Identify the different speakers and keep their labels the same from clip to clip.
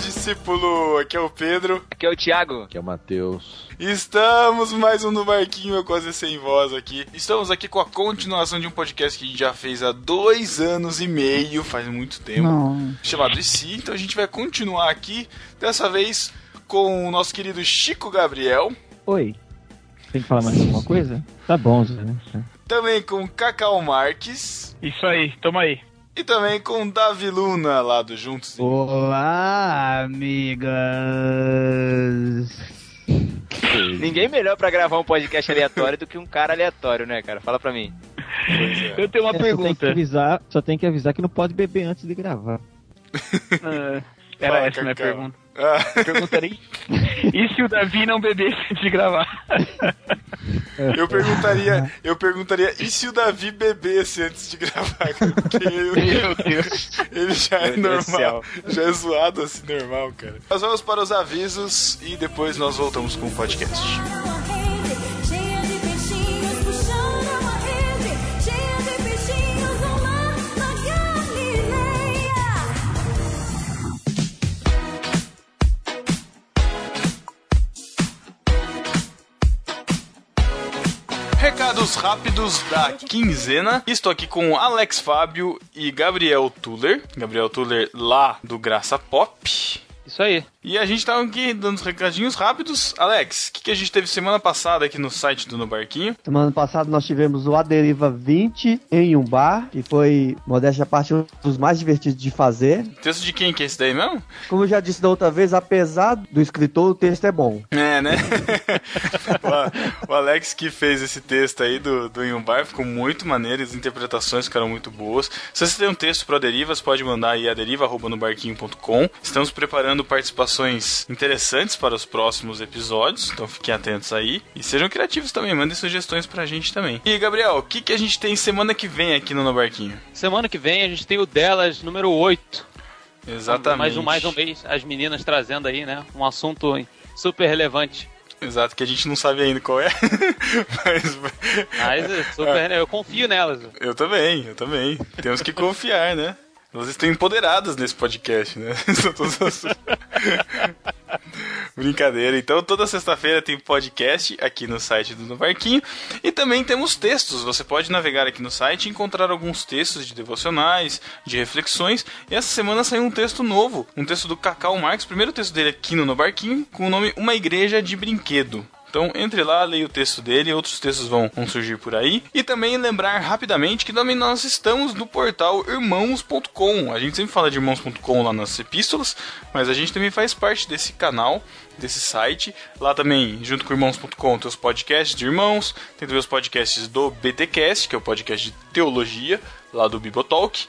Speaker 1: discípulo. Aqui é o Pedro.
Speaker 2: Aqui é o Thiago.
Speaker 3: Que é o Matheus.
Speaker 1: Estamos mais um no Marquinho, eu quase sem voz aqui. Estamos aqui com a continuação de um podcast que a gente já fez há dois anos e meio, faz muito tempo,
Speaker 4: Não.
Speaker 1: chamado E Si. Então a gente vai continuar aqui, dessa vez com o nosso querido Chico Gabriel,
Speaker 4: Oi. Tem que falar mais alguma coisa? Tá bom, Zé.
Speaker 1: também com Cacau Marques
Speaker 5: Isso aí, tamo aí.
Speaker 1: e também com Davi Luna lá do Juntos. e-
Speaker 4: Olá, amigas.
Speaker 2: Ninguém melhor pra gravar um podcast aleatório do que um cara aleatório, né, cara? Fala pra mim.
Speaker 1: Pois é.
Speaker 5: Eu tenho uma
Speaker 4: É, Só tem, que
Speaker 5: pergunta.
Speaker 4: avisar, só tem que avisar que não pode beber antes de gravar.
Speaker 5: Ah, Era
Speaker 1: Fala,
Speaker 5: essa a minha
Speaker 1: Cacau.
Speaker 5: pergunta.
Speaker 1: Ah,
Speaker 5: Perguntarei. e se o Davi não beber antes de gravar?
Speaker 6: É.
Speaker 1: eu perguntaria, eu perguntaria, e se o Davi bebesse antes de gravar? Porque ele,
Speaker 5: Deus.
Speaker 1: ele já é
Speaker 2: Meu Deus do
Speaker 1: normal, já é zoado assim, normal, cara. Nós vamos para os avisos e depois nós voltamos com o podcast.
Speaker 7: Cheia de peixinhos, puxando uma rede. Cheia de peixinhos, um mar na Galileia.
Speaker 1: Recados rápidos da quinzena. Estou aqui com Alex Fábio e Gabriel Tuller. Gabriel Tuller lá do Graça Pop.
Speaker 2: Isso aí.
Speaker 1: E a gente tá aqui dando os recadinhos rápidos. Alex, o que, que a gente teve semana passada aqui no site do No Barquinho?
Speaker 8: Semana passada nós tivemos o Aderiva 20 em um bar, que foi, modéstia à parte, um dos mais divertidos de fazer.
Speaker 1: Texto de quem que é esse daí mesmo?
Speaker 8: Como eu já disse da outra vez, apesar do escritor, o texto é bom.
Speaker 1: É, né? o, A- o Alex que fez esse texto aí do, do Em um Bar ficou muito maneiro, as interpretações ficaram muito boas. Se você tem um texto pro Aderivas, pode mandar aí aderiva.nobarquinho.com. Estamos preparando participações interessantes para os próximos episódios, então fiquem atentos aí. E sejam criativos também, mandem sugestões pra gente também. E, Gabriel, o que, que a gente tem semana que vem aqui no No Barquinho?
Speaker 9: Semana que vem a gente tem o Delas número 8.
Speaker 1: Exatamente.
Speaker 9: Mais um, mais um mês, as meninas trazendo aí, né? Um assunto super relevante.
Speaker 1: Exato, que a gente não sabe ainda qual é. Mas
Speaker 9: Mas é super, eu confio nelas.
Speaker 1: Eu também, eu também. Temos que confiar, né? Elas estão empoderadas nesse podcast, né? São todas as- Brincadeira. Então, toda sexta-feira tem podcast aqui no site do No Barquinho. E também temos textos. Você pode navegar aqui no site e encontrar alguns textos de devocionais, de reflexões. E essa semana saiu um texto novo. Um texto do Cacau Marx. Primeiro texto dele aqui no No Barquinho, com o nome Uma Igreja de Brinquedo. Então entre lá, leia o texto dele, outros textos vão, vão surgir por aí. E também lembrar rapidamente que também nós estamos no portal irmãos.com. A gente sempre fala de irmãos.com lá nas epístolas, mas a gente também faz parte desse canal, desse site. Lá também, junto com irmãos.com, tem os podcasts de irmãos, tem também os podcasts do BTcast, que é o podcast de teologia, lá do Bibotalk.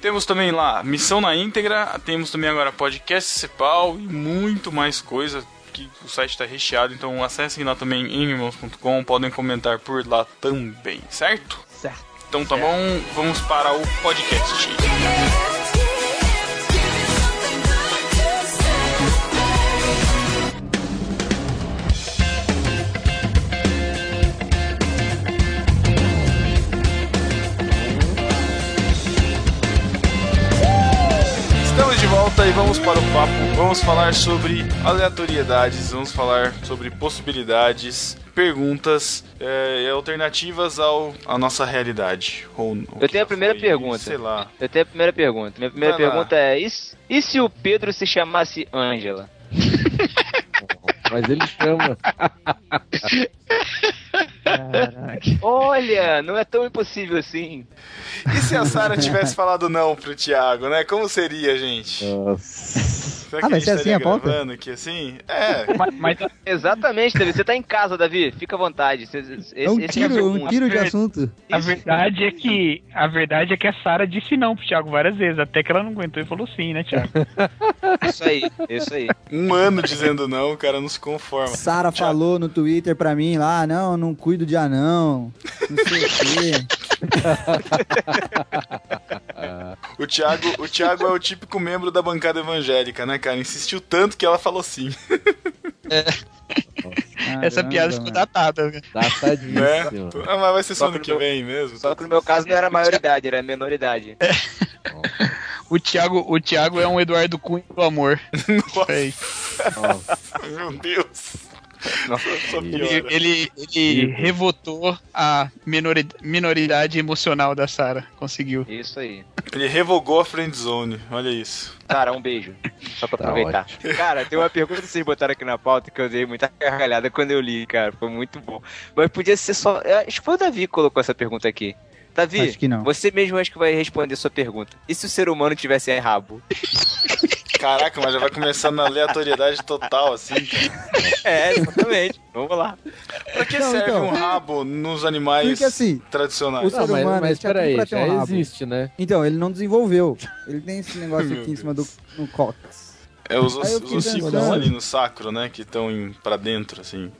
Speaker 1: Temos também lá Missão na Íntegra, temos também agora podcast Cepal e muito mais coisa que o site está recheado, então acessem lá também em irmãos.com, podem comentar por lá também, certo?
Speaker 8: Certo.
Speaker 1: Então tá bom, vamos para o podcast. Estamos de volta e vamos para o papo. Vamos falar sobre aleatoriedades, vamos falar sobre possibilidades, perguntas eh, e alternativas ao, à nossa realidade. Ou, ou
Speaker 2: Eu
Speaker 1: que
Speaker 2: tenho a
Speaker 1: já
Speaker 2: primeira
Speaker 1: foi,
Speaker 2: pergunta.
Speaker 1: Sei lá.
Speaker 2: Eu tenho a primeira pergunta. Minha primeira
Speaker 1: Vai lá.
Speaker 2: pergunta é: e se, e se o Pedro se chamasse Ângela?
Speaker 3: Mas ele chama.
Speaker 4: Caraca.
Speaker 2: Olha, não é tão impossível assim.
Speaker 1: E se a Sara tivesse falado não pro Thiago, né? Como seria, gente?
Speaker 3: Nossa.
Speaker 1: Será
Speaker 4: Ah, vai ser
Speaker 1: estaria
Speaker 4: assim a pauta?
Speaker 1: tá gravando aqui assim? É,
Speaker 5: Mas, mas
Speaker 2: Exatamente, Davi. Você tá em casa, Davi. Fica à vontade. Esse, esse-
Speaker 6: É um
Speaker 2: esse é a
Speaker 6: tiro, um
Speaker 2: pergunta.
Speaker 6: tiro de assunto.
Speaker 5: a verdade é que a verdade é que a Sara disse não pro Thiago várias vezes, até que ela não aguentou e falou sim, né, Thiago?
Speaker 2: Isso aí, isso aí.
Speaker 1: um ano dizendo não, o cara não se conforma.
Speaker 6: Sara falou no Twitter pra mim lá, não, não cuido de anão, não sei o quê.
Speaker 1: O Thiago, o Thiago é o típico membro da bancada evangélica, né, cara? Insistiu tanto que ela falou sim.
Speaker 5: Essa piada ficou
Speaker 6: mano. Tá
Speaker 5: datada.
Speaker 1: Né?
Speaker 3: Datadíssimo.
Speaker 1: Ah, mas vai ser só
Speaker 2: Só
Speaker 1: ano
Speaker 2: pro
Speaker 1: que
Speaker 2: meu-
Speaker 1: vem mesmo.
Speaker 2: Só que no meu caso não era maioridade, era minoridade.
Speaker 5: O Thiago, o Thiago é um Eduardo Cunha do amor. É Peraí.
Speaker 1: Meu Deus. Só
Speaker 5: Ele,
Speaker 1: piora.
Speaker 5: ele, ele revotou a minori- minoridade emocional da Sara. Conseguiu.
Speaker 2: Isso aí.
Speaker 1: Ele revogou a friend zone. Olha isso.
Speaker 2: Sara, um beijo. Só pra
Speaker 3: Tá
Speaker 2: aproveitar. Cara, tem uma pergunta que vocês botaram aqui na pauta que eu dei muita gargalhada quando eu li, cara. Foi muito bom. Mas podia ser só. eu Acho que foi o Davi que colocou essa pergunta aqui. Davi,
Speaker 6: Acho que não.
Speaker 2: você mesmo acho que vai responder sua pergunta. E se o ser humano tivesse rabo?
Speaker 1: Caraca, mas já vai começar na aleatoriedade total, assim.
Speaker 2: é, exatamente. Vamos lá.
Speaker 1: Pra que
Speaker 6: Não,
Speaker 1: serve
Speaker 6: então.
Speaker 1: um rabo nos
Speaker 6: Porque
Speaker 1: animais
Speaker 6: assim,
Speaker 1: tradicionais?
Speaker 6: o-
Speaker 3: Não, mas,
Speaker 6: humano,
Speaker 3: mas
Speaker 6: tinha tudo
Speaker 3: peraí,
Speaker 6: pra ter um
Speaker 3: já
Speaker 6: rabo.
Speaker 3: existe, né?
Speaker 6: Então, ele não desenvolveu. Ele tem esse negócio
Speaker 1: Meu
Speaker 6: aqui em cima do no cóccix.
Speaker 1: É os, os,
Speaker 6: Aí eu fiquei
Speaker 1: ossículos
Speaker 6: pensando.
Speaker 1: ali no sacro, né? Que estão pra dentro, assim.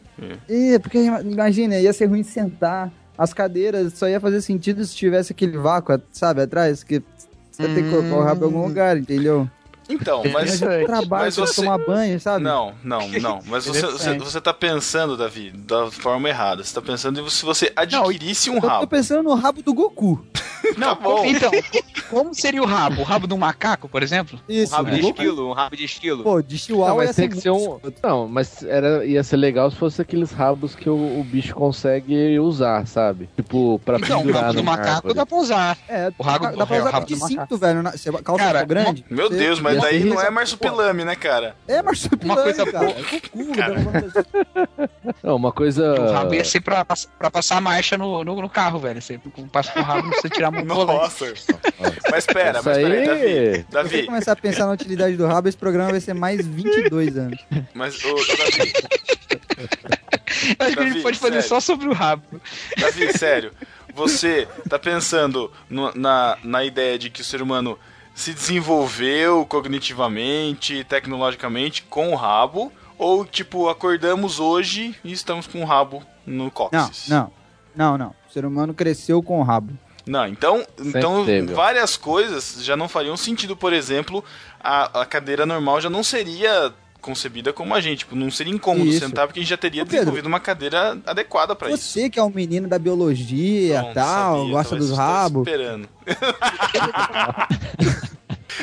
Speaker 6: É, porque ima- imagina, ia ser ruim sentar. As cadeiras só ia fazer sentido se tivesse aquele vácuo, sabe, atrás, que você tem que colocar o rabo em algum lugar, entendeu?
Speaker 1: Então,
Speaker 5: É,
Speaker 1: mas.
Speaker 6: Imagina o trabalho
Speaker 1: mas
Speaker 6: pra
Speaker 1: você-
Speaker 6: tomar banho, sabe?
Speaker 1: Não, não, não. Mas você, você,
Speaker 6: Interessante.
Speaker 1: você tá pensando, Davi, da forma errada. Você tá pensando em se você adquirisse um
Speaker 6: Eu tô
Speaker 1: rabo.
Speaker 6: pensando no rabo do Goku.
Speaker 5: Não,
Speaker 1: bom.
Speaker 5: então, como seria o rabo? O rabo de um macaco, por exemplo?
Speaker 2: Um
Speaker 6: Isso,
Speaker 2: rabo de
Speaker 6: Goku.
Speaker 2: esquilo, um rabo de esquilo.
Speaker 6: Pô, de chihuahua
Speaker 3: Não,
Speaker 6: ia
Speaker 3: mas tem
Speaker 6: ser
Speaker 3: que ser
Speaker 6: muito
Speaker 3: um. Não, mas era, ia ser legal se fosse aqueles rabos que o, o bicho consegue usar, sabe? Tipo, pra
Speaker 5: Então, o
Speaker 3: pendurar
Speaker 5: rabo do
Speaker 3: na
Speaker 5: macaco
Speaker 3: árvore.
Speaker 5: dá pra usar.
Speaker 6: É,
Speaker 5: O rabo-
Speaker 6: dá, dá pra
Speaker 5: o
Speaker 6: usar
Speaker 5: rabo
Speaker 6: de
Speaker 5: do macaco.
Speaker 6: cinto, velho. na- Você calça
Speaker 5: Cara,
Speaker 6: tão grande.
Speaker 1: Meu
Speaker 6: você-
Speaker 1: Deus, mas
Speaker 6: ia
Speaker 1: daí
Speaker 6: ser
Speaker 1: não é
Speaker 6: risado.
Speaker 1: marsupilames, né, cara?
Speaker 6: É marsupial,
Speaker 5: Uma coisa
Speaker 6: cara.
Speaker 5: boa.
Speaker 6: É Goku, dá pra fazer-
Speaker 3: Não, uma coisa.
Speaker 5: Então, O rabo ia ser pra, pass- pra passar a marcha no, no, no carro, velho. Você passa com o rabo, você tirar muito volante.
Speaker 1: Nossa. mas pera,
Speaker 3: Essa
Speaker 1: mas pera aí, Davi.
Speaker 3: aí.
Speaker 6: Se você
Speaker 1: Davi,
Speaker 6: começar a pensar na utilidade do rabo, esse programa vai ser mais 22 anos.
Speaker 1: mas. ô, Davi,
Speaker 5: Acho que a
Speaker 1: Davi,
Speaker 5: gente pode fazer
Speaker 1: sério.
Speaker 5: só sobre o rabo.
Speaker 1: Davi, sério, você tá pensando no- na, na ideia de que o ser humano se desenvolveu cognitivamente, tecnologicamente com o rabo, ou tipo, acordamos hoje e estamos com o rabo no
Speaker 6: Não,
Speaker 1: cóccix?
Speaker 6: não, não, não. O ser humano cresceu com o rabo.
Speaker 1: Não, então, então
Speaker 3: teve, ó.
Speaker 1: várias coisas já não fariam sentido, por exemplo, a, a cadeira normal já não seria concebida como a gente, tipo, não seria incômodo
Speaker 6: Isso.
Speaker 1: sentar porque a gente já teria
Speaker 6: Ô, Pedro,
Speaker 1: desenvolvido uma cadeira adequada pra isso.
Speaker 6: Você que é um menino da biologia
Speaker 1: Pronto,
Speaker 6: tal,
Speaker 1: sabia,
Speaker 6: gosta
Speaker 1: tava
Speaker 6: dos
Speaker 1: es- tava
Speaker 6: rabos.
Speaker 1: esperando.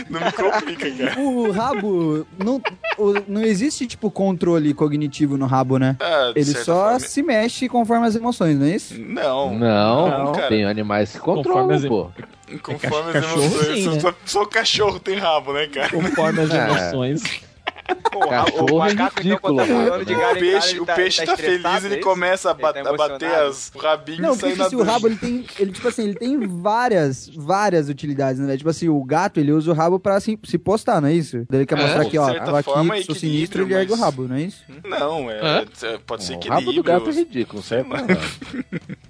Speaker 1: não me
Speaker 6: É
Speaker 1: complica, cara.
Speaker 6: O rabo. Não, o- não existe, tipo, controle cognitivo no rabo, né?
Speaker 1: Ah, de
Speaker 6: Ele
Speaker 1: certa
Speaker 6: só
Speaker 1: forma-
Speaker 6: se mexe conforme as emoções, não é isso?
Speaker 1: Não,
Speaker 3: Não,
Speaker 1: Não, cara.
Speaker 3: tem animais que
Speaker 4: Conforme
Speaker 3: controlam,
Speaker 4: as-
Speaker 3: pô.
Speaker 1: conforme
Speaker 4: É
Speaker 1: as
Speaker 4: ca- cachorro,
Speaker 1: emoções.
Speaker 4: sim, né?
Speaker 1: só, só o cachorro tem rabo, né, cara?
Speaker 4: Conforme as
Speaker 3: É.
Speaker 4: emoções.
Speaker 2: Pô, o rabo-
Speaker 3: Cachorro
Speaker 2: o
Speaker 3: é
Speaker 2: macaco então quando tá
Speaker 3: ridículo,
Speaker 2: pulando de
Speaker 3: né?
Speaker 2: galho
Speaker 1: O
Speaker 2: em galho,
Speaker 1: peixe,
Speaker 2: ele
Speaker 1: o peixe tá,
Speaker 2: estressado,
Speaker 1: feliz, ele
Speaker 2: é isso?
Speaker 1: começa a,
Speaker 2: Ele
Speaker 1: ba-
Speaker 2: tá
Speaker 1: a bater
Speaker 2: emocionado.
Speaker 1: as o rabinho
Speaker 6: Não,
Speaker 1: e sair
Speaker 6: porque
Speaker 1: na
Speaker 6: assim, o rabo
Speaker 1: dança.
Speaker 6: ele tem, ele tipo assim, ele tem várias, várias utilidades, né? Tipo assim, o gato ele usa o rabo pra se, se postar, não é isso? Ele quer
Speaker 1: É,
Speaker 6: mostrar
Speaker 1: de
Speaker 6: que ó,
Speaker 1: certa
Speaker 6: tava aqui,
Speaker 1: forma, é
Speaker 6: sou sinistro,
Speaker 1: equilíbrio,
Speaker 6: ele ergue o
Speaker 1: mas-
Speaker 6: rabo, não é isso?
Speaker 3: Hum.
Speaker 1: Não, é, é- pode ser
Speaker 3: O
Speaker 1: equilíbrio.
Speaker 3: rabo do gato é ridículo, certo?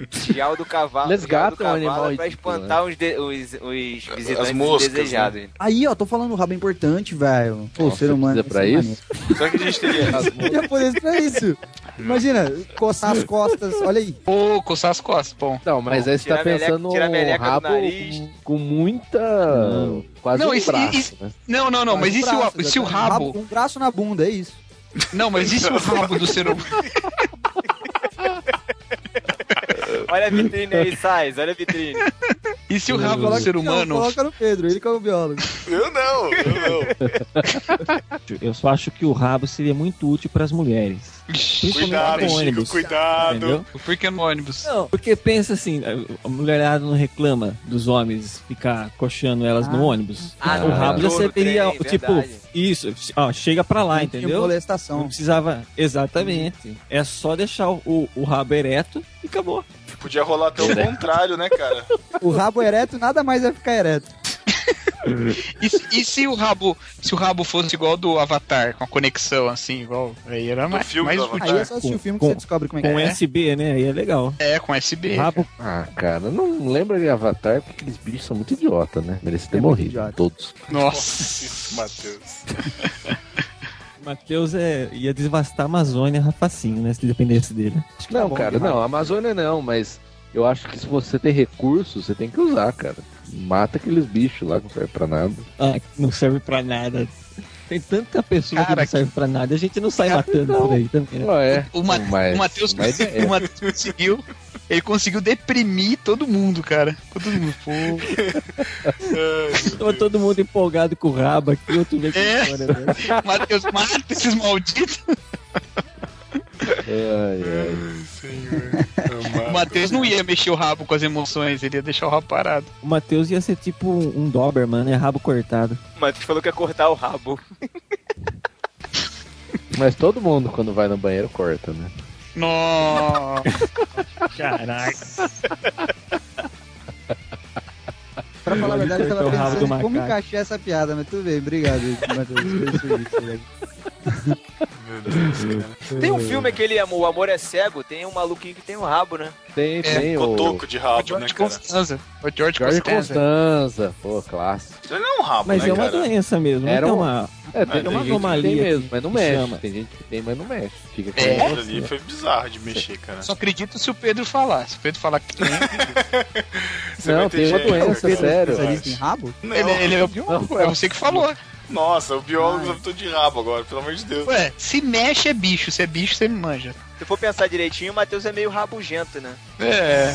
Speaker 2: Tial do cavalo.
Speaker 3: Mas
Speaker 2: tial do
Speaker 3: gato é um
Speaker 2: cavalo
Speaker 3: animal
Speaker 2: pra
Speaker 3: ridículo, né?
Speaker 2: espantar os, de- os, os visitantes
Speaker 1: As moscas, né?
Speaker 2: indesejados.
Speaker 6: Aí, ó, tô falando o rabo é importante, velho. Pô,
Speaker 3: Nossa,
Speaker 6: ser humano.
Speaker 3: precisa pra
Speaker 6: é ser
Speaker 3: isso?
Speaker 1: Será que a gente teria
Speaker 6: humano. Japonês pra isso. Imagina, coçar as costas, olha aí.
Speaker 5: Ou coçar as costas, bom.
Speaker 3: Não, mas aí você tá
Speaker 2: Tira a meleca-
Speaker 3: pensando
Speaker 2: tira a
Speaker 3: um
Speaker 2: meleca do
Speaker 3: rabo
Speaker 2: nariz.
Speaker 3: com, com muita. Quase
Speaker 5: Não,
Speaker 3: um
Speaker 5: isso-
Speaker 3: braço,
Speaker 5: isso-
Speaker 3: né?
Speaker 5: Não, não, não, mas
Speaker 6: Faz
Speaker 5: e se
Speaker 6: braço,
Speaker 5: o, se o
Speaker 6: exatamente.
Speaker 5: rabo
Speaker 6: Um braço na bunda, é isso.
Speaker 5: Não, mas e se o rabo do ser hum- humano.
Speaker 2: Olha a vitrine aí, Sais, olha a vitrine.
Speaker 5: E se o rabo do ser
Speaker 6: Não,
Speaker 5: humano.
Speaker 6: coloca no Pedro, ele que é o biólogo.
Speaker 1: Eu não, eu não.
Speaker 4: Eu só acho que o rabo seria muito útil para as mulheres. Principalmente
Speaker 1: Cuidado,
Speaker 4: no
Speaker 1: Chico,
Speaker 4: ônibus,
Speaker 1: cuidado.
Speaker 4: Entendeu?
Speaker 5: Por que é no ônibus?
Speaker 4: Não, porque pensa assim, a mulherada não reclama dos homens ficar coxando elas no ônibus.
Speaker 2: Ah,
Speaker 4: o rabo já
Speaker 2: no trem,
Speaker 4: seria, tipo,
Speaker 2: verdade.
Speaker 4: isso, ó, chega pra lá,
Speaker 6: Tem
Speaker 4: entendeu? Não
Speaker 6: Molestação.
Speaker 4: precisava. Exatamente. É só deixar o, o, o rabo ereto e acabou.
Speaker 1: Podia rolar até o contrário, né, cara?
Speaker 6: O rabo ereto nada mais vai ficar ereto.
Speaker 5: E, se- e se o rabo. Se o rabo fosse igual ao do Avatar, com a conexão assim, igual. Aí era mais.
Speaker 1: filme
Speaker 5: mais
Speaker 1: do
Speaker 5: útil.
Speaker 6: Aí é só assistir o filme que
Speaker 4: com-
Speaker 6: você descobre como é que
Speaker 4: Com
Speaker 6: é.
Speaker 4: USB, né? Aí é legal.
Speaker 5: É, com SB.
Speaker 4: Rabo
Speaker 3: Ah, cara, não lembra de Avatar porque aqueles bichos são muito idiota, né? Merecia ter
Speaker 6: É muito
Speaker 3: morrido,
Speaker 6: idiota.
Speaker 3: todos.
Speaker 5: Nossa.
Speaker 1: Matheus.
Speaker 4: Matheus é, ia devastar a Amazônia rafacinho, né? Se dependesse dele. tá
Speaker 3: Não,
Speaker 6: bom
Speaker 3: cara,
Speaker 4: né?
Speaker 6: demais.
Speaker 3: não, Amazônia não, mas eu acho que se você tem recursos, você tem que usar, cara. Mata aqueles bichos lá que não serve pra nada.
Speaker 4: Ah, não serve pra nada. Tem tanta pessoa que
Speaker 5: Cara,
Speaker 4: não serve pra nada. A gente não sai matando por aí também. né?
Speaker 3: Ah, é.
Speaker 5: O, Ma-
Speaker 3: Mas-
Speaker 5: o Matheus
Speaker 3: mas é.
Speaker 5: o Matheus conseguiu Ele conseguiu deprimir todo mundo, cara. Ficou Todo mundo, pô.
Speaker 4: Tava todo mundo empolgado com o rabo aqui, outro vem com
Speaker 5: É.
Speaker 4: história né? dessa.
Speaker 5: Matheus, mata esses malditos.
Speaker 3: Ai, ai.
Speaker 5: O Matheus não ia mexer o rabo com as emoções, ele ia deixar o rabo parado.
Speaker 4: O Matheus ia ser tipo um um Doberman, né? Rabo cortado.
Speaker 2: O Matheus falou que ia cortar o rabo.
Speaker 3: Mas todo mundo quando vai no banheiro corta, né?
Speaker 5: Nossa.
Speaker 4: Caraca.
Speaker 6: Pra falar a verdade, eu
Speaker 4: Cortou
Speaker 6: tava
Speaker 4: o rabo
Speaker 6: pensando
Speaker 4: do
Speaker 6: em como
Speaker 4: macaco.
Speaker 6: encaixar essa piada, mas tudo bem, obrigado, Matheus. por isso, velho.
Speaker 2: Tem um filme aquele Amor- O Amor é Cego, tem um maluquinho que tem um rabo, né?
Speaker 3: Tem,
Speaker 5: É,
Speaker 3: tem o
Speaker 1: Cotoco de
Speaker 5: O
Speaker 1: rabo, né,
Speaker 5: George
Speaker 1: cara?
Speaker 5: Constanza. O George
Speaker 3: Jorge
Speaker 5: Constanza.
Speaker 3: Constanza. Pô, clássico.
Speaker 1: Isso não é um rabo,
Speaker 4: Mas
Speaker 1: né,
Speaker 4: é uma
Speaker 1: cara?
Speaker 4: doença mesmo,
Speaker 3: Era um-
Speaker 4: não é uma...
Speaker 3: É, tem,
Speaker 4: tem
Speaker 3: uma
Speaker 4: gente que
Speaker 3: anomalia
Speaker 4: tem
Speaker 3: mesmo,
Speaker 4: mesmo,
Speaker 3: mas não
Speaker 4: que
Speaker 3: mexe.
Speaker 4: chama.
Speaker 3: Tem gente que tem, mas não mexe. Fica com
Speaker 5: É.
Speaker 1: Aquilo ali foi bizarro de mexer, cara.
Speaker 5: Só acredito se o Pedro falar. Se o Pedro falar que tem,
Speaker 1: Você
Speaker 3: Não,
Speaker 1: vai ter
Speaker 3: tem uma
Speaker 1: gente,
Speaker 3: doença,
Speaker 1: cara.
Speaker 3: sério.
Speaker 6: Especialista em rabo?
Speaker 1: Não,
Speaker 5: ele, ele é o biólogo. É você que falou.
Speaker 1: Nossa, o biólogo já tô de rabo agora, pelo amor de Deus.
Speaker 5: Ué, se mexe é bicho. Se é bicho, você manja.
Speaker 2: Se for pensar direitinho, o Matheus é meio rabugento, né?
Speaker 5: É.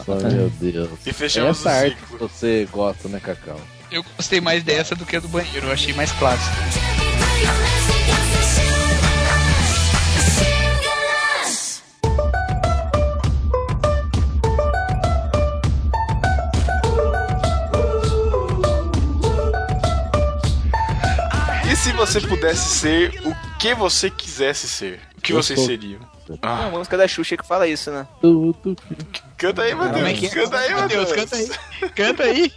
Speaker 3: Ai, meu Deus.
Speaker 1: E fechamos
Speaker 3: Essa
Speaker 1: o
Speaker 3: arte que
Speaker 1: ciclo.
Speaker 3: você gosta, né, Cacau?
Speaker 5: Eu gostei mais dessa do que a do banheiro. Eu achei mais clássica.
Speaker 1: E se você pudesse ser o que você quisesse ser? O que
Speaker 3: Eu
Speaker 1: você
Speaker 3: sou-
Speaker 1: seria?
Speaker 2: É
Speaker 1: Ah,
Speaker 2: uma música da Xuxa que fala isso, né?
Speaker 3: Tudo que
Speaker 1: canta aí,
Speaker 5: Como é
Speaker 1: Matheus.
Speaker 5: que é?
Speaker 1: Canta aí, Matheus.
Speaker 5: Matheus, canta aí. Canta aí.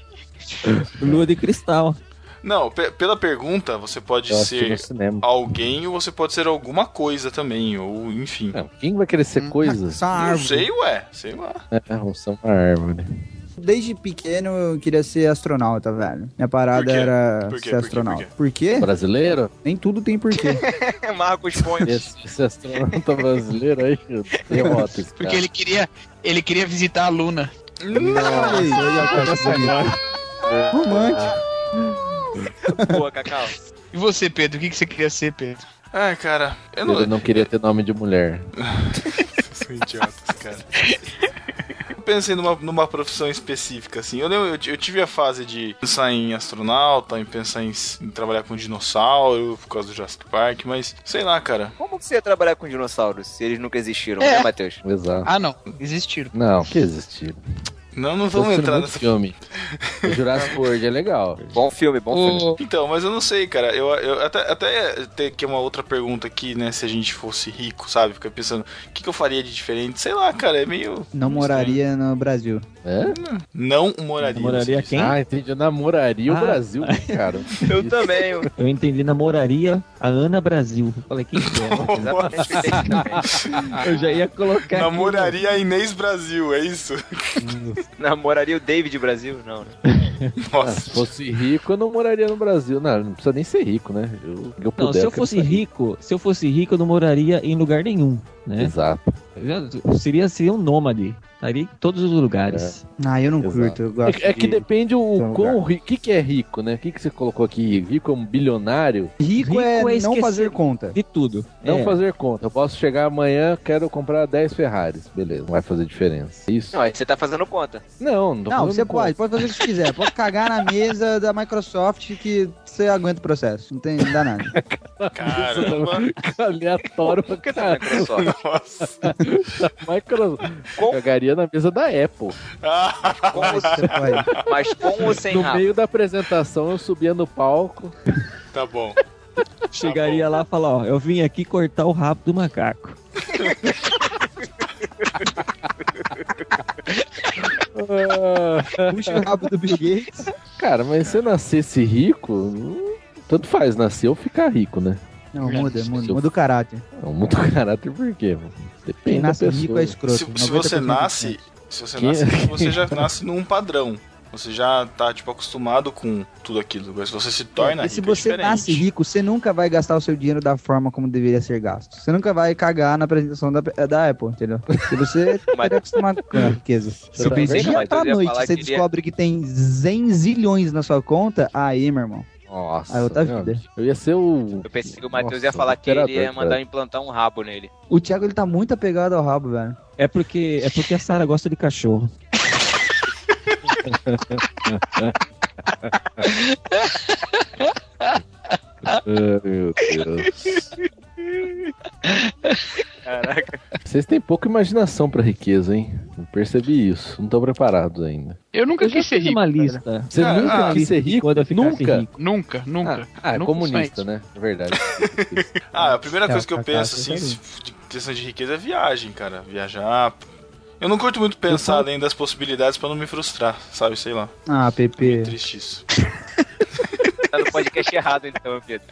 Speaker 4: Lua de cristal.
Speaker 1: Não, pe- pela pergunta, você pode
Speaker 3: eu assisti no
Speaker 1: ser
Speaker 3: cinema.
Speaker 1: alguém ou você pode ser alguma coisa também, ou enfim.
Speaker 3: Não, quem vai querer ser coisa?
Speaker 6: Só uma
Speaker 1: Não
Speaker 6: árvore.
Speaker 1: sei, ué. Sei lá.
Speaker 3: É, arrumar uma árvore.
Speaker 6: Desde pequeno eu queria ser astronauta, velho. Minha
Speaker 1: Por
Speaker 6: parada
Speaker 1: quê?
Speaker 6: era
Speaker 1: Por quê? Por
Speaker 6: ser
Speaker 1: quê?
Speaker 6: astronauta. Por quê?
Speaker 3: Brasileiro?
Speaker 6: Nem tudo tem porquê.
Speaker 2: Marcos Pontes.
Speaker 3: Esse, esse astronauta brasileiro aí, derrota esse
Speaker 5: Porque
Speaker 3: cara.
Speaker 5: ele queria, ele queria visitar a Luna.
Speaker 6: Nossa, olha a caixa bonita. Romântico.
Speaker 2: Boa, Cacau.
Speaker 5: E você, Pedro? O que, que você queria ser, Pedro?
Speaker 1: Ai, cara. Eu não.
Speaker 3: Ele é não queria ter nome de mulher.
Speaker 1: São idiotas, cara. Eu pensei numa, numa profissão específica, assim. Eu, lembro- eu, ti- eu tive a fase de pensar em astronauta, em pensar em, s- em trabalhar com dinossauro, por causa do Jurassic Park, mas sei lá, cara.
Speaker 2: Como que você ia trabalhar com dinossauros se eles nunca existiram,
Speaker 5: É.
Speaker 2: né, Matheus?
Speaker 3: Exato.
Speaker 5: Ah, não. Existiram.
Speaker 3: Não, que existir.
Speaker 1: Não, não vamos entrar nessa.
Speaker 3: filme. O Jurassic World é legal.
Speaker 2: Bom filme, bom filme.
Speaker 5: O,
Speaker 1: Então, mas eu não sei, cara. Eu, eu até, até ter que uma outra pergunta aqui, né? Se a gente fosse rico, sabe? Fica pensando, o que, que eu faria de diferente? Sei lá, cara. É meio.
Speaker 6: Não moraria no Brasil.
Speaker 3: É?
Speaker 1: Não moraria.
Speaker 4: Namoraria
Speaker 1: assim.
Speaker 4: quem?
Speaker 3: Ah, entendi. Eu namoraria o
Speaker 4: Ah.
Speaker 3: Brasil, né, cara.
Speaker 2: Eu também. eu-
Speaker 4: Eu entendi namoraria a Ana Brasil. Falei, quem que é?
Speaker 2: Exatamente. eu entendi também.
Speaker 3: Ah,
Speaker 4: Eu já ia colocar.
Speaker 1: Namoraria
Speaker 3: né?
Speaker 1: a Inês Brasil, é isso?
Speaker 2: Namoraria o David Brasil? Não, né?
Speaker 3: Ah, se
Speaker 1: Nossa.
Speaker 3: fosse rico, eu não moraria no Brasil. Não, não precisa nem ser rico, né? Eu, eu
Speaker 4: Não,
Speaker 3: puder,
Speaker 4: se
Speaker 3: eu
Speaker 4: eu
Speaker 3: quero
Speaker 4: fosse
Speaker 3: sair.
Speaker 4: rico, se eu fosse rico, eu não moraria em lugar nenhum, né?
Speaker 3: Exato.
Speaker 4: Eu seria, seria um nômade. Estaria em todos os lugares.
Speaker 3: É.
Speaker 6: Ah, eu não
Speaker 3: Exato.
Speaker 6: curto. Eu gosto
Speaker 3: É, é que
Speaker 6: de-
Speaker 3: depende o
Speaker 6: Então,
Speaker 3: quão rico. O que, que é rico, né? O que, que você colocou aqui? Rico é um bilionário?
Speaker 6: Rico,
Speaker 4: Rico
Speaker 6: é,
Speaker 4: é
Speaker 6: não
Speaker 4: esquecer-
Speaker 6: fazer conta.
Speaker 4: De tudo.
Speaker 3: Não
Speaker 4: É.
Speaker 3: fazer conta. Eu posso chegar amanhã, quero comprar 10 Ferraris. Beleza, não vai fazer diferença. É Isso?
Speaker 2: Não, aí você tá fazendo conta.
Speaker 3: Não, não, tô
Speaker 6: Não,
Speaker 3: fazendo
Speaker 6: você
Speaker 3: conta.
Speaker 6: pode, pode fazer o que você quiser. Pode cagar na mesa da Microsoft que você aguenta o processo. Não, tem, não dá nada.
Speaker 1: Caramba.
Speaker 3: Aleatório pra
Speaker 2: Por que tá
Speaker 3: caralho.
Speaker 2: Microsoft?
Speaker 1: Nossa.
Speaker 3: Microsoft.
Speaker 2: Com-
Speaker 3: Cagaria na mesa da Apple.
Speaker 1: Ah,
Speaker 2: Com ou-
Speaker 6: Você pode.
Speaker 2: Mas com ou sem
Speaker 3: no
Speaker 2: rabo?
Speaker 3: meio da apresentação, eu subia no palco.
Speaker 1: tá bom.
Speaker 4: Chegaria lá e falar, ó, eu vim aqui cortar o rabo do macaco.
Speaker 6: Puxa o rabo do Bill Gates.
Speaker 3: Cara, mas se eu nascesse rico, hum, tanto faz nascer ou ficar rico, né?
Speaker 6: Não, muda, muda.
Speaker 3: Seu-
Speaker 6: Muda o caráter.
Speaker 3: Não muda o caráter por quê, mano?
Speaker 6: Quem
Speaker 3: Depende da
Speaker 6: nasce
Speaker 3: pessoa.
Speaker 6: rico é
Speaker 1: Se,
Speaker 6: escroto.
Speaker 1: se você
Speaker 6: 90%
Speaker 1: nasce. Se você
Speaker 3: Que-
Speaker 1: nasce, você já nasce num padrão. Você já tá, tipo, acostumado com tudo aquilo. Mas se você se torna
Speaker 6: E se
Speaker 1: rico, é
Speaker 6: você
Speaker 1: diferente.
Speaker 6: nasce rico, você nunca vai gastar o seu dinheiro da forma como deveria ser gasto. Você nunca vai cagar na apresentação da, da Apple, entendeu? Se você
Speaker 2: Mas-
Speaker 6: estiver acostumado com
Speaker 2: Hum.
Speaker 6: a riqueza. Se
Speaker 3: tá vendo?
Speaker 6: dia
Speaker 2: Mas eu
Speaker 6: pra
Speaker 2: ia
Speaker 6: noite
Speaker 3: é-
Speaker 2: falar
Speaker 6: você
Speaker 2: que iria-
Speaker 6: descobre que tem 100 zilhões na sua conta, aí, meu irmão,
Speaker 3: Nossa.
Speaker 6: Aí é outra
Speaker 3: não,
Speaker 6: vida.
Speaker 3: Eu ia ser o.
Speaker 2: Eu pensei que o Matheus
Speaker 3: Nossa,
Speaker 2: ia falar que ele ia
Speaker 3: imperador,
Speaker 2: mandar
Speaker 3: cara.
Speaker 2: implantar um rabo nele.
Speaker 6: O Thiago, ele tá muito apegado ao rabo, velho.
Speaker 4: É porque, é porque a Sara gosta de cachorro.
Speaker 3: Ai, Ah, meu Deus.
Speaker 2: Caraca.
Speaker 3: Vocês têm pouca imaginação pra riqueza, hein? Eu percebi isso. Não estão preparados ainda.
Speaker 5: Eu nunca
Speaker 4: Eu já
Speaker 5: quis ser
Speaker 4: fiz
Speaker 5: rico.
Speaker 4: uma lista.
Speaker 3: Você
Speaker 5: Ah,
Speaker 3: nunca
Speaker 5: ah,
Speaker 3: quis ser rico?
Speaker 4: Quando eu ficasse
Speaker 3: Nunca?
Speaker 4: rico.
Speaker 5: Nunca,
Speaker 3: Ah,
Speaker 5: nunca.
Speaker 3: ah, é
Speaker 5: Nunca
Speaker 3: comunista,
Speaker 5: sonhei.
Speaker 3: né? É verdade.
Speaker 1: Ah, a primeira
Speaker 6: É,
Speaker 1: coisa que eu
Speaker 6: pra
Speaker 1: penso,
Speaker 6: casa,
Speaker 1: assim,
Speaker 5: tá
Speaker 1: de questão de riqueza é viagem, cara. Viajar. Eu não curto muito pensar
Speaker 5: Então-
Speaker 1: além das possibilidades pra não me frustrar, sabe? Sei lá.
Speaker 6: Ah, Pepe.
Speaker 1: É Triste isso.
Speaker 2: Tá no podcast errado então, Pedro.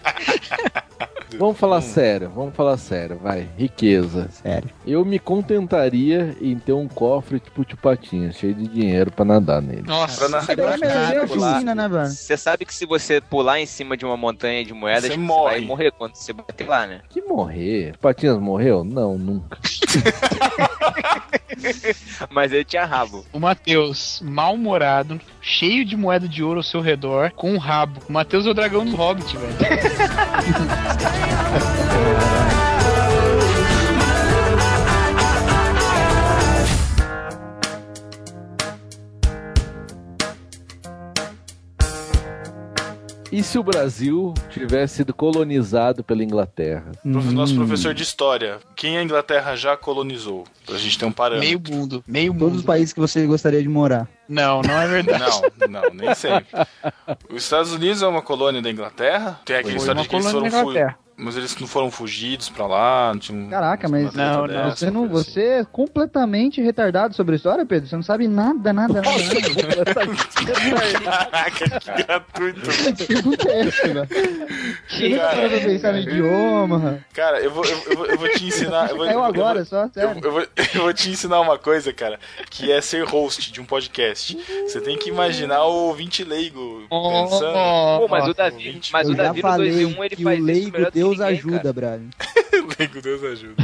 Speaker 3: Vamos falar sério, vamos falar sério, vai. Riqueza.
Speaker 6: Sério.
Speaker 3: Eu me contentaria em ter um cofre tipo de patinha, cheio de dinheiro pra nadar nele.
Speaker 5: Nossa,
Speaker 1: Pra
Speaker 6: Agora é melhor
Speaker 2: Caraca,
Speaker 6: a piscina, né, velho?
Speaker 2: Você sabe que se você pular em cima de uma montanha de moedas,
Speaker 1: Você
Speaker 2: você
Speaker 1: morre.
Speaker 2: vai morrer quando você bater lá, né?
Speaker 3: Que morrer? Patinhas morreu? Não, nunca.
Speaker 2: Mas ele tinha rabo.
Speaker 5: o Matheus, mal-humorado, cheio de moeda de ouro ao seu redor, com um rabo. O Matheus é o dragão do Hobbit, velho.
Speaker 3: E se o Brasil tivesse sido colonizado pela Inglaterra?
Speaker 1: Prof- Nosso professor de história. Quem a Inglaterra já colonizou? Pra gente ter um parâmetro.
Speaker 5: Meio mundo, meio
Speaker 6: Todos os
Speaker 5: mundo.
Speaker 6: países que você gostaria de morar.
Speaker 5: Não, não é verdade.
Speaker 1: Não, não, nem sempre. Os Estados Unidos é uma colônia da Inglaterra. Tem aquela
Speaker 5: Foi
Speaker 1: história
Speaker 5: uma
Speaker 1: de que eles
Speaker 5: colônia
Speaker 1: foram
Speaker 5: da
Speaker 1: fugidos.
Speaker 5: Inglaterra.
Speaker 1: Mas eles não foram fugidos pra lá. não tinha um-
Speaker 6: Caraca,
Speaker 1: uma
Speaker 6: mas-
Speaker 1: treta
Speaker 5: Não, não,
Speaker 1: dessa,
Speaker 6: Você, não,
Speaker 1: uma coisa assim.
Speaker 6: você é completamente retardado sobre a história, Pedro. Você não sabe nada, nada, nada.
Speaker 1: Caraca, que gratuito.
Speaker 6: O que acontece, velho? é Você nunca parou pra pensar no idioma.
Speaker 1: Cara, eu vou, eu, eu vou, eu vou te ensinar. Eu vou, eu
Speaker 6: Caiu
Speaker 1: vou-
Speaker 6: agora só,
Speaker 1: Eu,
Speaker 6: sério.
Speaker 1: eu vou, eu vou te ensinar uma coisa, cara, que é ser host de um podcast. Você tem que imaginar o ouvinte leigo pensando.
Speaker 2: Pô,
Speaker 5: Oh,
Speaker 2: mas o
Speaker 1: Nossa,
Speaker 2: Davi,
Speaker 1: ouvinte.
Speaker 2: mas
Speaker 6: Eu
Speaker 2: o
Speaker 6: já
Speaker 2: Davi no
Speaker 6: falei
Speaker 2: 2 e 1 ele
Speaker 6: que
Speaker 2: faz
Speaker 6: o
Speaker 2: isso melhor
Speaker 6: leigo
Speaker 2: do que
Speaker 6: Deus
Speaker 2: ninguém, cara.
Speaker 6: ajuda, Brad.
Speaker 1: leigo, Deus ajuda.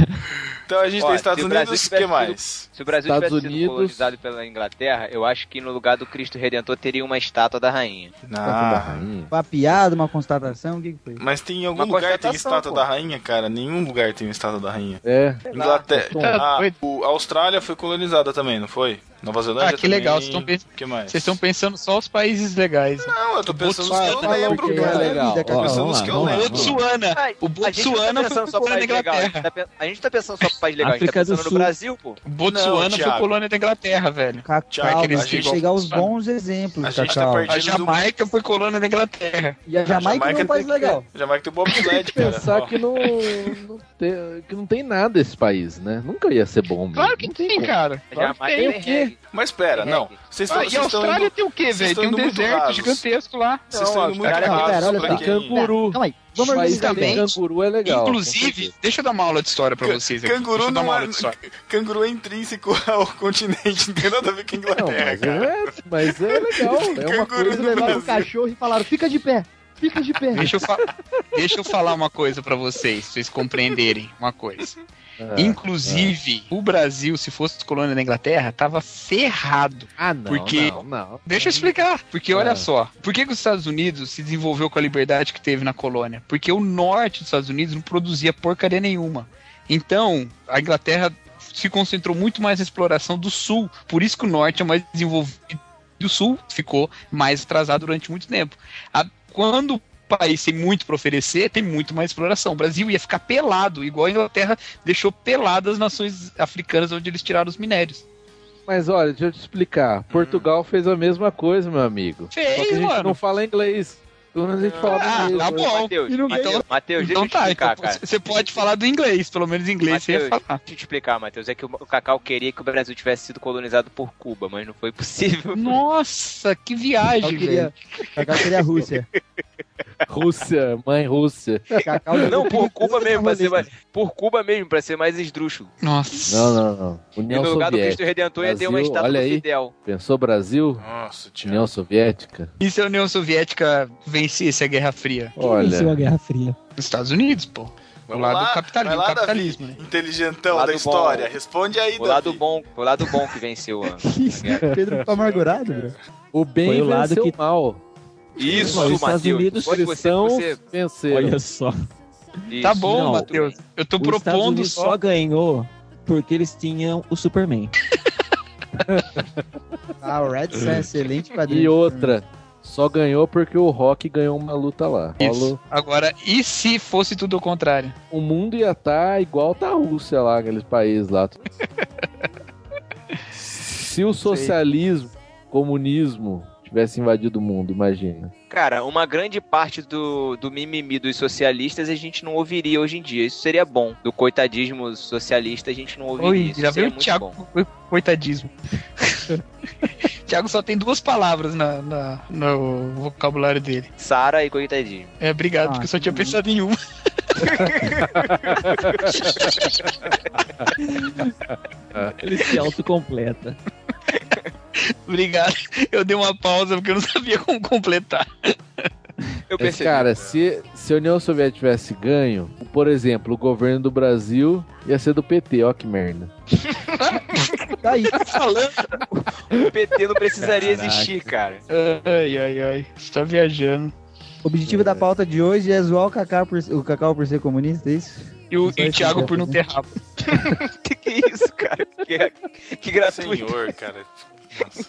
Speaker 1: Então a gente
Speaker 2: Ó,
Speaker 1: tem Estados
Speaker 2: se o Brasil
Speaker 1: Unidos, o que
Speaker 2: tivesse sido-
Speaker 1: mais?
Speaker 2: Se o Brasil
Speaker 3: Estados
Speaker 2: tivesse sido
Speaker 3: Unidos-
Speaker 2: colonizado pela Inglaterra, eu acho que no lugar do Cristo Redentor teria uma estátua da rainha.
Speaker 3: Da
Speaker 1: Ah,
Speaker 3: rainha.
Speaker 6: Uma piada, uma constatação, o que, que foi?
Speaker 1: mas tem em algum
Speaker 2: Uma
Speaker 1: lugar tem
Speaker 2: constatação,
Speaker 1: estátua
Speaker 2: tá pô.
Speaker 1: da rainha, cara? Nenhum lugar tem estátua da rainha.
Speaker 3: É.
Speaker 1: Inglaterra.
Speaker 3: Tom.
Speaker 6: Tá
Speaker 1: Ah,
Speaker 5: doido.
Speaker 1: o- a Austrália foi colonizada também, não foi? Nova Zelândia
Speaker 5: Ah, que legal, vocês
Speaker 1: também.
Speaker 5: estão pe-
Speaker 1: O que mais?
Speaker 5: Vocês estão pensando só os países legais. né?
Speaker 1: Não, eu tô pensando nos que eu
Speaker 6: Botswana,
Speaker 1: lembro,
Speaker 6: ok,
Speaker 1: cara.
Speaker 6: é
Speaker 3: legal.
Speaker 5: Tá
Speaker 1: Eu tô
Speaker 3: Ó,
Speaker 1: pensando
Speaker 4: vamos
Speaker 1: nos
Speaker 4: lá,
Speaker 1: que eu
Speaker 4: vamos lá.
Speaker 1: lembro.
Speaker 5: Botsuana. O
Speaker 2: a gente não
Speaker 5: Botsuana
Speaker 2: tá pensando
Speaker 5: foi
Speaker 2: só
Speaker 5: colônia
Speaker 2: país
Speaker 5: da
Speaker 2: legal. A gente,
Speaker 5: Inglaterra.
Speaker 2: tá pen- a gente tá pensando só país legal.
Speaker 4: África
Speaker 2: a gente
Speaker 4: do
Speaker 2: tá pensando
Speaker 4: Sul.
Speaker 2: no Brasil, pô.
Speaker 5: Botsuana
Speaker 1: Não,
Speaker 5: foi
Speaker 1: Thiago.
Speaker 5: colônia da Inglaterra, velho.
Speaker 1: Thiago,
Speaker 6: Cacau,
Speaker 1: a
Speaker 6: tem
Speaker 1: gente-
Speaker 6: que chegar
Speaker 2: tá
Speaker 6: aos
Speaker 5: sabe?
Speaker 6: bons exemplos,
Speaker 1: A gente tá
Speaker 6: Cacau.
Speaker 1: perdido.
Speaker 5: A Jamaica foi colônia da Inglaterra.
Speaker 6: E a Jamaica, não é um país
Speaker 1: tem-
Speaker 6: legal.
Speaker 1: Jamaica tem o bobsled, cara.
Speaker 3: Pensar
Speaker 1: Ó,
Speaker 3: que não, não tem, que não tem nada esse país, né? Nunca ia ser bom mesmo.
Speaker 5: Claro que
Speaker 3: Não tem
Speaker 5: tem,
Speaker 3: como.
Speaker 5: cara. Claro que
Speaker 2: Jamais
Speaker 5: tem.
Speaker 2: tem
Speaker 3: o quê?
Speaker 2: reggae.
Speaker 1: Mas pera, não. Vocês estão
Speaker 5: Ah, e a
Speaker 1: vocês estão indo-
Speaker 5: Austrália tem o quê,
Speaker 1: vocês
Speaker 5: velho?
Speaker 1: estão
Speaker 5: Tem um
Speaker 1: indo muito
Speaker 5: deserto
Speaker 1: rasos.
Speaker 5: gigantesco lá.
Speaker 1: Vocês estão indo muito
Speaker 5: Austrália-
Speaker 1: errados
Speaker 6: Pera, olha
Speaker 1: pra
Speaker 6: só.
Speaker 1: quem- é
Speaker 4: Canguru.
Speaker 6: Calma aí, vamos
Speaker 3: Mas
Speaker 6: organizar
Speaker 5: também-
Speaker 6: bem.
Speaker 3: Canguru é legal.
Speaker 5: Inclusive, deixa eu dar uma aula de história pra
Speaker 1: Can-
Speaker 5: vocês aqui. Deixa
Speaker 1: Canguru
Speaker 5: eu dar
Speaker 1: não
Speaker 5: uma
Speaker 1: é,
Speaker 5: aula de história.
Speaker 1: canguru é intrínseco ao continente, não tem nada a ver com a
Speaker 3: Não,
Speaker 1: Inglaterra,
Speaker 3: mas
Speaker 1: cara.
Speaker 3: é, mas é legal. É uma
Speaker 1: Canguru
Speaker 3: coisa
Speaker 1: no
Speaker 6: Levaram
Speaker 3: legal.
Speaker 6: o cachorro e falaram, fica de pé, fica de pé.
Speaker 5: Deixa eu, fa- deixa eu falar uma coisa pra vocês, pra vocês compreenderem uma coisa.
Speaker 3: É,
Speaker 5: Inclusive, o Brasil, se fosse colônia da Inglaterra, tava ferrado.
Speaker 3: Ah, não,
Speaker 5: Porque-
Speaker 3: não, não.
Speaker 5: Deixa eu explicar. Porque olha
Speaker 3: Ah.
Speaker 5: só, por que, que os Estados Unidos se desenvolveu com a liberdade que teve na colônia? Porque o norte dos Estados Unidos não produzia porcaria nenhuma. Então, a Inglaterra se concentrou muito mais na exploração do sul. Por isso que o norte é mais desenvolvido. E o sul ficou mais atrasado durante muito tempo. A- quando o país tem muito para oferecer, tem muito mais exploração. O Brasil ia ficar pelado, igual a Inglaterra deixou peladas as nações africanas onde eles tiraram os minérios.
Speaker 3: Mas olha, deixa eu te explicar. Portugal fez a mesma coisa, meu amigo.
Speaker 5: Fez,
Speaker 3: Só que a gente
Speaker 5: mano.
Speaker 3: não fala inglês. Pelo menos a gente fala
Speaker 5: Ah,
Speaker 3: inglês.
Speaker 5: tá
Speaker 3: né?
Speaker 5: bom.
Speaker 2: Matheus,
Speaker 6: E não
Speaker 2: Matheus,
Speaker 5: ganhou.
Speaker 2: Matheus, deixa
Speaker 5: Então
Speaker 2: eu te
Speaker 5: tá,
Speaker 2: explicar,
Speaker 5: então
Speaker 2: cara.
Speaker 5: você pode falar do inglês, pelo menos inglês você ia
Speaker 2: Mateus.
Speaker 5: falar.
Speaker 2: Deixa eu te explicar, Matheus. É que eu- o Cacau queria que o Brasil tivesse sido colonizado por Cuba, mas não foi possível.
Speaker 5: Nossa, que
Speaker 6: Cacau
Speaker 5: viagem, velho.
Speaker 6: queria, Cacau queria a Rússia.
Speaker 3: Rússia, mãe Rússia.
Speaker 6: Cacau
Speaker 2: Não, por Cuba mesmo, pra ser
Speaker 6: vai.
Speaker 2: mais, por Cuba mesmo, pra ser mais esdrúxulo.
Speaker 5: Nossa.
Speaker 3: Não, não, não.
Speaker 2: E
Speaker 3: União
Speaker 2: no lugar do
Speaker 3: Soviética.
Speaker 2: Cristo Redentor ia ter uma
Speaker 3: Brasil,
Speaker 2: estátua
Speaker 3: olha
Speaker 2: do
Speaker 3: aí.
Speaker 2: Fidel.
Speaker 3: Pensou Brasil?
Speaker 1: Nossa, Thiago.
Speaker 3: União Soviética?
Speaker 5: E se a União Soviética vencesse a Guerra Fria?
Speaker 4: Quem venceu a
Speaker 3: Olha.
Speaker 4: Guerra Fria?
Speaker 5: Nos Estados Unidos, pô. O
Speaker 1: Vamos
Speaker 5: lado
Speaker 1: lá,
Speaker 5: do capitalismo,
Speaker 1: vai lá,
Speaker 5: capitalismo, né?
Speaker 1: Inteligentão
Speaker 2: Lado
Speaker 1: da
Speaker 2: bom.
Speaker 1: história. Responde aí,
Speaker 2: O lado
Speaker 1: Davi.
Speaker 2: bom, o lado bom que venceu a, a guerra.
Speaker 1: tá
Speaker 6: Pedro ficou amargurado, bro.
Speaker 3: O bem
Speaker 4: Foi o lado
Speaker 3: venceu
Speaker 4: que-
Speaker 3: o mal.
Speaker 2: Isso,
Speaker 4: Olha, os Estados
Speaker 2: Matheus.
Speaker 4: Unidos
Speaker 2: Pode você-
Speaker 4: são
Speaker 2: você-
Speaker 3: Venceram.
Speaker 4: Olha só.
Speaker 2: Isso.
Speaker 5: Tá bom,
Speaker 4: Não,
Speaker 5: Matheus. Eu tô
Speaker 4: Os Estados
Speaker 5: propondo
Speaker 4: Unidos
Speaker 5: só.
Speaker 4: só ganhou porque eles tinham o Superman.
Speaker 6: Ah, o Red Sun é excelente quadrinho.
Speaker 3: E outra, só ganhou porque o Rock ganhou uma luta lá.
Speaker 5: Isso.
Speaker 3: Falou,
Speaker 5: Agora, e se fosse tudo ao contrário?
Speaker 3: o mundo ia estar igual tá a Rússia lá, aqueles países lá. Se o socialismo, comunismo tivesse invadido o mundo, imagina.
Speaker 2: Cara, uma grande parte do, do mimimi dos socialistas a gente não ouviria hoje em dia. Isso seria bom. Do coitadismo socialista a gente não ouviria.
Speaker 5: Oi,
Speaker 2: Isso seria
Speaker 5: já veio o
Speaker 2: muito
Speaker 5: Thiago.
Speaker 2: bom.
Speaker 5: com Coitadismo. Thiago só tem duas palavras na, na- no vocabulário dele.
Speaker 2: Sara e coitadismo.
Speaker 5: É, obrigado,
Speaker 6: Ah,
Speaker 5: porque eu só
Speaker 6: que
Speaker 5: tinha
Speaker 6: bom.
Speaker 5: pensado em uma.
Speaker 4: Ele se autocompleta.
Speaker 5: obrigado. Eu dei uma pausa porque eu não sabia como completar.
Speaker 2: Eu
Speaker 3: Mas,
Speaker 2: percebi.
Speaker 3: cara, se, se a União Soviética tivesse ganho, por exemplo, o governo do Brasil ia ser do PT, ó que merda.
Speaker 6: Tá aí.
Speaker 2: falando, o PT não precisaria
Speaker 4: Caraca.
Speaker 2: existir, cara.
Speaker 5: Ai, ai, ai. Você tá viajando.
Speaker 6: O objetivo da pauta de hoje é zoar o Cacau por, o Cacau por ser comunista, é isso?
Speaker 5: E o,
Speaker 6: Só
Speaker 5: e o
Speaker 6: isso
Speaker 5: Thiago
Speaker 6: mesmo,
Speaker 5: por não
Speaker 6: né?
Speaker 5: ter rabo.
Speaker 2: Que que é isso, cara? Que, que gratuito.
Speaker 1: Senhor, cara. Nossa.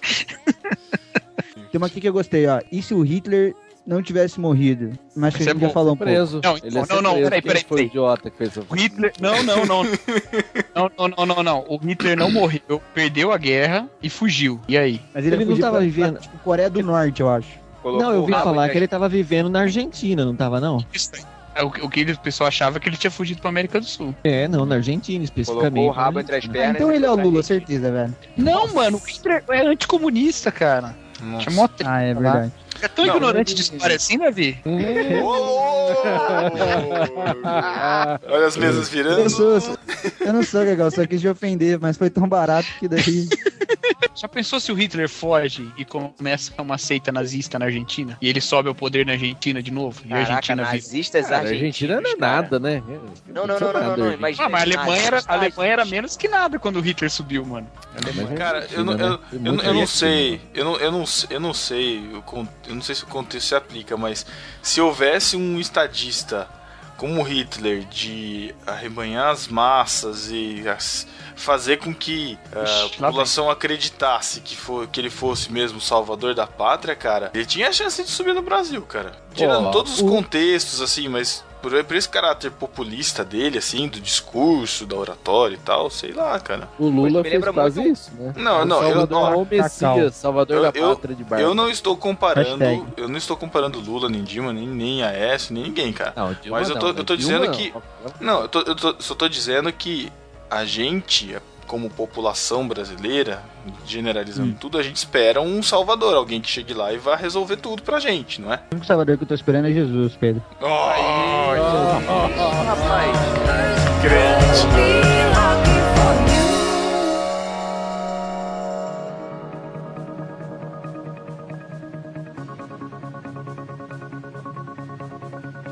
Speaker 6: Tem uma aqui que eu gostei, ó. E se o Hitler não tivesse morrido? Mas que
Speaker 5: Isso
Speaker 6: a
Speaker 5: é
Speaker 6: gente já
Speaker 5: bom.
Speaker 6: falou um pouco.
Speaker 3: Tá Preso.
Speaker 5: Não,
Speaker 3: Ele ia
Speaker 5: não,
Speaker 3: ser
Speaker 5: não, não,
Speaker 3: preso,
Speaker 5: peraí,
Speaker 3: porque
Speaker 5: peraí,
Speaker 3: ele Foi o
Speaker 5: peraí.
Speaker 3: é idiota que fez essa
Speaker 5: O Hitler. Não, não, não. Não, não, não, não, não. O Hitler não morreu, perdeu a guerra e fugiu. E aí?
Speaker 6: Mas ele,
Speaker 4: Ele não
Speaker 6: fugiu
Speaker 4: tava
Speaker 6: pra-
Speaker 4: vivendo.
Speaker 6: pra, Tipo, Coreia do Norte, eu acho.
Speaker 2: Colocou
Speaker 4: Não, eu vi
Speaker 2: o rabo
Speaker 4: falar
Speaker 2: em-
Speaker 4: que ele tava vivendo na Argentina, não tava não?
Speaker 5: Isso aí. É, O, o que ele- o pessoal achava é que ele tinha fugido pra América do Sul.
Speaker 4: É, não, na Argentina especificamente.
Speaker 2: Colocou o rabo entre as pernas.
Speaker 6: então
Speaker 2: e
Speaker 6: ele é o
Speaker 2: foi pra
Speaker 6: Lula,
Speaker 2: frente.
Speaker 6: certeza, velho.
Speaker 5: Não, mano, o Hitler é anticomunista, cara.
Speaker 1: Nossa.
Speaker 5: Chamou a
Speaker 6: Ah, é verdade.
Speaker 5: É tão
Speaker 1: Não,
Speaker 5: ignorante de história assim, Davi?
Speaker 1: Olha as mesas virando.
Speaker 6: Eu, sou, eu, sou- eu não sou legal, só quis te ofender, mas foi tão barato que daí.
Speaker 5: Já pensou se o Hitler foge e começa uma seita nazista na Argentina? E ele sobe ao poder na Argentina de novo? E a
Speaker 2: Caraca,
Speaker 5: Argentina vive.
Speaker 2: nazistas
Speaker 3: Cara, Argentina não é
Speaker 2: argentinos,
Speaker 3: nada, né?
Speaker 2: cara. Não, não, não, não, não, não, imagina.
Speaker 5: Ah, mas a Alemanha, era, a
Speaker 2: nazistas,
Speaker 5: Alemanha era menos que nada quando o Hitler subiu, mano. é
Speaker 1: Cara,
Speaker 3: é
Speaker 1: eu não,
Speaker 5: né?
Speaker 3: né?
Speaker 1: eu, eu, não- eu não sei, eu não, eu não, eu não sei, o con- eu não sei se o contexto se aplica, mas se houvesse um estadista como Hitler de arrebanhar as massas e as- fazer com que ah,
Speaker 5: Ixi, lá
Speaker 1: a população acreditasse que, fo- que ele fosse mesmo o salvador da pátria, cara, ele tinha a chance de subir no Brasil, cara. Tirando
Speaker 3: Ó,
Speaker 1: todos os
Speaker 3: o-
Speaker 1: contextos, assim, mas por, por esse caráter populista dele, assim, do discurso, da oratória e tal, sei lá, cara.
Speaker 3: O Lula
Speaker 2: Me
Speaker 3: fez
Speaker 2: lembra
Speaker 3: quase
Speaker 2: muito-
Speaker 3: isso, né?
Speaker 1: Não,
Speaker 3: O
Speaker 1: não, eu-
Speaker 3: Salvador
Speaker 1: ó,
Speaker 3: é o Messias, Salvador
Speaker 1: eu-
Speaker 3: da
Speaker 1: eu-
Speaker 3: Pátria de Barba.
Speaker 1: Eu não estou comparando,
Speaker 6: Hashtag.
Speaker 1: eu não estou comparando Lula, nem Dilma, nem, nem Aécio, nem ninguém, cara.
Speaker 3: Não, Dilma
Speaker 1: Mas eu tô-
Speaker 3: não, né?
Speaker 1: eu tô
Speaker 3: Dilma
Speaker 1: dizendo
Speaker 3: não. um.
Speaker 1: que- Não, eu, tô- eu tô- só tô dizendo que a gente, como população brasileira, generalizando
Speaker 3: Hum.
Speaker 1: tudo, a gente espera um salvador, alguém que chegue lá e vá resolver tudo pra gente, não é?
Speaker 6: O único salvador que eu tô esperando é Jesus, Pedro.
Speaker 2: Rapaz,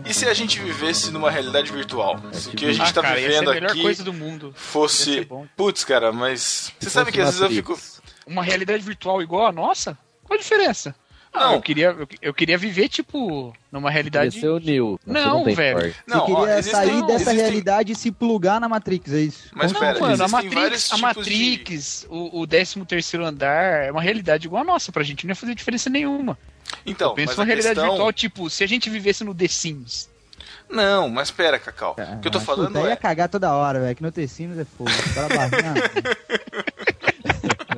Speaker 1: E se a gente vivesse numa realidade virtual? Se o que a gente
Speaker 5: Ah,
Speaker 1: tá
Speaker 5: cara, ia ser
Speaker 1: vivendo
Speaker 5: a melhor
Speaker 1: aqui
Speaker 5: coisa do mundo. Ia ser
Speaker 1: fosse.
Speaker 5: bom.
Speaker 1: Putz, cara, mas. Você sabe
Speaker 3: fosse
Speaker 1: que às vezes eu fico.
Speaker 3: Matrix.
Speaker 5: Uma realidade virtual igual a nossa? Qual a diferença? Ah,
Speaker 1: Não.
Speaker 5: Eu queria, eu, eu queria viver, tipo, numa realidade.
Speaker 3: Esse é o Neil. mas você
Speaker 5: Não,
Speaker 3: tem
Speaker 5: velho.
Speaker 3: sorte.
Speaker 6: Você queria
Speaker 1: existem-
Speaker 6: sair dessa
Speaker 1: existem-
Speaker 6: realidade e se plugar na Matrix, é isso?
Speaker 1: Mas
Speaker 5: Não,
Speaker 1: pera,
Speaker 5: mano, a
Speaker 1: existem vários
Speaker 5: Matrix, a
Speaker 1: tipos de...
Speaker 5: Matrix o, o 13 terceiro andar é uma realidade igual a nossa pra gente, não ia fazer diferença nenhuma.
Speaker 1: Então,
Speaker 5: Pensa
Speaker 1: mas
Speaker 5: numa
Speaker 1: a
Speaker 5: realidade
Speaker 1: questão...
Speaker 5: virtual, tipo, se a gente vivesse no The Sims.
Speaker 1: Não, mas pera, Cacau. O que eu tô falando
Speaker 6: Puta,
Speaker 1: é...
Speaker 6: Ah, ia cagar toda hora, velho. Que no The Sims é fogo. Para barrinha.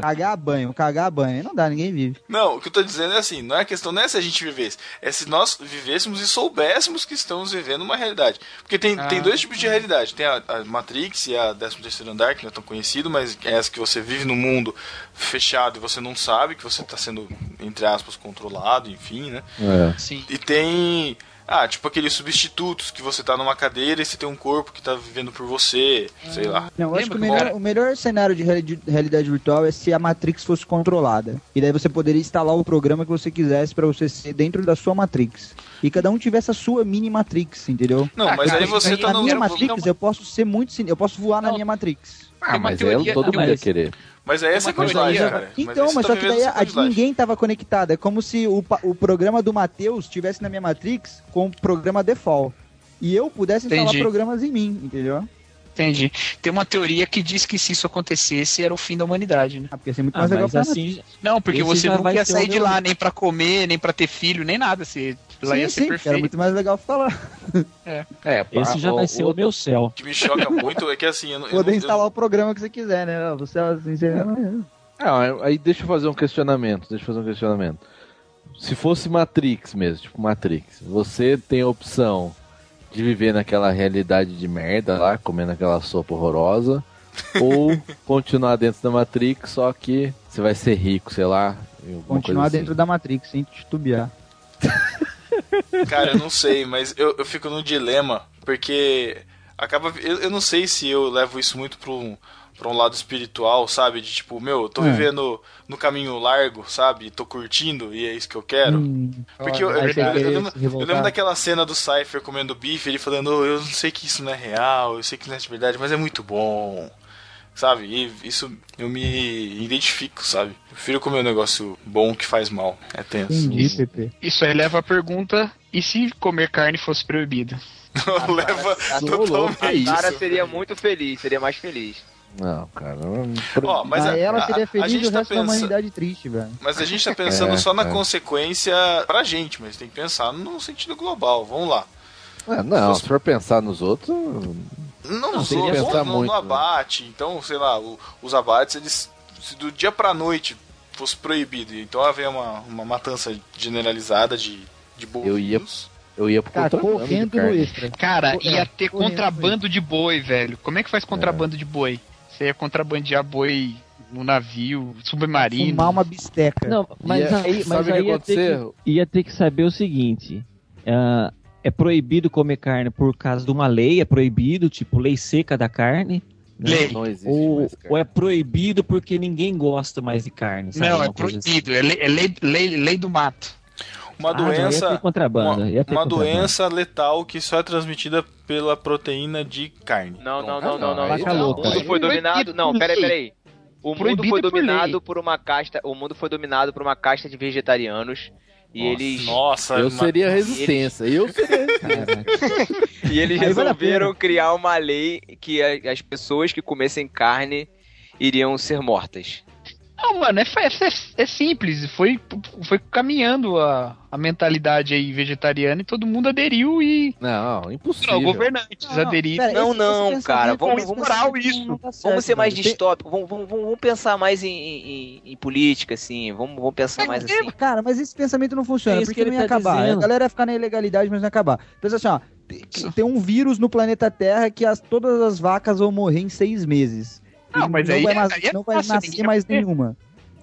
Speaker 6: cagar banho, cagar banho. Não dá, ninguém vive.
Speaker 1: Não, o que eu tô dizendo é assim, não é a questão não é se a gente vivesse, é se nós vivêssemos e soubéssemos que estamos vivendo uma realidade. Porque tem,
Speaker 5: Ah.
Speaker 1: tem dois tipos de realidade, tem a, a Matrix e a 13º Andar, que não é tão conhecido, mas é essa que você vive num mundo fechado e você não sabe que você tá sendo, entre aspas, controlado, enfim, né?
Speaker 3: É.
Speaker 5: Sim.
Speaker 1: E tem. Ah, tipo aqueles substitutos que você tá numa cadeira e você tem um corpo que tá vivendo por você, sei lá.
Speaker 6: Não, eu acho
Speaker 5: Lembra que o
Speaker 6: que o melhor,
Speaker 5: cara-
Speaker 6: o melhor cenário de reali- realidade virtual é se a Matrix fosse controlada. E daí você poderia instalar o programa que você quisesse pra você ser dentro da sua Matrix. E cada um tivesse a sua mini Matrix, entendeu?
Speaker 1: Não,
Speaker 5: Ah,
Speaker 1: mas
Speaker 5: cara,
Speaker 1: aí você
Speaker 5: isso aí
Speaker 1: tá
Speaker 6: na
Speaker 1: no.
Speaker 6: minha
Speaker 5: era-
Speaker 6: Matrix eu posso ser muito cine... eu posso voar na
Speaker 5: Não.
Speaker 6: minha Matrix.
Speaker 5: Ah,
Speaker 3: Ah, mas aí todo
Speaker 5: tem
Speaker 3: mundo
Speaker 5: uma-
Speaker 3: ia querer.
Speaker 1: Mas é essa
Speaker 5: Uma coisa
Speaker 1: sacrilégio,
Speaker 5: aí,
Speaker 1: cara.
Speaker 6: Então,
Speaker 1: aí você
Speaker 6: mas
Speaker 1: tá
Speaker 6: só que
Speaker 1: vivendo
Speaker 6: daí a-
Speaker 1: sacrilégio.
Speaker 6: ninguém tava conectado. É como se o, pa- o programa do Matheus tivesse na minha Matrix com o programa default. E eu pudesse instalar
Speaker 5: Entendi.
Speaker 6: programas em mim, entendeu?
Speaker 5: Entendi. Tem uma teoria que diz que se isso acontecesse, era o fim da humanidade, né?
Speaker 6: Ah, porque ia ser muito
Speaker 4: Ah,
Speaker 6: mais legal
Speaker 4: mas
Speaker 6: pra
Speaker 4: assim,
Speaker 5: Não, porque
Speaker 4: Esse
Speaker 5: você
Speaker 4: já
Speaker 5: nunca
Speaker 4: vai
Speaker 5: ia
Speaker 4: ser
Speaker 5: sair
Speaker 4: o
Speaker 5: de
Speaker 4: meu-
Speaker 5: lá, nem pra comer, nem pra ter filho, nem nada. Você, lá ia
Speaker 6: sim,
Speaker 5: ser
Speaker 6: sim,
Speaker 5: perfeito.
Speaker 6: era muito mais legal falar.
Speaker 5: É, pá,
Speaker 4: esse já
Speaker 5: ó,
Speaker 4: vai ser o meu céu.
Speaker 1: Ah, O que me choca muito é que assim, eu, não- eu,
Speaker 6: Poder
Speaker 1: não- eu,
Speaker 6: instalar o programa que você quiser, né? Ah, Você assim, você...
Speaker 3: Ah, aí deixa eu fazer um questionamento. Deixa eu fazer um questionamento. Se fosse Matrix mesmo, tipo Matrix, você tem a opção de viver naquela realidade de merda lá, comendo aquela sopa horrorosa, ou continuar dentro da Matrix, só que você vai ser rico, sei lá. alguma coisa
Speaker 6: Continuar
Speaker 3: assim.
Speaker 6: dentro da Matrix, sem titubear.
Speaker 1: Cara, eu não sei, mas eu, eu fico num dilema, porque acaba. Eu, eu não sei se eu levo isso muito pra um, pra um lado espiritual, sabe? De tipo, meu, eu tô
Speaker 6: É.
Speaker 1: vivendo no caminho largo, sabe? Tô curtindo e é isso que eu quero. Porque eu, eu,
Speaker 6: Hum, Aí você
Speaker 1: eu- eu
Speaker 6: querer
Speaker 1: lembro,
Speaker 6: se
Speaker 1: eu
Speaker 6: revoltar.
Speaker 1: lembro daquela cena do Cypher comendo bife, ele falando, "Oh, eu não sei que isso não é real, eu sei que não é de verdade, mas é muito bom. Sabe? E isso eu me identifico, sabe? Prefiro comer um negócio bom que faz mal. É tenso.
Speaker 6: Entendi, Pepe.
Speaker 5: Isso aí leva à pergunta: e se comer carne fosse proibida?
Speaker 1: Leva
Speaker 3: Ô, louco, Ah, que
Speaker 1: totalmente.
Speaker 3: isso?
Speaker 10: Sara seria muito feliz, seria mais feliz.
Speaker 3: Não, cara. não-
Speaker 1: Ó, mas
Speaker 6: Mas
Speaker 1: a,
Speaker 6: ela
Speaker 1: a-
Speaker 6: seria
Speaker 1: a
Speaker 6: feliz e
Speaker 1: gente
Speaker 6: o
Speaker 1: tá
Speaker 6: resto da
Speaker 1: pensa-
Speaker 6: humanidade triste, velho.
Speaker 1: Mas a gente tá pensando
Speaker 3: É,
Speaker 1: só na
Speaker 3: é.
Speaker 1: consequência pra gente, mas tem que pensar no sentido global. Vamos lá.
Speaker 3: Ah, não, se for pensar nos outros.
Speaker 1: Não,
Speaker 3: Não,
Speaker 1: nos
Speaker 3: tem que
Speaker 1: outros,
Speaker 3: pensar
Speaker 1: não,
Speaker 3: muito,
Speaker 1: no
Speaker 3: né?
Speaker 1: abate. Então, sei lá, o- os abates, eles, se do dia pra noite fosse proibido, então haver uma, uma matança generalizada de, de bovinos.
Speaker 3: Eu ia- Eu ia pro né,
Speaker 6: Tá
Speaker 3: contrabando de
Speaker 6: correndo no
Speaker 3: carne.
Speaker 6: extra.
Speaker 5: Cara,
Speaker 6: Pô, é,
Speaker 5: ia ter
Speaker 6: pô, é,
Speaker 5: contrabando de boi, velho. Como é que faz contrabando de boi? Você ia contrabandear boi no navio, submarino.
Speaker 6: Fumar uma bisteca.
Speaker 4: Não, mas
Speaker 3: Ia- é-
Speaker 4: aí, mas
Speaker 3: sabe o que
Speaker 4: aí ia, ter
Speaker 3: aconteceu?
Speaker 4: que, ia ter que saber o seguinte: ah, é proibido comer carne por causa de uma lei, é proibido, tipo lei seca da carne. né?
Speaker 5: Lei.
Speaker 3: Não existe
Speaker 4: Ou,
Speaker 3: mais, cara.
Speaker 4: ou é proibido porque ninguém gosta mais de carne, sabe?
Speaker 5: Não, é
Speaker 4: Uma coisa assim.
Speaker 5: proibido. É, lei, é lei, lei- lei do mato.
Speaker 1: Uma
Speaker 3: um então
Speaker 4: Ah, não, ia
Speaker 1: doença.
Speaker 4: ter contrabando.
Speaker 1: Uma,
Speaker 4: ia ter
Speaker 3: né?
Speaker 1: uma
Speaker 4: contrabando.
Speaker 1: doença letal que só é transmitida pela proteína de carne.
Speaker 10: Não, não,
Speaker 3: Ah,
Speaker 10: não, não, não.
Speaker 3: aí
Speaker 4: Vaca
Speaker 10: não.
Speaker 4: louca.
Speaker 10: O mundo foi
Speaker 5: Proibido
Speaker 10: dominado. Não,
Speaker 5: por
Speaker 10: peraí,
Speaker 5: lei.
Speaker 10: peraí. O mundo
Speaker 5: Proibido
Speaker 10: foi
Speaker 5: por
Speaker 10: dominado
Speaker 5: lei.
Speaker 6: por uma casta. O mundo foi dominado por uma casta de vegetarianos. E eles,
Speaker 1: Nossa,
Speaker 3: Eu
Speaker 1: uma-
Speaker 3: seria resistência. Eu seria
Speaker 4: Caraca.
Speaker 6: e
Speaker 10: eles resolveram criar uma lei que a- as pessoas que comessem carne iriam ser mortas.
Speaker 5: Não, mano, é, fa- é, é simples. Foi, foi caminhando a, a mentalidade aí vegetariana e todo mundo aderiu e.
Speaker 3: Não, impossível.
Speaker 5: Não, governantes aderiram.
Speaker 10: Não, não, cara, vamos- vamos
Speaker 5: moral isso.
Speaker 10: é
Speaker 6: tá
Speaker 10: Vamos ser mais
Speaker 6: distintos.
Speaker 10: distópicos, vamos, vamos, vamos- vamos pensar mais em, em- em- em política, assim, vamos, vamos pensar
Speaker 5: É,
Speaker 10: mais
Speaker 5: é-
Speaker 10: assim.
Speaker 6: Cara, mas esse pensamento não funciona,
Speaker 4: É isso
Speaker 6: porque
Speaker 4: que ele
Speaker 6: não ia
Speaker 4: tá
Speaker 6: acabar.
Speaker 4: dizendo.
Speaker 6: A galera ia ficar na ilegalidade, mas não ia acabar. Pensa assim, ó. tem- Tem um vírus no planeta Terra que as- todas as vacas vão morrer em seis meses.
Speaker 5: Não,
Speaker 6: E
Speaker 5: mas aí
Speaker 6: vai,
Speaker 5: é-
Speaker 6: nas-
Speaker 5: aí é
Speaker 6: não vai
Speaker 5: fácil,
Speaker 6: nascer
Speaker 5: ninguém
Speaker 6: mais
Speaker 5: vai ver.
Speaker 6: nenhuma.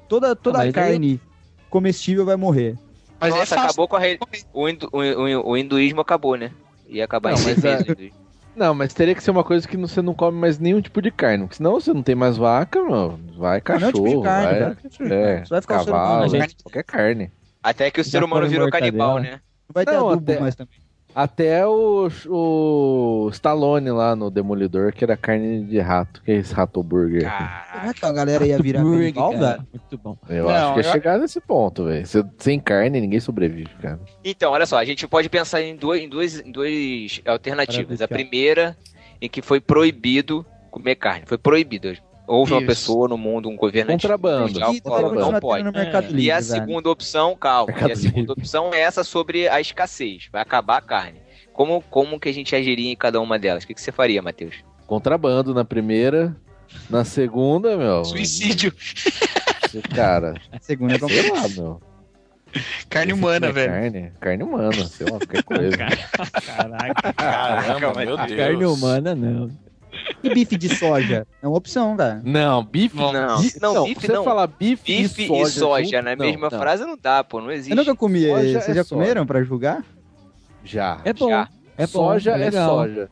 Speaker 6: Toda, toda
Speaker 4: Ah, mas
Speaker 6: a carne comestível vai morrer.
Speaker 5: Mas
Speaker 10: Nossa,
Speaker 5: é fácil.
Speaker 10: acabou com a re... o, hindu- o- o- o hinduísmo acabou, né? Ia acabar em
Speaker 3: Não,
Speaker 10: seis
Speaker 3: mas é-
Speaker 10: meses. o hinduísmo.
Speaker 3: Não, mas teria que ser uma coisa que você não come mais nenhum tipo de carne. Porque senão você não tem mais vaca, mano. Vai
Speaker 6: Não, não é
Speaker 3: cachorro,
Speaker 6: tipo de
Speaker 3: vai,
Speaker 6: carne, cara.
Speaker 3: é,
Speaker 6: Só vai ficar o ser humano,
Speaker 3: cavalo,
Speaker 4: né, gente?
Speaker 3: qualquer carne.
Speaker 10: Até que o
Speaker 6: Já
Speaker 10: ser humano
Speaker 6: comem
Speaker 10: virou canibal,
Speaker 6: mortadela.
Speaker 10: né?
Speaker 6: Não vai ter
Speaker 3: Não,
Speaker 6: adubo
Speaker 3: até-
Speaker 6: mais também.
Speaker 3: Até o, o Stallone lá no Demolidor, que era carne de rato, que é esse rato burger.
Speaker 6: Será que a galera ia virar
Speaker 4: Burger,
Speaker 6: canibal,
Speaker 4: cara.
Speaker 6: velho?
Speaker 4: Muito bom.
Speaker 3: eu
Speaker 5: não,
Speaker 3: acho que é
Speaker 5: eu-
Speaker 3: chegar nesse ponto, velho. Se- Sem carne, ninguém sobrevive, cara.
Speaker 10: Então, olha só, a gente pode pensar em duas, em duas, em duas alternativas. A
Speaker 6: Maravilha.
Speaker 10: primeira, em que foi proibido comer carne, foi proibido. Houve uma
Speaker 5: Isso.
Speaker 10: pessoa no mundo, um governo
Speaker 3: Contrabando.
Speaker 10: mundial,
Speaker 6: E
Speaker 10: falou,
Speaker 6: vai
Speaker 10: não
Speaker 6: continuar
Speaker 10: pode. É.
Speaker 6: tendo no
Speaker 4: É.
Speaker 6: Mercado Livre,
Speaker 10: E a
Speaker 6: velho.
Speaker 10: segunda opção, calma,
Speaker 3: Mercado
Speaker 10: e a segunda opção é essa sobre a escassez, vai acabar a carne. Como, como que a gente agiria em cada uma delas? O que, que você faria, Matheus?
Speaker 3: Contrabando na primeira. Na segunda, meu.
Speaker 5: Suicídio.
Speaker 3: Cara,
Speaker 6: A segunda é
Speaker 3: sei lá,
Speaker 6: complicada.
Speaker 3: meu. é
Speaker 5: Carne humana, velho.
Speaker 3: Carne, carne humana, sei lá, qualquer coisa.
Speaker 4: Caraca.
Speaker 1: Caramba, meu Deus.
Speaker 4: Carne humana, não.
Speaker 6: E bife de soja? É uma opção, velho.
Speaker 3: Não, bife
Speaker 5: Não.
Speaker 10: Não,
Speaker 3: Bi-
Speaker 10: não,
Speaker 3: não,
Speaker 10: bife
Speaker 3: você
Speaker 10: não.
Speaker 3: falar bife,
Speaker 10: Bife
Speaker 3: e soja, junto,
Speaker 10: na
Speaker 3: não,
Speaker 10: mesma
Speaker 3: não.
Speaker 10: frase não dá, pô, não existe.
Speaker 6: Eu nunca comi.
Speaker 3: Soja
Speaker 6: Vocês
Speaker 3: é
Speaker 6: já
Speaker 3: soja.
Speaker 6: comeram pra julgar?
Speaker 3: Já.
Speaker 4: É bom.
Speaker 10: Já.
Speaker 4: É bom,
Speaker 3: soja é,
Speaker 4: legal.
Speaker 3: soja.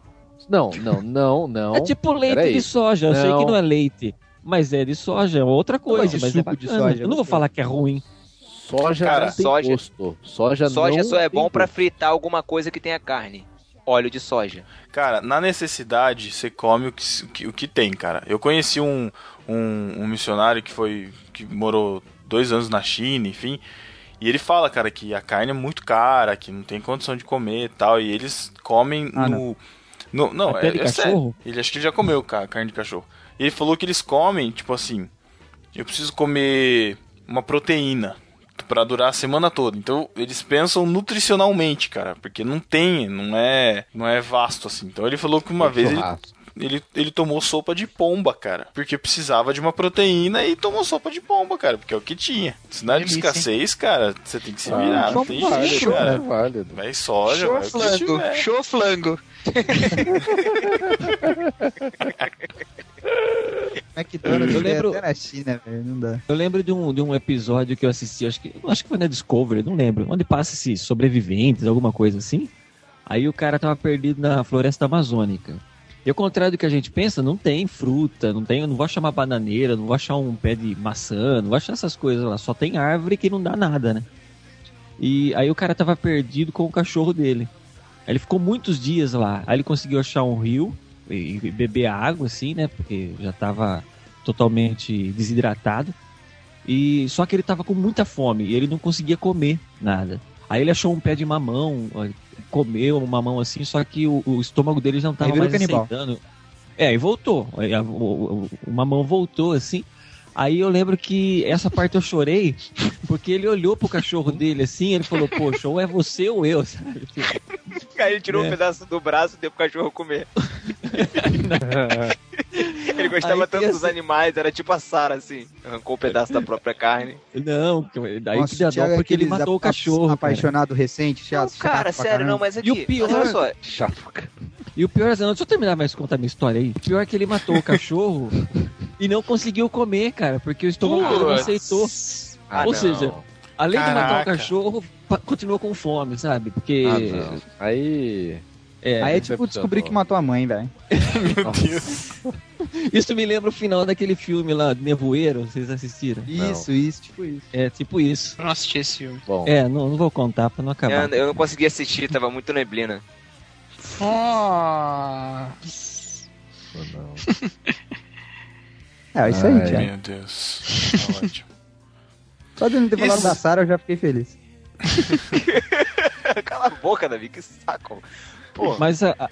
Speaker 3: Não, não, não, não.
Speaker 4: É tipo leite
Speaker 3: Peraí.
Speaker 4: de soja. Eu sei
Speaker 3: Não.
Speaker 4: que não é leite, mas é de soja, é outra coisa.
Speaker 6: de
Speaker 4: Mas é
Speaker 6: suco de
Speaker 4: bacana.
Speaker 6: soja,
Speaker 4: Eu não vou
Speaker 6: gostei.
Speaker 4: falar que é ruim.
Speaker 3: Soja
Speaker 10: Cara,
Speaker 3: não tem
Speaker 10: soja-
Speaker 3: gosto. Soja,
Speaker 10: Soja
Speaker 3: não
Speaker 10: só é
Speaker 3: tem
Speaker 10: bom pra
Speaker 3: gosto.
Speaker 10: fritar alguma coisa que tenha carne. óleo de soja.
Speaker 1: Cara, na necessidade, você come o que, o que, o que tem, cara. Eu conheci um, um, um missionário que foi. que morou dois anos na China, enfim. E ele fala, cara, que a carne é muito cara, que não tem condição de comer e tal. E eles comem
Speaker 4: Ah,
Speaker 1: no. Não, não,
Speaker 4: Até
Speaker 1: é,
Speaker 4: de
Speaker 1: é sério.
Speaker 4: cachorro?
Speaker 1: Ele acho que ele já comeu ca- carne de cachorro. E ele falou que eles comem, tipo assim. Eu preciso comer uma proteína pra durar a semana toda. Então eles pensam nutricionalmente, cara, porque não tem, não é, não é vasto assim. Então ele falou que uma vez ele,
Speaker 3: É Churrasco.
Speaker 1: ele, ele tomou sopa de pomba, cara, porque precisava de uma proteína e tomou sopa de pomba, cara, porque é o que tinha. Sinal de
Speaker 5: Delícia,
Speaker 1: escassez, cara, você tem que se
Speaker 3: Ah,
Speaker 1: virar, não
Speaker 3: não
Speaker 1: tem
Speaker 3: válido,
Speaker 1: jeito, cara.
Speaker 3: não é válido.
Speaker 1: Vai soja,
Speaker 5: Show
Speaker 1: vai o que
Speaker 5: flango,
Speaker 1: tiver.
Speaker 5: show flango.
Speaker 6: McDonald's eu
Speaker 4: Eu lembro-
Speaker 6: lembro... até na China, velho. Não dá.
Speaker 4: Eu lembro de um, de um episódio que eu assisti, acho que, acho que foi na Discovery, não lembro. Onde passa se sobreviventes, alguma coisa assim. Aí o cara tava perdido na floresta amazônica. E ao contrário do que a gente pensa, não tem fruta, não tem, não vou achar uma bananeira, não vou achar um pé de maçã, não vou achar essas coisas lá. Só tem árvore que não dá nada, né? E aí o cara tava perdido com o cachorro dele. Aí ele ficou muitos dias lá. Aí ele conseguiu achar um rio e, e beber água, assim, né? Porque já tava totalmente desidratado. E só que ele tava com muita fome e ele não conseguia comer nada. Aí ele achou um pé de mamão, ó, comeu um mamão assim, só que o, o estômago dele já não tava
Speaker 6: Aí virou
Speaker 4: mais
Speaker 6: canibal.
Speaker 4: aceitando. É, e voltou. Aí a- O, o- o mamão voltou assim. Aí eu lembro que essa parte eu chorei, porque ele olhou pro cachorro dele assim, ele falou, poxa, ou é você ou eu, sabe?
Speaker 10: Aí ele tirou
Speaker 4: É.
Speaker 10: um pedaço do braço e deu pro cachorro comer. ele gostava
Speaker 4: Aí
Speaker 10: tanto
Speaker 4: tem
Speaker 10: dos
Speaker 4: assim-
Speaker 10: animais, era tipo a Sara, assim. Arrancou um pedaço da própria carne.
Speaker 4: Não, daí
Speaker 6: Nossa,
Speaker 4: que dá
Speaker 6: Thiago
Speaker 4: dó,
Speaker 6: é
Speaker 4: porque ele
Speaker 6: aqueles
Speaker 4: matou o
Speaker 6: apa-
Speaker 4: cachorro. cara.
Speaker 6: Apaixonado recente, chato.
Speaker 10: Não, cara,
Speaker 6: chato pra
Speaker 10: sério,
Speaker 6: caramba.
Speaker 10: não, mas aqui.
Speaker 4: E o pior- é
Speaker 10: mas olha só,
Speaker 4: E o pior, é, não, deixa eu terminar mais de contar minha história aí. O pior é que ele matou o cachorro e não conseguiu comer, cara, porque o estômago dele não
Speaker 11: Putz.
Speaker 4: aceitou.
Speaker 3: Ah,
Speaker 4: Ou
Speaker 3: não.
Speaker 4: seja, além de matar o
Speaker 1: Caraca.
Speaker 4: cachorro, pa- continuou com fome, sabe? Porque.
Speaker 3: Ah, não. Aí.
Speaker 4: é,
Speaker 6: Aí
Speaker 3: Decepcionou.
Speaker 6: é tipo descobrir que matou a mãe, velho.
Speaker 1: Meu Deus.
Speaker 4: isso me lembra o final daquele filme lá, Nevoeiro, vocês assistiram?
Speaker 6: Isso, isso, tipo isso.
Speaker 4: É tipo isso.
Speaker 5: Eu não assisti esse filme.
Speaker 3: Bom,
Speaker 4: É, não, não vou contar pra não acabar.
Speaker 10: eu, eu não consegui assistir, tava muito neblina.
Speaker 5: Ah, Nossa.
Speaker 3: não.
Speaker 6: É, isso aí,
Speaker 3: Ai,
Speaker 6: Thiago.
Speaker 1: Meu Deus. Tá ótimo.
Speaker 6: Só de não ter falado
Speaker 5: Isso.
Speaker 6: da Sarah, eu já fiquei feliz.
Speaker 10: Cala a boca, Davi, que saco. Pô,
Speaker 4: Mas é, a, a-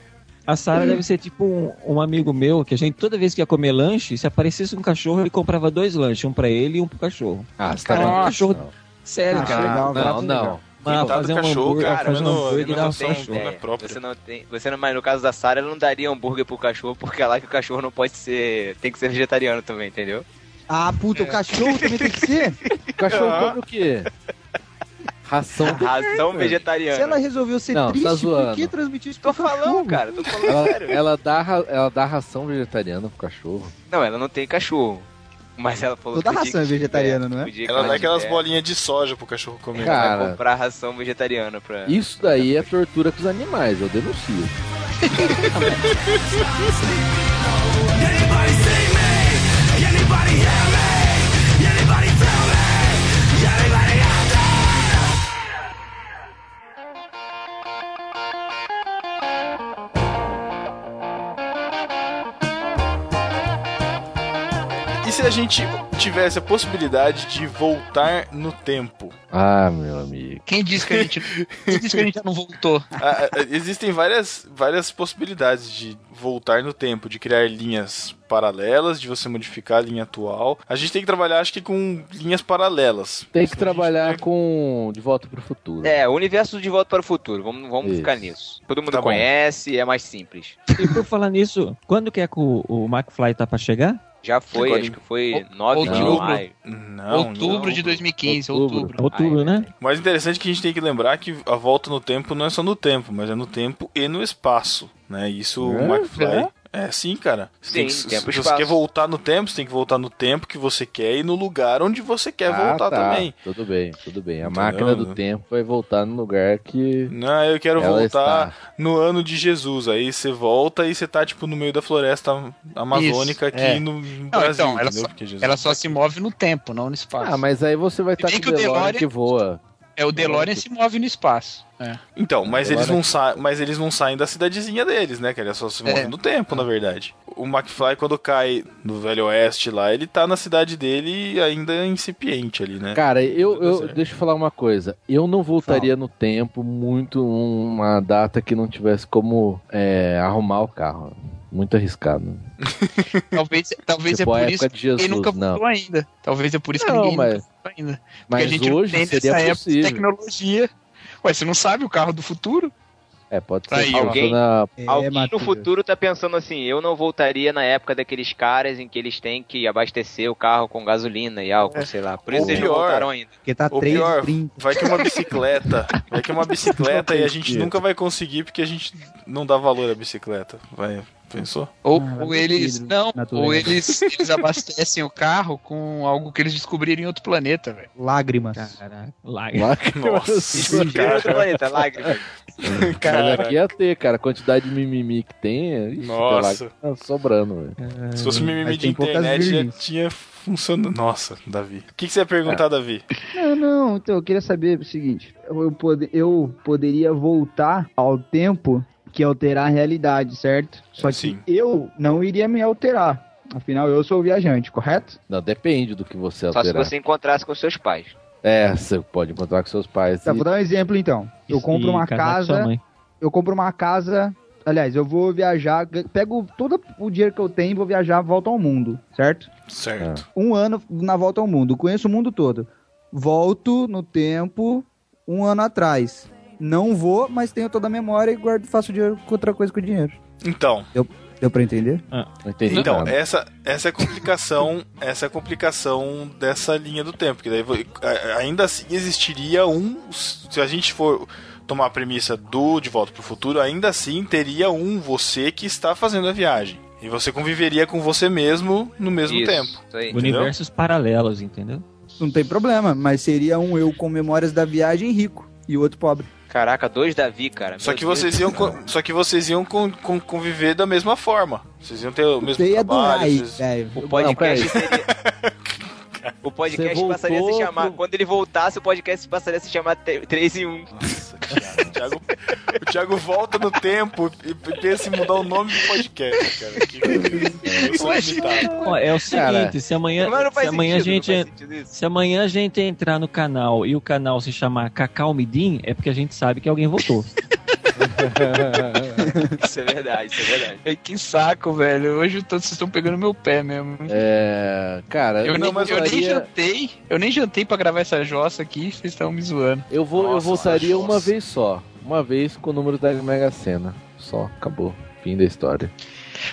Speaker 4: a Sara deve ser tipo um, um amigo meu, que a gente, toda vez que ia comer lanche, se aparecesse um cachorro, ele comprava dois lanches, um pra ele e um pro cachorro.
Speaker 3: Ah,
Speaker 5: Nossa.
Speaker 3: cara.
Speaker 4: cachorro-
Speaker 3: não.
Speaker 4: Sério,
Speaker 6: Ah,
Speaker 4: cara.
Speaker 6: legal,
Speaker 3: Não,
Speaker 6: brabo,
Speaker 3: não.
Speaker 6: legal.
Speaker 4: Mas
Speaker 1: Coitado
Speaker 4: fazer
Speaker 1: do
Speaker 4: um
Speaker 1: cachorro,
Speaker 4: hambúrguer,
Speaker 1: cara,
Speaker 4: fazer um
Speaker 1: não-
Speaker 4: hambúrguer e
Speaker 1: não
Speaker 4: dar um
Speaker 1: tem
Speaker 4: cachorro.
Speaker 1: ideia. é próprio.
Speaker 10: você não tem. Você não, mas no caso da Sara, ela não daria hambúrguer pro cachorro, porque é lá que o cachorro não pode ser. tem que ser vegetariano também, entendeu?
Speaker 6: Ah, puta,
Speaker 10: É.
Speaker 6: o cachorro também tem que ser?
Speaker 3: O
Speaker 10: Ah.
Speaker 3: cachorro come o quê? Ração.
Speaker 10: Razão vegetariana.
Speaker 6: Se ela resolveu ser
Speaker 3: Não, tá
Speaker 6: triste, por
Speaker 3: zoando.
Speaker 6: que transmitir isso
Speaker 10: Tô
Speaker 6: pro
Speaker 10: falando,
Speaker 6: cachorro?
Speaker 10: cara, tô falando
Speaker 3: Ela,
Speaker 10: sério.
Speaker 3: ela dá, ra- ela dá ração vegetariana pro cachorro.
Speaker 10: Não, ela não tem cachorro. Mas ela falou
Speaker 6: Toda
Speaker 10: que o dia
Speaker 6: ração
Speaker 10: que
Speaker 6: é vegetariana,
Speaker 10: tiver,
Speaker 6: não é?
Speaker 10: o dia que
Speaker 1: Ela dá aquelas
Speaker 10: tiver,
Speaker 1: bolinhas de soja pro cachorro comer. né?
Speaker 3: Cara,
Speaker 10: Vai comprar ração vegetariana pra.
Speaker 3: Isso daí é tortura com os animais, eu denuncio.
Speaker 1: E se a gente tivesse a possibilidade de voltar no tempo?
Speaker 3: Ah, meu amigo.
Speaker 5: Quem disse que a gente, quem disse que a gente já não voltou?
Speaker 1: Ah, ah, existem várias, várias possibilidades de voltar no tempo, de criar linhas paralelas, de você modificar a linha atual. A gente tem que trabalhar, acho que, com linhas paralelas.
Speaker 3: Tem que trabalhar com De Volta pro Futuro.
Speaker 10: É, o universo de volta para o futuro. Vamos, vamos
Speaker 3: Isso.
Speaker 10: ficar nisso. Todo mundo
Speaker 1: Tá bom.
Speaker 10: conhece, é mais simples.
Speaker 4: E por falar nisso, quando que é que o, o McFly tá pra chegar?
Speaker 10: Já foi,
Speaker 1: Agora,
Speaker 10: acho que foi 9 de
Speaker 5: outubro.
Speaker 10: maio.
Speaker 1: Não,
Speaker 5: outubro de 2015,
Speaker 3: Outubro.
Speaker 5: outubro.
Speaker 4: Outubro,
Speaker 10: Ai,
Speaker 4: né?
Speaker 1: O mais interessante é que a gente tem que lembrar que a volta no tempo não é só no tempo, mas é no tempo e no espaço, né? Isso o
Speaker 3: É,
Speaker 1: McFly... É sim, cara. Você tem que-
Speaker 10: Sim, tempo
Speaker 1: se
Speaker 10: e
Speaker 1: você
Speaker 10: espaço.
Speaker 1: quer voltar no tempo, você tem que voltar no tempo que você quer e no lugar onde você quer
Speaker 3: Ah,
Speaker 1: voltar
Speaker 3: tá.
Speaker 1: também.
Speaker 3: Tudo bem, tudo bem. A
Speaker 1: Entendeu?
Speaker 3: máquina do tempo vai voltar no lugar que.
Speaker 1: Não, eu quero
Speaker 3: ela
Speaker 1: voltar
Speaker 3: está.
Speaker 1: no ano de Jesus. Aí você volta e você tá, tipo, no meio da floresta amazônica
Speaker 5: Isso,
Speaker 1: aqui
Speaker 5: é.
Speaker 1: no Brasil,
Speaker 5: então, ela
Speaker 1: entendeu?
Speaker 5: só-
Speaker 1: Porque Jesus
Speaker 5: Ela só se move no tempo, não no espaço.
Speaker 3: Ah, mas aí você vai estar
Speaker 5: bem
Speaker 3: com
Speaker 5: que
Speaker 3: o
Speaker 5: o
Speaker 3: DeLorean
Speaker 5: DeLorean-
Speaker 3: que voa.
Speaker 5: É, o DeLorean se move no espaço. É.
Speaker 1: Então, mas
Speaker 3: Agora-
Speaker 1: eles, não sa... mas eles não saem da cidadezinha deles, né? Que eles só se movem
Speaker 5: É.
Speaker 1: no tempo, na verdade. O McFly, quando cai no Velho Oeste lá, ele tá na cidade dele ainda incipiente ali, né?
Speaker 3: Cara, eu,
Speaker 1: Tudo
Speaker 3: eu
Speaker 1: certo.
Speaker 3: deixa eu falar uma coisa. Eu não voltaria no tempo muito uma data que não tivesse como é, arrumar o carro. Muito arriscado.
Speaker 5: Talvez, talvez
Speaker 3: tipo,
Speaker 5: é
Speaker 3: a
Speaker 5: por
Speaker 3: época
Speaker 5: isso
Speaker 3: de
Speaker 5: que
Speaker 3: Jesus,
Speaker 5: ninguém nunca
Speaker 3: não.
Speaker 5: voltou ainda. Talvez é por isso que
Speaker 3: Não,
Speaker 5: ninguém
Speaker 3: mas,
Speaker 5: nunca voltou ainda. Porque a
Speaker 3: mas
Speaker 5: gente não
Speaker 3: hoje
Speaker 5: tem
Speaker 3: seria
Speaker 5: nessa época de
Speaker 3: possível.
Speaker 5: tecnologia. Ué, você não sabe o carro do futuro?
Speaker 3: É, pode
Speaker 1: Tá
Speaker 3: ser.
Speaker 5: Aí,
Speaker 3: que eu tô
Speaker 10: alguém-
Speaker 3: na-
Speaker 12: É,
Speaker 10: Alguém no
Speaker 12: Matias.
Speaker 10: futuro tá pensando assim, eu não voltaria na época daqueles caras em que eles têm que abastecer o carro com gasolina e álcool, sei lá. Por isso
Speaker 1: Ou
Speaker 10: eles não
Speaker 1: É. pior. é
Speaker 10: voltaram ainda.
Speaker 12: Porque tá
Speaker 1: O
Speaker 12: 3
Speaker 1: pior-
Speaker 12: e 30.
Speaker 1: Vai que uma bicicleta. vai que uma bicicleta e a gente nunca vai conseguir porque a gente não dá valor à bicicleta. Vai, pensou?
Speaker 5: Ou,
Speaker 12: Ah,
Speaker 5: ou
Speaker 12: vai
Speaker 5: eles.
Speaker 12: ter
Speaker 5: Não,
Speaker 12: natureza.
Speaker 5: ou eles, eles abastecem o carro com algo que eles descobriram em outro planeta, velho.
Speaker 12: Lágrimas.
Speaker 4: Caraca. Lá,
Speaker 1: Nossa,
Speaker 10: Outro
Speaker 1: cara.
Speaker 10: planeta, lágrimas.
Speaker 3: Hum, Mas
Speaker 1: cara.
Speaker 3: aqui ia ter, cara. A quantidade de mimimi que tem. é- Ixi,
Speaker 1: Nossa.
Speaker 3: tá lá- tá sobrando, velho.
Speaker 1: Se fosse um mimimi
Speaker 6: É, mas
Speaker 1: de
Speaker 6: tem poucas
Speaker 1: internet, já
Speaker 6: virgens.
Speaker 1: tinha funcionado. Nossa, Davi. O que, que você ia
Speaker 10: É.
Speaker 1: perguntar, Davi?
Speaker 6: Não, não, então eu queria saber o seguinte: eu, pode- eu poderia voltar ao tempo que alterar a realidade, certo? Só que
Speaker 1: Sim.
Speaker 6: eu não iria me alterar. Afinal, eu sou o viajante, correto?
Speaker 3: Não, depende do que você
Speaker 10: Só se
Speaker 3: alterar.
Speaker 10: você encontrasse com seus pais.
Speaker 3: É, você pode encontrar com seus pais.
Speaker 6: Tá,
Speaker 3: e-
Speaker 6: vou dar um exemplo então. Eu compro uma casa, eu compro uma casa. Aliás, eu vou viajar, g- pego todo o dinheiro que eu tenho, vou viajar, volta ao mundo, certo?
Speaker 1: Certo.
Speaker 6: Um ano na volta ao mundo, conheço o mundo todo. Volto no tempo um ano atrás. Não vou, mas tenho toda a memória e guardo, faço dinheiro com outra coisa com o dinheiro.
Speaker 1: Então,
Speaker 6: Deu pra entender?
Speaker 3: Não entendi
Speaker 1: Então,
Speaker 3: nada.
Speaker 1: essa, essa é a complicação, essa é a complicação dessa linha do tempo, que daí vo- a- ainda assim existiria um, se a gente for tomar a premissa do De Volta para o Futuro, ainda assim teria um você que está fazendo a viagem. E você conviveria com você mesmo no mesmo
Speaker 10: Isso,
Speaker 1: tempo.
Speaker 10: Isso aí.
Speaker 4: Universos paralelos, entendeu?
Speaker 6: Não tem problema, mas seria um eu com memórias da viagem rico e o outro pobre.
Speaker 10: Caraca, dois Davi, cara.
Speaker 1: Só
Speaker 10: Meu
Speaker 1: que
Speaker 10: Deus.
Speaker 1: vocês iam, co- só que vocês iam con- con- conviver da mesma forma. Vocês iam ter o mesmo
Speaker 6: Você ia adorar
Speaker 1: trabalho.
Speaker 6: aí,
Speaker 1: vocês-
Speaker 6: velho.
Speaker 10: O
Speaker 3: Não,
Speaker 10: podcast seria... O
Speaker 3: Você
Speaker 10: podcast
Speaker 3: voltou
Speaker 10: passaria a se chamar.
Speaker 3: pro-
Speaker 10: Quando ele voltasse, o podcast passaria a se chamar 3 em 1.
Speaker 1: Nossa, Thiago, o Thiago- o Thiago volta no tempo e e pensa em mudar o nome do podcast, cara. Que- É, Eu sou limitado.
Speaker 4: Ó, é o seguinte,
Speaker 3: Cara,
Speaker 4: se amanhã,
Speaker 10: Mas não
Speaker 4: se
Speaker 10: faz
Speaker 4: amanhã a
Speaker 10: sentido,
Speaker 4: gente
Speaker 10: não faz sentido isso.
Speaker 4: Se amanhã a gente entrar no canal e o canal se chamar Cacau Midim, é porque a gente sabe que alguém votou.
Speaker 10: Isso é verdade, isso é verdade.
Speaker 5: Ai, que saco, velho. Hoje eu tô- vocês estão pegando meu pé mesmo.
Speaker 3: É, cara,
Speaker 5: Eu,
Speaker 3: não,
Speaker 5: nem,
Speaker 3: mas
Speaker 5: eu nem
Speaker 3: faria-
Speaker 5: jantei. Eu nem jantei pra gravar essa jossa aqui, vocês estão me zoando.
Speaker 3: Eu, vou, eu
Speaker 1: Nossa,
Speaker 3: voltaria
Speaker 1: nossa.
Speaker 3: uma vez só. Uma vez com o número da Mega Sena. Só, acabou. Fim da história.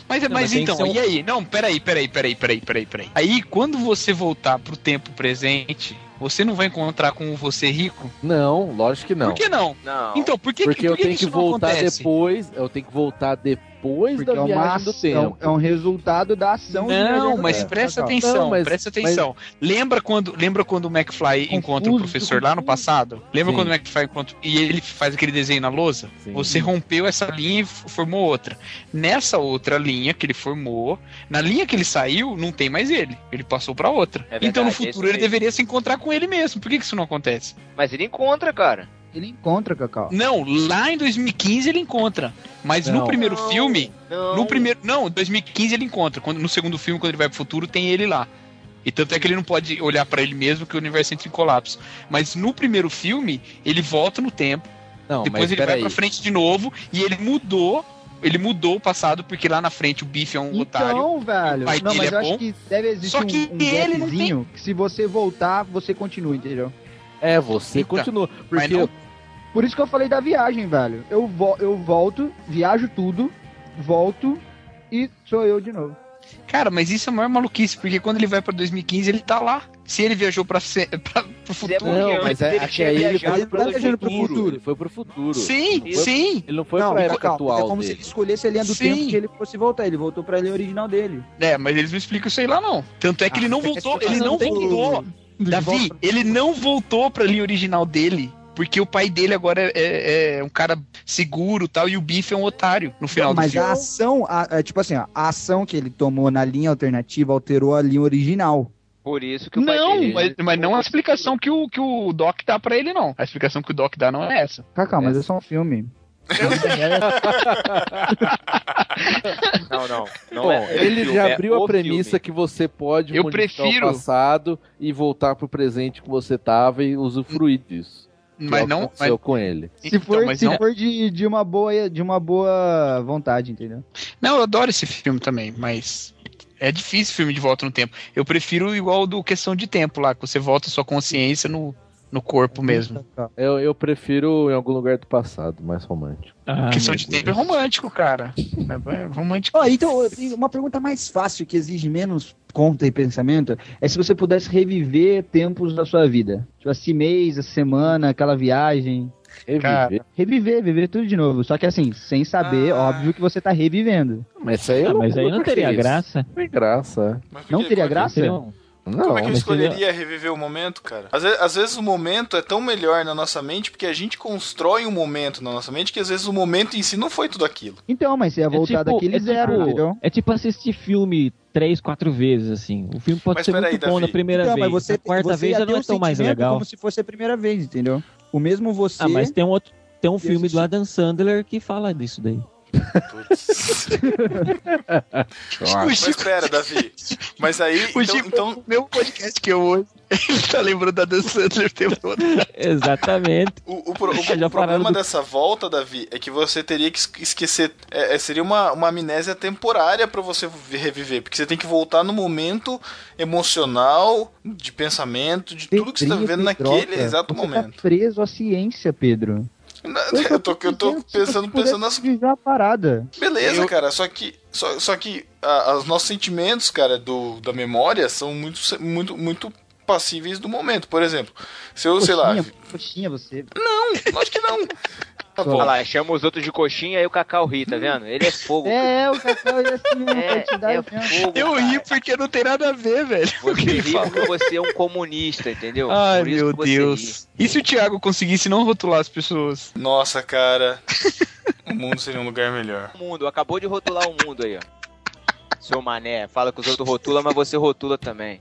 Speaker 5: Mas,
Speaker 4: Não,
Speaker 5: mas,
Speaker 4: mas tem que
Speaker 5: então,
Speaker 4: ser um-
Speaker 5: e aí? Não, peraí, peraí, peraí, peraí, peraí, peraí. Aí, quando você voltar pro tempo presente, você não vai encontrar com o você rico?
Speaker 3: Não, lógico que não.
Speaker 5: Por que não?
Speaker 10: Não.
Speaker 5: Então, por que,
Speaker 3: Porque eu
Speaker 5: por que
Speaker 3: tenho
Speaker 5: isso
Speaker 3: que
Speaker 5: não
Speaker 3: voltar
Speaker 5: acontece?
Speaker 3: depois. Eu tenho que voltar depois
Speaker 6: Porque
Speaker 3: da
Speaker 6: é, uma
Speaker 3: viagem do
Speaker 6: ação,
Speaker 3: tempo.
Speaker 6: é um resultado da ação do
Speaker 5: Não,
Speaker 3: É,
Speaker 6: viajante do
Speaker 5: mas
Speaker 6: tempo.
Speaker 5: presta
Speaker 6: Tá, tá.
Speaker 5: atenção,
Speaker 3: Não, mas-
Speaker 5: presta atenção. Lembra quando, lembra quando o McFly
Speaker 3: Confuso,
Speaker 5: encontra o professor lá no
Speaker 3: confuso.
Speaker 5: passado? Lembra
Speaker 3: Sim.
Speaker 5: quando o McFly encontra e ele faz aquele desenho na lousa?
Speaker 3: Sim.
Speaker 5: Você rompeu essa linha e f- formou outra. Nessa outra linha que ele formou, na linha que ele saiu, não tem mais ele. Ele passou pra outra.
Speaker 10: É verdade,
Speaker 5: então no
Speaker 10: é isso
Speaker 5: futuro ele
Speaker 10: mesmo.
Speaker 5: deveria se encontrar com ele mesmo. Por que, que isso não acontece?
Speaker 10: Mas ele encontra, cara.
Speaker 6: Ele encontra, Cacau.
Speaker 5: Não, lá em 2015 ele encontra. Mas no
Speaker 3: Não.
Speaker 5: primeiro
Speaker 10: Não,
Speaker 5: filme,
Speaker 10: Não.
Speaker 5: no primeiro. Não, 2015 ele encontra. Quando, no segundo filme, quando ele vai pro futuro, tem ele lá. E tanto é que ele não pode olhar pra ele mesmo que o universo entra em colapso. Mas no primeiro filme, ele volta no tempo,
Speaker 3: Não,
Speaker 5: depois
Speaker 3: mas
Speaker 5: ele vai
Speaker 3: peraí.
Speaker 5: pra frente de novo e ele mudou. Ele mudou o passado, porque lá na frente o Biff é um otário.
Speaker 6: Então, velho.
Speaker 5: pai
Speaker 6: Não,
Speaker 5: dele
Speaker 6: mas
Speaker 5: é
Speaker 6: eu acho
Speaker 5: bom.
Speaker 6: que deve existir
Speaker 5: Só que
Speaker 6: um, um
Speaker 5: ele não
Speaker 6: gapzinho que se você voltar, você continua, entendeu?
Speaker 3: É, você
Speaker 5: Eita,
Speaker 3: continua.
Speaker 5: mas
Speaker 3: Porque
Speaker 5: não-
Speaker 6: Por isso que eu falei da viagem, velho. Eu, vo eu volto, viajo tudo, volto e sou eu de novo.
Speaker 5: Cara, mas isso é a maior maluquice, porque quando ele vai pra 2015, ele tá lá. Se ele viajou pra, se... pra... pro
Speaker 10: Mas é
Speaker 5: futuro.
Speaker 10: porque
Speaker 3: Não,
Speaker 10: antes
Speaker 3: mas é,
Speaker 10: dele
Speaker 3: acho que
Speaker 10: tinha
Speaker 3: aí ele
Speaker 10: viajado
Speaker 3: foi,
Speaker 6: ele tá viajando pro
Speaker 3: pro futuro.
Speaker 6: futuro.
Speaker 3: Ele foi pro futuro.
Speaker 5: Sim,
Speaker 3: Ele foi-
Speaker 5: sim.
Speaker 3: Ele não foi
Speaker 6: não,
Speaker 3: pra época
Speaker 6: Cacau, mas
Speaker 3: atual.
Speaker 6: é como se
Speaker 3: dele.
Speaker 6: ele escolhesse a linha do
Speaker 5: Sim.
Speaker 6: tempo que ele fosse voltar. Ele voltou pra linha original dele.
Speaker 5: É, mas eles não explicam isso aí lá, não. Tanto é que
Speaker 6: Ah,
Speaker 5: ele não
Speaker 6: mas é
Speaker 5: voltou,
Speaker 10: tipo,
Speaker 6: que
Speaker 5: ele
Speaker 6: não
Speaker 5: não
Speaker 6: tem
Speaker 5: voltou. Davi,
Speaker 6: volta.
Speaker 5: ele não voltou pra linha original dele. Porque o pai dele agora é- é, é um cara seguro e tal, e o Biff é um otário no final do
Speaker 6: mas
Speaker 5: filme.
Speaker 6: a ação, a- é tipo assim, ó, a ação que ele tomou na linha alternativa alterou a linha original.
Speaker 10: Por isso que o pai
Speaker 5: Não,
Speaker 10: dele-
Speaker 5: mas, mas não a explicação que o, que o Doc dá pra ele, não. A explicação que o Doc dá não é essa.
Speaker 6: Cacá, mas é só um filme.
Speaker 10: Não, não. não
Speaker 3: Bom,
Speaker 10: é-
Speaker 3: ele
Speaker 10: filme,
Speaker 3: já
Speaker 10: é
Speaker 3: abriu
Speaker 10: o
Speaker 3: a premissa que você pode
Speaker 5: Eu
Speaker 3: modificar
Speaker 5: prefiro-
Speaker 3: o passado e voltar pro presente que você tava e usufruir disso. que
Speaker 5: Mas
Speaker 3: é o que
Speaker 5: não-
Speaker 3: aconteceu
Speaker 5: mas-
Speaker 3: com ele.
Speaker 6: Se for,
Speaker 5: Então, mas
Speaker 6: se
Speaker 5: não-
Speaker 6: for de, de, uma boa, de uma boa vontade, entendeu?
Speaker 5: Não, eu adoro esse filme também, mas é difícil filme de volta no tempo. Eu prefiro igual do Questão de Tempo lá, que você volta sua consciência no, no corpo é mesmo.
Speaker 3: Eu, eu prefiro em algum lugar do passado, mais romântico.
Speaker 5: questão de Tempo é romântico, cara. É, é romântico.
Speaker 6: Ó, então, eu tenho uma pergunta mais fácil, que exige menos conta e pensamento, é se você pudesse reviver tempos da sua vida. Tipo, esse mês, essa semana, aquela viagem.
Speaker 3: Reviver.
Speaker 5: Cara.
Speaker 6: Reviver, viver tudo de novo. Só que assim, sem saber, óbvio que você tá revivendo.
Speaker 3: Mas isso aí eu
Speaker 4: Ah,
Speaker 3: não,
Speaker 4: mas aí
Speaker 3: eu
Speaker 4: não teria
Speaker 3: fiz.
Speaker 4: graça.
Speaker 3: Não tem graça.
Speaker 1: Mas por
Speaker 6: Não
Speaker 1: que-
Speaker 6: teria
Speaker 1: como é
Speaker 6: graça?
Speaker 4: Seria um-
Speaker 3: é. Não.
Speaker 1: Como é que eu
Speaker 4: mas seria-
Speaker 1: escolheria reviver o momento, cara? Às ve- às vezes, o momento é tão melhor na nossa mente porque a gente constrói um momento na nossa mente que às vezes o momento em si não foi tudo aquilo.
Speaker 6: Então, mas você ia voltar daquele
Speaker 4: é
Speaker 6: zero,
Speaker 4: tipo-
Speaker 6: entendeu?
Speaker 4: É tipo assistir filme três, quatro vezes, assim. O filme pode
Speaker 1: Mas
Speaker 4: ser
Speaker 1: peraí,
Speaker 4: muito bom
Speaker 1: Davi.
Speaker 4: na primeira
Speaker 6: Então,
Speaker 4: vez.
Speaker 6: mas você,
Speaker 4: na quarta
Speaker 6: você
Speaker 4: vez
Speaker 6: ia
Speaker 4: já
Speaker 6: ter
Speaker 4: não
Speaker 6: um
Speaker 4: é tão mais
Speaker 6: sentimento
Speaker 4: legal.
Speaker 6: Como se fosse a primeira vez, entendeu? O mesmo você.
Speaker 4: Ah, mas tem um outro. Tem um
Speaker 6: Ia
Speaker 4: filme
Speaker 6: assistir.
Speaker 4: do Adam Sandler que fala disso daí.
Speaker 1: Putz. Mas espera, Davi. Mas aí,
Speaker 5: O
Speaker 1: então,
Speaker 5: Chico-
Speaker 1: então,
Speaker 5: O meu podcast que eu ouço, ele tá lembrando da Dan Sandler o tempo todo.
Speaker 4: Exatamente.
Speaker 1: o, o pro- o-
Speaker 4: Já
Speaker 1: o
Speaker 4: falaram
Speaker 1: problema
Speaker 4: do-
Speaker 1: dessa volta, Davi, é que você teria que es- esquecer. é- é, seria uma, uma amnésia temporária pra você vi- reviver. Porque você tem que voltar no momento emocional, de pensamento, de tudo que você tá
Speaker 6: Pedrinho,
Speaker 1: vivendo
Speaker 6: Pedroca,
Speaker 1: naquele exato
Speaker 6: você
Speaker 1: momento.
Speaker 6: Tá preso à ciência, Pedro.
Speaker 1: Eu tô, eu tô pensando, pensando nas
Speaker 6: Já a parada.
Speaker 1: Beleza,
Speaker 5: Eu-
Speaker 1: cara, só que só, só que a- os nossos sentimentos, cara, do, da memória são muito muito muito passíveis do momento. Por exemplo, se eu, Então, sei lá,
Speaker 6: Coxinha, coxinha você.
Speaker 1: não, acho que não. Tá bom.
Speaker 10: Olha lá, chama os outros de coxinha e o Cacau ri, tá vendo? Ele é fogo.
Speaker 6: É, é, o Cacau é assim mesmo,
Speaker 10: É,
Speaker 6: vai te dar
Speaker 10: é
Speaker 6: mesmo.
Speaker 10: fogo,
Speaker 5: Eu
Speaker 10: cara.
Speaker 5: ri porque não tem nada a ver, velho.
Speaker 10: Você ri porque você é um comunista, entendeu?
Speaker 5: Ai,
Speaker 10: Por isso
Speaker 5: meu
Speaker 10: que você ri.
Speaker 5: Deus. E se o Thiago conseguisse não rotular as pessoas?
Speaker 1: Nossa, cara. O mundo seria um lugar melhor.
Speaker 10: O mundo, acabou de rotular o mundo aí, ó. Seu mané, fala que os outros rotulam, mas você rotula também.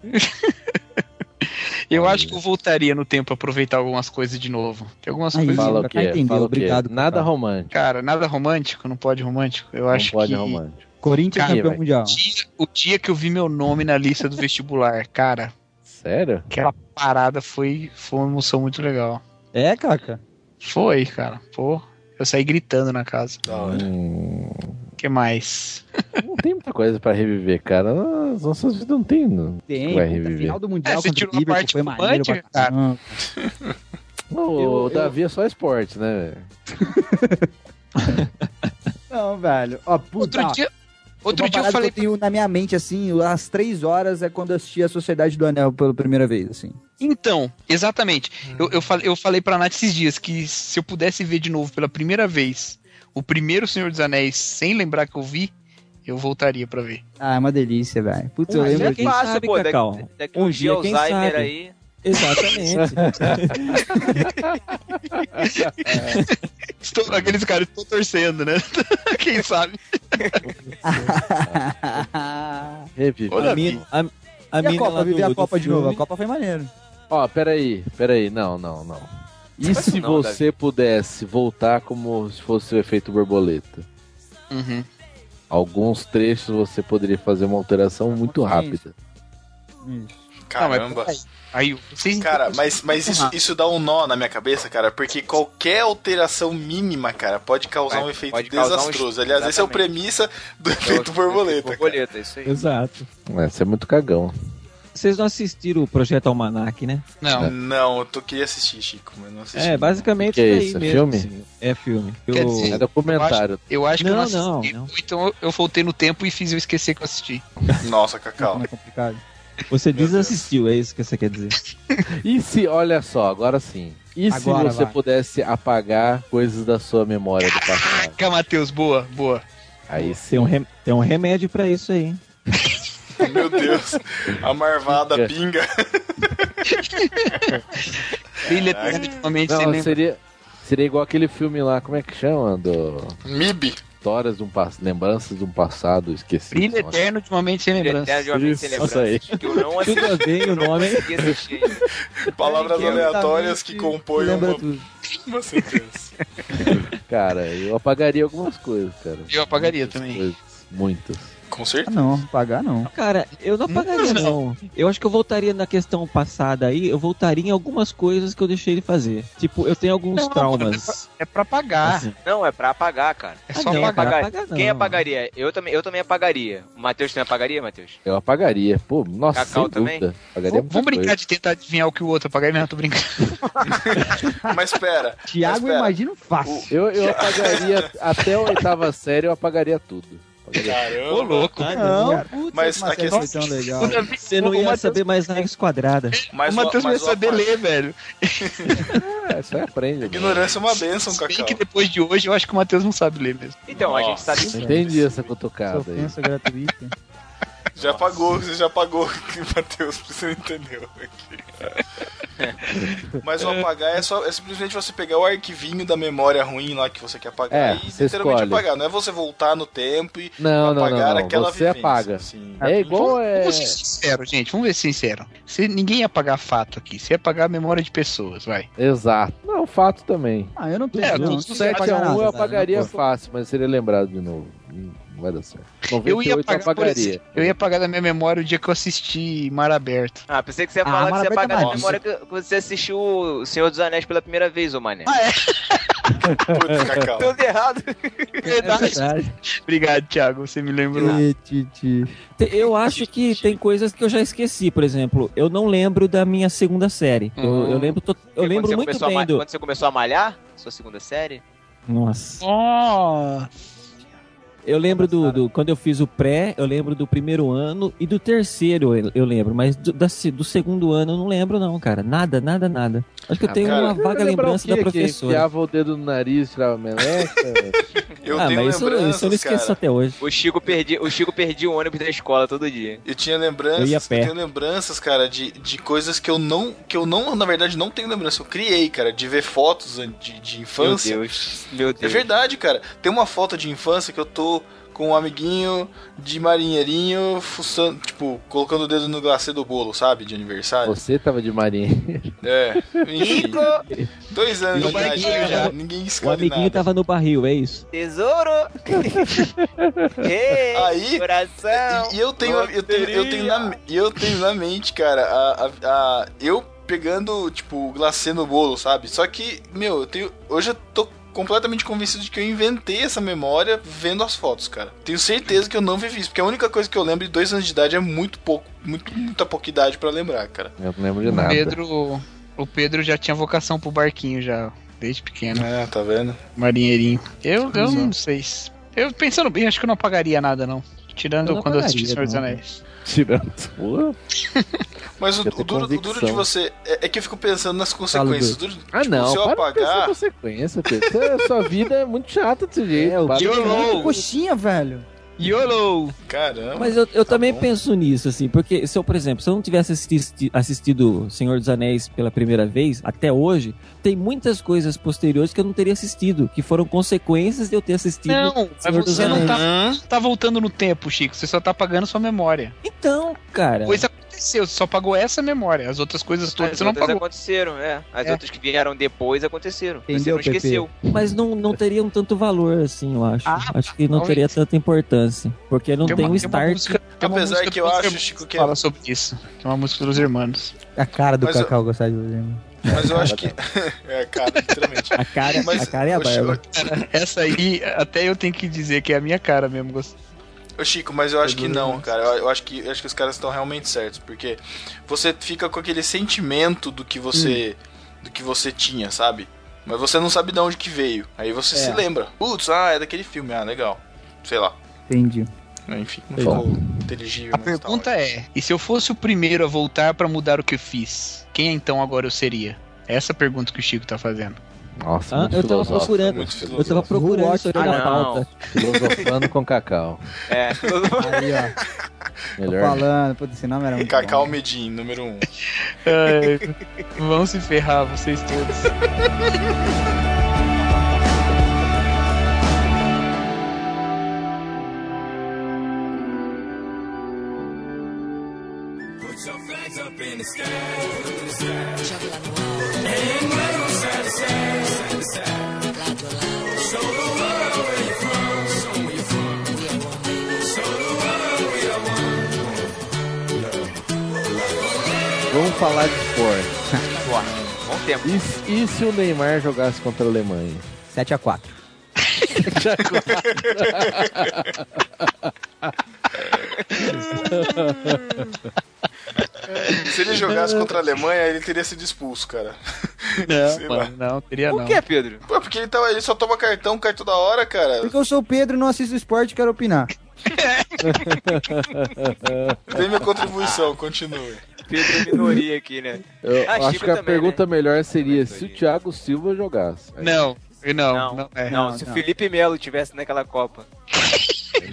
Speaker 5: Eu acho que eu voltaria no tempo pra aproveitar algumas coisas de novo. Tem algumas
Speaker 6: Aí,
Speaker 5: coisas.
Speaker 3: Fala o
Speaker 6: Vai
Speaker 3: que é,
Speaker 6: entender,
Speaker 3: fala o que é.
Speaker 6: obrigado,
Speaker 3: Nada
Speaker 6: cara.
Speaker 3: romântico.
Speaker 5: tá Cara, nada romântico, não pode romântico. Eu
Speaker 3: Não
Speaker 5: acho
Speaker 3: pode
Speaker 5: que
Speaker 3: romântico.
Speaker 6: Corinthians
Speaker 3: Cara,
Speaker 6: campeão
Speaker 3: vai.
Speaker 6: mundial.
Speaker 5: dia- o dia que eu vi meu nome na lista do vestibular, cara,
Speaker 3: Sério?
Speaker 5: aquela parada foi, foi uma emoção muito legal.
Speaker 6: É, Caca?
Speaker 5: Foi, cara. Pô, eu saí gritando na casa.
Speaker 1: Da hora.
Speaker 3: Hum,
Speaker 5: que mais?
Speaker 3: não tem muita coisa pra reviver, cara. As nossas vidas não tem. Não. é
Speaker 6: Tem,
Speaker 3: Vai
Speaker 6: puta,
Speaker 3: reviver.
Speaker 6: final do Mundial
Speaker 5: É, você
Speaker 6: contra o
Speaker 5: tirou a
Speaker 6: Liverpool,
Speaker 5: parte
Speaker 6: foi maneiro pra
Speaker 5: romântica, cara.
Speaker 6: caramba.
Speaker 3: O
Speaker 6: eu-
Speaker 3: Davi é só esporte, né, velho?
Speaker 6: Não, velho. Ó, puta,
Speaker 5: Outro
Speaker 6: ó,
Speaker 5: dia, outro
Speaker 6: uma
Speaker 5: dia eu
Speaker 6: parada
Speaker 5: falei.
Speaker 6: que eu tenho na minha mente, assim, às três horas é quando eu assisti a Sociedade do Anel pela primeira vez, assim.
Speaker 5: Então, exatamente.
Speaker 6: Hum.
Speaker 5: Eu, eu, falei, eu falei pra Nath esses dias que se eu pudesse ver de novo pela primeira vez o primeiro Senhor dos Anéis sem lembrar que eu vi, eu voltaria pra ver.
Speaker 6: Ah, é uma delícia, velho. Putz, eu
Speaker 4: Mas
Speaker 6: lembro
Speaker 4: é
Speaker 6: disso.
Speaker 4: quem sabe,
Speaker 10: pô,
Speaker 4: Cacau?
Speaker 10: daqui, daqui um,
Speaker 4: Um
Speaker 10: dia,
Speaker 4: dia, quem
Speaker 10: Alzheimer
Speaker 4: sabe?
Speaker 10: aí.
Speaker 4: Exatamente.
Speaker 5: Estou- aqueles caras estão torcendo, né? Quem sabe?
Speaker 10: Ah.
Speaker 3: Reviver.
Speaker 5: Olha,
Speaker 4: a mina, a, a
Speaker 6: E a
Speaker 4: mina lá
Speaker 6: Copa?
Speaker 4: do-
Speaker 6: Viver a
Speaker 4: do
Speaker 6: Copa de
Speaker 4: filme-
Speaker 6: novo. A Copa foi maneiro.
Speaker 3: Ó, peraí, peraí. Não, não, não. E se
Speaker 4: assim
Speaker 10: Não,
Speaker 3: você pudesse voltar como se fosse o efeito borboleta?
Speaker 5: Uhum.
Speaker 3: Alguns trechos você poderia fazer uma alteração muito rápida.
Speaker 1: Caramba.
Speaker 5: Aí, vocês
Speaker 1: Cara, mas, mas isso, isso dá um nó na minha cabeça, cara, porque qualquer alteração mínima, cara, pode causar
Speaker 10: Vai-
Speaker 1: um efeito
Speaker 10: pode causar um
Speaker 1: desastroso.
Speaker 10: estrago,
Speaker 1: Aliás, esse é o
Speaker 10: exatamente.
Speaker 1: premissa do efeito
Speaker 10: Eu-
Speaker 1: borboleta. cara.
Speaker 10: Borboleta, isso aí.
Speaker 4: Exato.
Speaker 3: Essa é muito cagão.
Speaker 4: Vocês não assistiram o Projeto Almanac, né?
Speaker 5: Não.
Speaker 1: Não, eu tô, queria assistir, Chico, mas não assisti.
Speaker 4: É, basicamente
Speaker 3: Que é
Speaker 4: isso
Speaker 3: isso,
Speaker 4: aí
Speaker 3: é
Speaker 4: mesmo.
Speaker 3: filme?
Speaker 4: assim. É filme.
Speaker 5: Quer
Speaker 4: Eu-
Speaker 5: dizer-
Speaker 3: É documentário.
Speaker 5: Eu acho
Speaker 4: Não,
Speaker 5: que eu não assisti.
Speaker 4: não, não.
Speaker 5: ou Então eu voltei no tempo e fiz eu esquecer que eu assisti.
Speaker 1: Nossa, Cacau.
Speaker 6: Não é complicado.
Speaker 4: Você
Speaker 1: Deus.
Speaker 4: desassistiu, é isso que você quer dizer.
Speaker 3: E se, olha só, agora sim. E
Speaker 6: Agora
Speaker 3: se você
Speaker 6: vai.
Speaker 3: pudesse apagar coisas da sua memória do passado?
Speaker 5: Cá, Matheus, boa, boa.
Speaker 3: Aí sim.
Speaker 4: Tem um, rem- tem um remédio pra isso aí. hein?
Speaker 1: Meu Deus. A
Speaker 3: é?
Speaker 1: marvada pinga.
Speaker 5: Brilha definitivamente,
Speaker 3: Não,
Speaker 5: você lembra.
Speaker 3: seria, seria igual aquele filme lá, como é que chama? Do...
Speaker 1: Mib.
Speaker 3: Histórias de um passado, lembranças de um passado esquecido.
Speaker 5: Brilho
Speaker 3: Nossa.
Speaker 5: eterno de uma mente sem lembrança.
Speaker 3: Eterno de uma mente sem Isso lembrança. aí.
Speaker 10: Que eu não assisti.
Speaker 4: Tudo bem o nome.
Speaker 1: Palavras
Speaker 10: Que eu
Speaker 1: aleatórias
Speaker 10: também
Speaker 1: que compõem
Speaker 10: lembra
Speaker 1: uma, uma sentença.
Speaker 3: Cara, eu apagaria algumas coisas, cara.
Speaker 5: Eu apagaria
Speaker 3: também. muitas.
Speaker 1: Com certeza.
Speaker 10: Ah,
Speaker 12: não, pagar não.
Speaker 4: Cara, eu não pagaria Hum, não. Eu acho que eu voltaria na questão passada aí, eu voltaria em algumas coisas que eu deixei ele fazer. Tipo, eu tenho alguns traumas.
Speaker 5: É pra pagar.
Speaker 10: Não, é pra apagar, cara. É
Speaker 4: só não, apagar. apagar não.
Speaker 10: Quem apagaria? Eu também, eu também apagaria. O Matheus também apagaria, Matheus?
Speaker 3: Eu apagaria. Pô, nossa,
Speaker 10: Cacau
Speaker 3: sem
Speaker 10: também?
Speaker 3: dúvida. Apagaria
Speaker 5: Vamos,
Speaker 3: muita
Speaker 5: vamos brincar
Speaker 3: coisa.
Speaker 5: de tentar adivinhar o que o outro apagaria? Não, tô brincando.
Speaker 1: Mas pera.
Speaker 12: Tiago,
Speaker 1: espera.
Speaker 12: imagino fácil.
Speaker 3: Eu, eu apagaria até a oitava série, eu apagaria tudo.
Speaker 1: Caramba.
Speaker 5: Ô, louco.
Speaker 6: Não,
Speaker 1: Mas a
Speaker 3: é
Speaker 1: questão.
Speaker 6: tão legal.
Speaker 4: Você não ia saber mais na X quadrada.
Speaker 1: Mas
Speaker 5: o Matheus vai
Speaker 1: mas
Speaker 5: saber
Speaker 1: rapaz,
Speaker 5: ler, velho.
Speaker 3: É, só aprende. mano.
Speaker 1: Ignorância é uma benção,
Speaker 5: Se bem
Speaker 1: Cacau.
Speaker 5: que depois de hoje eu acho que o Matheus não sabe ler mesmo.
Speaker 10: Então, a gente tá
Speaker 3: Não Entendi essa cutucada aí.
Speaker 12: Ofensa gratuita.
Speaker 1: Já pagou, você já pagou, Matheus, você não entendeu aqui. Mas o apagar é, só, é simplesmente você pegar o arquivinho da memória ruim lá que você quer apagar
Speaker 3: É,
Speaker 1: e
Speaker 3: você
Speaker 1: literalmente
Speaker 3: escolhe.
Speaker 1: apagar. Não é você voltar no tempo e
Speaker 3: Não, não,
Speaker 1: apagar
Speaker 3: não, não.
Speaker 1: aquela
Speaker 3: Você
Speaker 1: vivência. assim.
Speaker 3: apaga.
Speaker 1: Sim.
Speaker 3: É igual
Speaker 5: vamos,
Speaker 3: é.
Speaker 5: vamos ser sinceros, gente. Vamos ser sinceros. Se, ninguém ia apagar fato aqui. Você ia apagar a memória de pessoas, vai.
Speaker 3: Exato. Não, fato também.
Speaker 12: Ah, eu não tô
Speaker 5: É,
Speaker 12: não,
Speaker 5: tudo
Speaker 12: não sei
Speaker 5: certo,
Speaker 12: pagar
Speaker 5: é um
Speaker 12: nada,
Speaker 3: Um eu
Speaker 12: cara,
Speaker 3: apagaria
Speaker 12: não vou.
Speaker 3: fácil, mas seria lembrado de novo. Hum, Não vai dar certo. 98
Speaker 5: Eu ia apagar, por
Speaker 3: apagaria.
Speaker 5: exemplo, eu ia apagar da minha memória o dia que eu assisti Mar Aberto.
Speaker 10: Ah, pensei que você ia
Speaker 12: Ah,
Speaker 10: falar que
Speaker 12: mas
Speaker 10: você
Speaker 12: aguenta
Speaker 10: apagaria a
Speaker 12: mais.
Speaker 10: memória que que você assistiu O Senhor dos Anéis pela primeira vez, ô mané.
Speaker 4: Ah,
Speaker 10: Tá
Speaker 1: Putz, Cacau.
Speaker 10: Tudo errado.
Speaker 4: É verdade.
Speaker 5: Obrigado, Thiago. Você me lembrou.
Speaker 6: Ih, Titi.
Speaker 4: Te- Eu acho que tem coisas que eu já esqueci, por exemplo. Eu não lembro da minha segunda série. Eu- Eu,
Speaker 10: Hum.
Speaker 4: lembro, to- eu
Speaker 10: Quando
Speaker 4: lembro
Speaker 10: você
Speaker 4: muito
Speaker 10: começou a
Speaker 4: bem
Speaker 10: ma-
Speaker 4: do.
Speaker 10: Quando você começou a malhar, sua segunda série,
Speaker 4: Nossa.
Speaker 5: Oh,
Speaker 4: Eu lembro do, do- Quando eu fiz o pré, eu lembro do primeiro ano e do terceiro eu, eu lembro, mas do, da se- do segundo ano eu não lembro, não, cara. Nada, nada, nada. Acho que eu
Speaker 3: Ah,
Speaker 4: tenho
Speaker 1: cara,
Speaker 4: uma
Speaker 3: Vai
Speaker 4: vaga
Speaker 3: lembrar o
Speaker 4: lembrança da
Speaker 3: quê? Que
Speaker 4: professora.
Speaker 3: enfiava o dedo no nariz, tirava a meleca.
Speaker 1: Eu
Speaker 4: ah,
Speaker 1: tenho
Speaker 4: mas isso,
Speaker 1: lembranças,
Speaker 4: isso eu não esqueço
Speaker 1: cara.
Speaker 4: até hoje.
Speaker 10: o Chico perdi, o Chico perdia o ônibus da escola todo dia.
Speaker 1: Eu tinha lembranças,
Speaker 4: Eu
Speaker 1: eu,
Speaker 4: ia a pé.
Speaker 1: tenho lembranças, cara, de, de coisas que eu não, que eu não, na verdade, não tenho lembrança. Eu criei, cara, de ver fotos de, de
Speaker 10: Meu
Speaker 1: infância.
Speaker 10: Deus. Meu
Speaker 1: É
Speaker 10: Deus.
Speaker 1: verdade, cara. Tem uma foto de infância que eu tô com um amiguinho de marinheirinho, fuçando, tipo, colocando o dedo no glacê do bolo, sabe? De aniversário.
Speaker 3: Você tava de marinha.
Speaker 1: É. Enfim. Dois anos de
Speaker 5: No
Speaker 4: é
Speaker 1: idade,
Speaker 5: barquinho
Speaker 1: já.
Speaker 5: já.
Speaker 3: é
Speaker 1: ninguém
Speaker 4: O
Speaker 10: é
Speaker 1: escolhe
Speaker 4: amiguinho
Speaker 1: nada.
Speaker 4: tava no barril, é isso.
Speaker 10: Tesouro! Ei,
Speaker 1: Aí-
Speaker 10: coração!
Speaker 1: E, e eu tenho, eu tenho, eu tenho na, e eu tenho na mente, cara, a, a, a- eu pegando, tipo, o glacê no bolo, sabe? Só que, meu, eu tenho, hoje eu tô completamente convencido de que eu inventei essa memória vendo as fotos, cara. Tenho certeza que eu não vivi isso, porque a única coisa que eu lembro de dois anos de idade é muito pouco, muito, muita pouca idade pra lembrar, cara.
Speaker 3: Eu não lembro de
Speaker 5: o
Speaker 3: nada.
Speaker 5: Pedro, o Pedro já tinha vocação pro barquinho já, desde pequeno.
Speaker 1: É, tá vendo?
Speaker 5: Marinheirinho. Eu, eu não
Speaker 1: Exato.
Speaker 5: sei. se- Eu pensando bem, acho que eu não apagaria nada, não. Tirando
Speaker 4: Eu não
Speaker 5: quando eu assisti
Speaker 4: apagaria,
Speaker 5: Senhor dos
Speaker 4: não.
Speaker 5: Anéis.
Speaker 3: Tirando. Pô.
Speaker 1: Mas o,
Speaker 3: Eu tenho
Speaker 1: o duro, o duro
Speaker 3: convicção.
Speaker 1: de você é, é que eu fico pensando nas consequências. O duro,
Speaker 3: Ah,
Speaker 1: tipo,
Speaker 3: não.
Speaker 1: se eu
Speaker 3: Para de pensar em
Speaker 1: apagar,
Speaker 3: consequência, é Pedro. Você- Sua vida é muito chata desse jeito. Para de-
Speaker 5: Yolo.
Speaker 6: Muito coxinha, velho.
Speaker 5: YOLO! Então,
Speaker 1: caramba.
Speaker 4: Mas eu, eu
Speaker 1: Tá
Speaker 4: também
Speaker 1: bom.
Speaker 4: penso nisso, assim, porque se eu, por exemplo, se eu não tivesse assisti assistido Senhor dos Anéis pela primeira vez, até hoje, tem muitas coisas posteriores que eu não teria assistido, que foram consequências de eu ter assistido.
Speaker 5: Não, mas
Speaker 4: Senhor dos
Speaker 5: você não
Speaker 4: Anéis.
Speaker 5: tá, tá voltando no tempo, Chico. Você só tá apagando sua memória.
Speaker 4: Então, cara.
Speaker 5: Coisa aconteceu, você só apagou essa memória. As outras coisas todas
Speaker 10: As
Speaker 5: você não
Speaker 10: outras
Speaker 5: apagou.
Speaker 10: aconteceram, é. As
Speaker 5: É.
Speaker 10: outras que vieram depois aconteceram.
Speaker 12: Entendeu,
Speaker 10: Você não esqueceu.
Speaker 4: Mas não, não teria um tanto valor, assim, eu acho.
Speaker 5: Ah,
Speaker 4: acho que não
Speaker 5: talvez.
Speaker 4: teria tanta importância. Porque não tem,
Speaker 5: uma-
Speaker 4: um
Speaker 5: uma
Speaker 4: start.
Speaker 5: música- tem uma
Speaker 1: Apesar
Speaker 5: música
Speaker 1: que eu
Speaker 5: dos
Speaker 1: acho,
Speaker 5: irmãos
Speaker 1: Chico, que- é-
Speaker 5: fala sobre isso. Tem uma música dos irmãos.
Speaker 6: A cara do
Speaker 1: Mas eu-
Speaker 6: Cacau gostar de você. né? irmão.
Speaker 1: Mas eu acho que. é, cara, literalmente.
Speaker 4: A cara,
Speaker 1: Mas,
Speaker 4: a cara é a
Speaker 1: ô, Chico,
Speaker 4: barba.
Speaker 5: Essa aí, até eu tenho que dizer que é a minha cara mesmo. gost-
Speaker 1: Ô Chico, mas eu
Speaker 5: É
Speaker 1: acho que não,
Speaker 5: né?
Speaker 1: cara. Eu, eu acho que eu acho que os caras estão realmente certos, porque você fica com aquele sentimento do que você
Speaker 5: Hum.
Speaker 1: do que você tinha, sabe? Mas você não sabe de onde que veio. Aí você se lembra. Putz, ah, é daquele filme, ah, legal. Sei lá.
Speaker 12: Entendi.
Speaker 5: É,
Speaker 1: Enfim, não
Speaker 3: Legal.
Speaker 1: ficou inteligível.
Speaker 5: A pergunta é: e se eu fosse o primeiro a voltar pra mudar o que eu fiz, quem então agora eu seria? Essa pergunta que o Chico tá fazendo.
Speaker 3: Nossa,
Speaker 4: Ah,
Speaker 3: é muito
Speaker 4: eu tava
Speaker 3: filosófico.
Speaker 4: procurando.
Speaker 1: muito
Speaker 4: Eu tava procurando isso aqui
Speaker 10: Ah,
Speaker 4: na
Speaker 10: não.
Speaker 4: pauta.
Speaker 3: Filosofando com cacau.
Speaker 10: É.
Speaker 6: Aí, ó. Tô
Speaker 3: Melhor.
Speaker 6: falando. Pô, esse
Speaker 4: é
Speaker 6: nome era muito
Speaker 1: Cacau
Speaker 6: bom.
Speaker 1: Medin, número 1. Um.
Speaker 5: Ai, vão se ferrar, vocês todos.
Speaker 3: Vamos falar de esporte.
Speaker 10: Boa. Bom tempo.
Speaker 3: E, se- e se o Neymar jogasse contra a Alemanha?
Speaker 6: 7x4.
Speaker 13: Se ele jogasse contra a Alemanha, ele teria sido expulso, cara. Sei
Speaker 5: Não,
Speaker 13: lá.
Speaker 5: mano, não, teria não.
Speaker 10: Pedro?
Speaker 13: Pô, porque ele, tava, ele só toma cartão, cai toda hora, cara.
Speaker 6: Porque eu sou o Pedro e não assisto esporte, quero opinar.
Speaker 5: É.
Speaker 13: Dei minha contribuição, Então, continue.
Speaker 10: Pedro é minoria aqui, né?
Speaker 3: Eu
Speaker 10: Ah,
Speaker 3: acho
Speaker 10: Chico
Speaker 3: que a
Speaker 10: também, né?
Speaker 3: pergunta melhor seria se o Thiago Silva jogasse. Aí-
Speaker 5: Não, não, não, é.
Speaker 10: Não, se o Felipe Melo tivesse naquela Copa.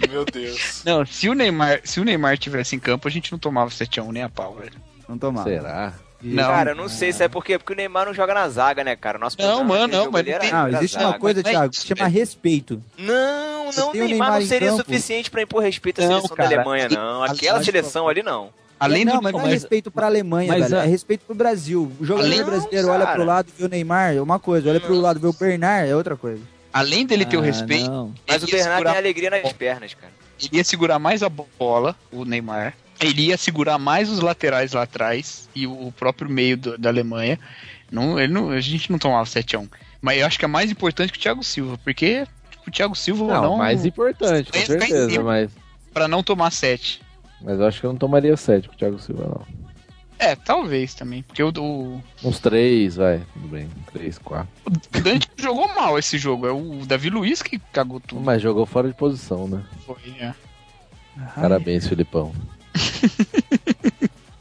Speaker 13: Meu Deus.
Speaker 5: Não, se o Neymar, se o Neymar tivesse em campo, a gente não tomava 7x1 nem a pau, velho.
Speaker 6: Não tomar.
Speaker 3: Será?
Speaker 5: Não.
Speaker 10: Cara, eu não sei se é por quê, porque o Neymar não joga na zaga, né, cara? Nosso
Speaker 5: Não, mano, não, mas não tem-
Speaker 6: Não, existe uma coisa,
Speaker 5: é mas não é
Speaker 6: Thiago, que
Speaker 5: isso,
Speaker 6: chama respeito.
Speaker 10: Não,
Speaker 6: Você
Speaker 10: não, o
Speaker 6: tem o
Speaker 10: Neymar,
Speaker 6: Neymar
Speaker 10: não
Speaker 6: em
Speaker 10: seria
Speaker 6: campo.
Speaker 10: suficiente pra impor respeito à
Speaker 5: Não,
Speaker 10: seleção
Speaker 5: cara.
Speaker 10: da Alemanha, não.
Speaker 6: E-
Speaker 10: Aquela
Speaker 6: mas-
Speaker 10: seleção ali, não.
Speaker 5: Além
Speaker 6: não,
Speaker 5: do
Speaker 6: mas não é
Speaker 5: mas-
Speaker 6: respeito pra Alemanha,
Speaker 4: mas
Speaker 6: velho.
Speaker 4: a-
Speaker 6: É respeito pro Brasil. O jogador
Speaker 5: Além-
Speaker 6: brasileiro
Speaker 10: Não,
Speaker 6: olha
Speaker 10: cara.
Speaker 6: pro lado, vê o Neymar, é uma coisa. Olha pro lado, vê o Bernard, é outra coisa.
Speaker 5: além dele ter o
Speaker 4: Ah,
Speaker 5: respeito,
Speaker 4: não.
Speaker 10: Mas o
Speaker 5: ele ia
Speaker 10: Bernardo tem
Speaker 5: segurar-
Speaker 10: alegria nas pernas, cara.
Speaker 5: ele ia segurar mais a bola, o Neymar. Ele ia segurar mais os laterais lá atrás e o o próprio meio do- da Alemanha. Não, ele não, a gente não tomava 7x1. Mas eu acho que é mais importante que o Thiago Silva, porque tipo, o Thiago Silva
Speaker 3: Não,
Speaker 5: não, não
Speaker 3: mais importante, com
Speaker 5: Vai ficar em
Speaker 3: certeza,
Speaker 5: cima.
Speaker 3: mas,
Speaker 5: para não tomar 7.
Speaker 3: mas eu acho que eu não tomaria 7 com o Thiago Silva, não.
Speaker 5: É, talvez também, porque o, o,
Speaker 3: Uns 3, vai, tudo bem, 3, 4.
Speaker 5: o Dante jogou mal esse jogo. É o Davi Luiz que cagou tudo.
Speaker 3: Mas jogou fora de posição, né?
Speaker 5: Foi, é.
Speaker 3: Parabéns, Filipão.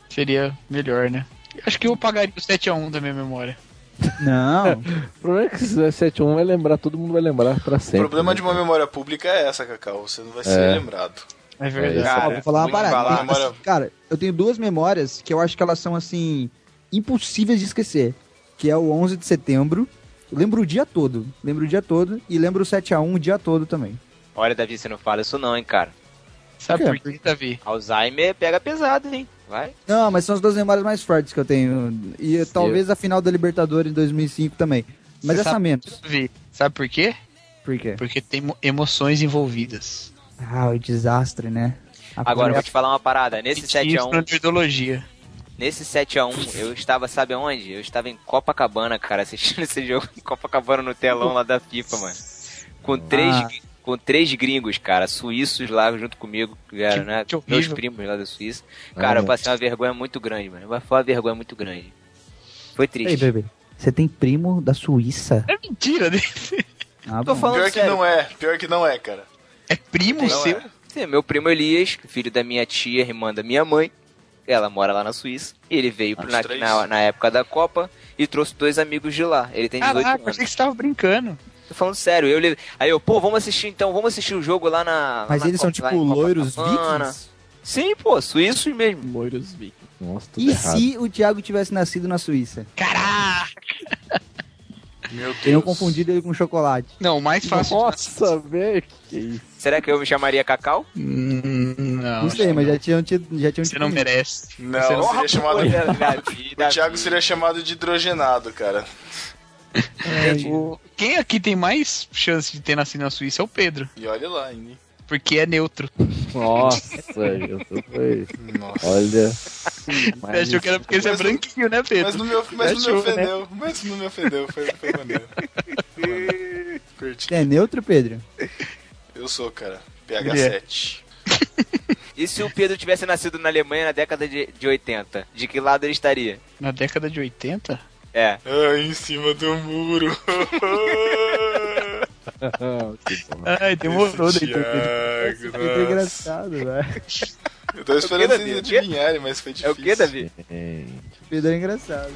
Speaker 5: Seria melhor, né? Acho que eu pagaria o 7x1 da minha memória.
Speaker 6: Não.
Speaker 3: O problema é que se fizer 7-1 vai lembrar, todo mundo vai lembrar pra
Speaker 13: O
Speaker 3: sempre.
Speaker 13: problema
Speaker 3: né,
Speaker 13: de uma
Speaker 3: cara?
Speaker 13: memória pública é essa, Cacau. Você não vai
Speaker 3: É.
Speaker 13: ser lembrado.
Speaker 5: É
Speaker 3: verdade.
Speaker 10: Cara,
Speaker 6: Ó, vou falar uma
Speaker 13: muito embalado.
Speaker 6: parada. Tem-
Speaker 13: Bora.
Speaker 6: assim, cara, eu tenho duas memórias que eu acho que elas são, assim, impossíveis de esquecer. Que é o 11 de setembro. Eu lembro o dia todo. Lembro o dia todo. E lembro o 7x1 o dia todo também.
Speaker 10: Olha, Davi, você não fala isso não, hein, cara.
Speaker 5: Sabe
Speaker 6: Por
Speaker 5: por quê, Davi?
Speaker 10: Alzheimer pega pesado, hein? Vai.
Speaker 6: Não, mas são as duas memórias mais fortes que eu tenho. E talvez a final da Libertadores em 2005 também. Mas
Speaker 5: Você
Speaker 6: essa
Speaker 5: sabe-
Speaker 6: menos.
Speaker 5: Davi, sabe por quê?
Speaker 6: Por quê?
Speaker 5: Porque tem mo- emoções envolvidas.
Speaker 6: Ah, o desastre, né? A
Speaker 10: Agora, eu vou
Speaker 5: é
Speaker 6: Coreia-
Speaker 10: te falar uma parada. Nesse
Speaker 5: E isso na
Speaker 10: 7x1,
Speaker 5: nerdologia.
Speaker 10: nesse 7x1, eu estava, sabe aonde? Eu estava em Copacabana, cara, assistindo esse jogo em Copacabana no telão lá da FIFA, mano. Com três,
Speaker 6: Ah.
Speaker 10: com três gringos, cara, suíços lá junto comigo, que eram, né?
Speaker 5: que horrível.
Speaker 10: Meus primos lá da Suíça. Cara,
Speaker 3: Ah,
Speaker 10: eu passei uma vergonha muito grande, mano. Mas Foi uma vergonha muito grande. Foi
Speaker 6: Ei,
Speaker 10: triste.
Speaker 6: bebê. Você tem primo da Suíça?
Speaker 5: É mentira, né?
Speaker 6: Ah,
Speaker 10: Tô
Speaker 6: bom.
Speaker 10: falando
Speaker 13: Pior que
Speaker 10: sério.
Speaker 13: não é, pior que não é, cara.
Speaker 5: É primo
Speaker 10: Não
Speaker 5: seu?
Speaker 10: é. Sim, meu primo Elias, filho da minha tia, irmã da minha mãe, ela mora lá na Suíça. E ele veio pro-
Speaker 13: Ah, Os
Speaker 10: na,
Speaker 13: três?
Speaker 10: na, na época da Copa e trouxe dois amigos de lá. Ele tem 18
Speaker 5: Caraca, achei
Speaker 10: anos.
Speaker 5: que você tava brincando.
Speaker 10: Tô falando sério. Eu, li- aí eu, pô, vamos assistir então, vamos assistir o jogo lá na. lá
Speaker 6: Mas
Speaker 10: na
Speaker 6: eles são
Speaker 10: Copa- lá
Speaker 6: tipo
Speaker 10: em
Speaker 6: loiros
Speaker 10: Copacabana.
Speaker 6: vikings?
Speaker 10: Sim, pô, suíços mesmo.
Speaker 4: Moiros Vic.
Speaker 3: Nossa, tudo
Speaker 6: E
Speaker 3: errado.
Speaker 6: se o Thiago tivesse nascido na Suíça?
Speaker 5: Caraca!
Speaker 13: Meu Deus.
Speaker 6: Teriam confundido ele com chocolate.
Speaker 5: Não, o mais fácil.
Speaker 3: Nossa, velho, que isso?
Speaker 10: Será que eu me chamaria Cacau?
Speaker 5: Hum,
Speaker 6: Não,
Speaker 5: Não,
Speaker 6: sei, mas já tinham tido. Já tinham
Speaker 5: você não
Speaker 6: tido-
Speaker 5: merece.
Speaker 13: Não,
Speaker 5: Você
Speaker 13: seria chamado.
Speaker 10: Olha, Davi,
Speaker 13: O Thiago
Speaker 10: Davi.
Speaker 13: seria chamado de hidrogenado, cara.
Speaker 6: É,
Speaker 5: O- Quem aqui tem mais chance de ter nascido na Suíça é o Pedro,
Speaker 13: E olha lá, hein?
Speaker 5: porque é neutro.
Speaker 3: Nossa, isso foi.
Speaker 13: Nossa.
Speaker 3: Olha.
Speaker 5: Você achou que era porque você é
Speaker 13: Mas-
Speaker 5: branquinho, né, Pedro?
Speaker 13: Mas não me, of- mas não me
Speaker 5: Achou, né?
Speaker 13: ofendeu. Mas não me ofendeu. Foi, foi maneiro. Mano, Curti.
Speaker 6: Você é neutro, Pedro?
Speaker 13: Eu sou, cara.
Speaker 5: Ele é.
Speaker 13: PH7.
Speaker 10: E se o Pedro tivesse nascido na Alemanha na década de, de 80? De que lado ele estaria?
Speaker 5: Na década de 80?
Speaker 10: É.
Speaker 13: Ah, em cima do muro.
Speaker 5: Ai, demorou.
Speaker 13: Esse
Speaker 5: Daí, Pedro.
Speaker 13: Thiago,
Speaker 6: Que
Speaker 13: nossa.
Speaker 6: é engraçado, velho.
Speaker 13: Eu tô esperando
Speaker 10: É o
Speaker 13: vocês
Speaker 10: quê, Davi? É o quê?
Speaker 13: adivinharem, mas foi
Speaker 10: É
Speaker 13: difícil.
Speaker 10: o que, Davi?
Speaker 3: Gente,
Speaker 6: Pedro é engraçado.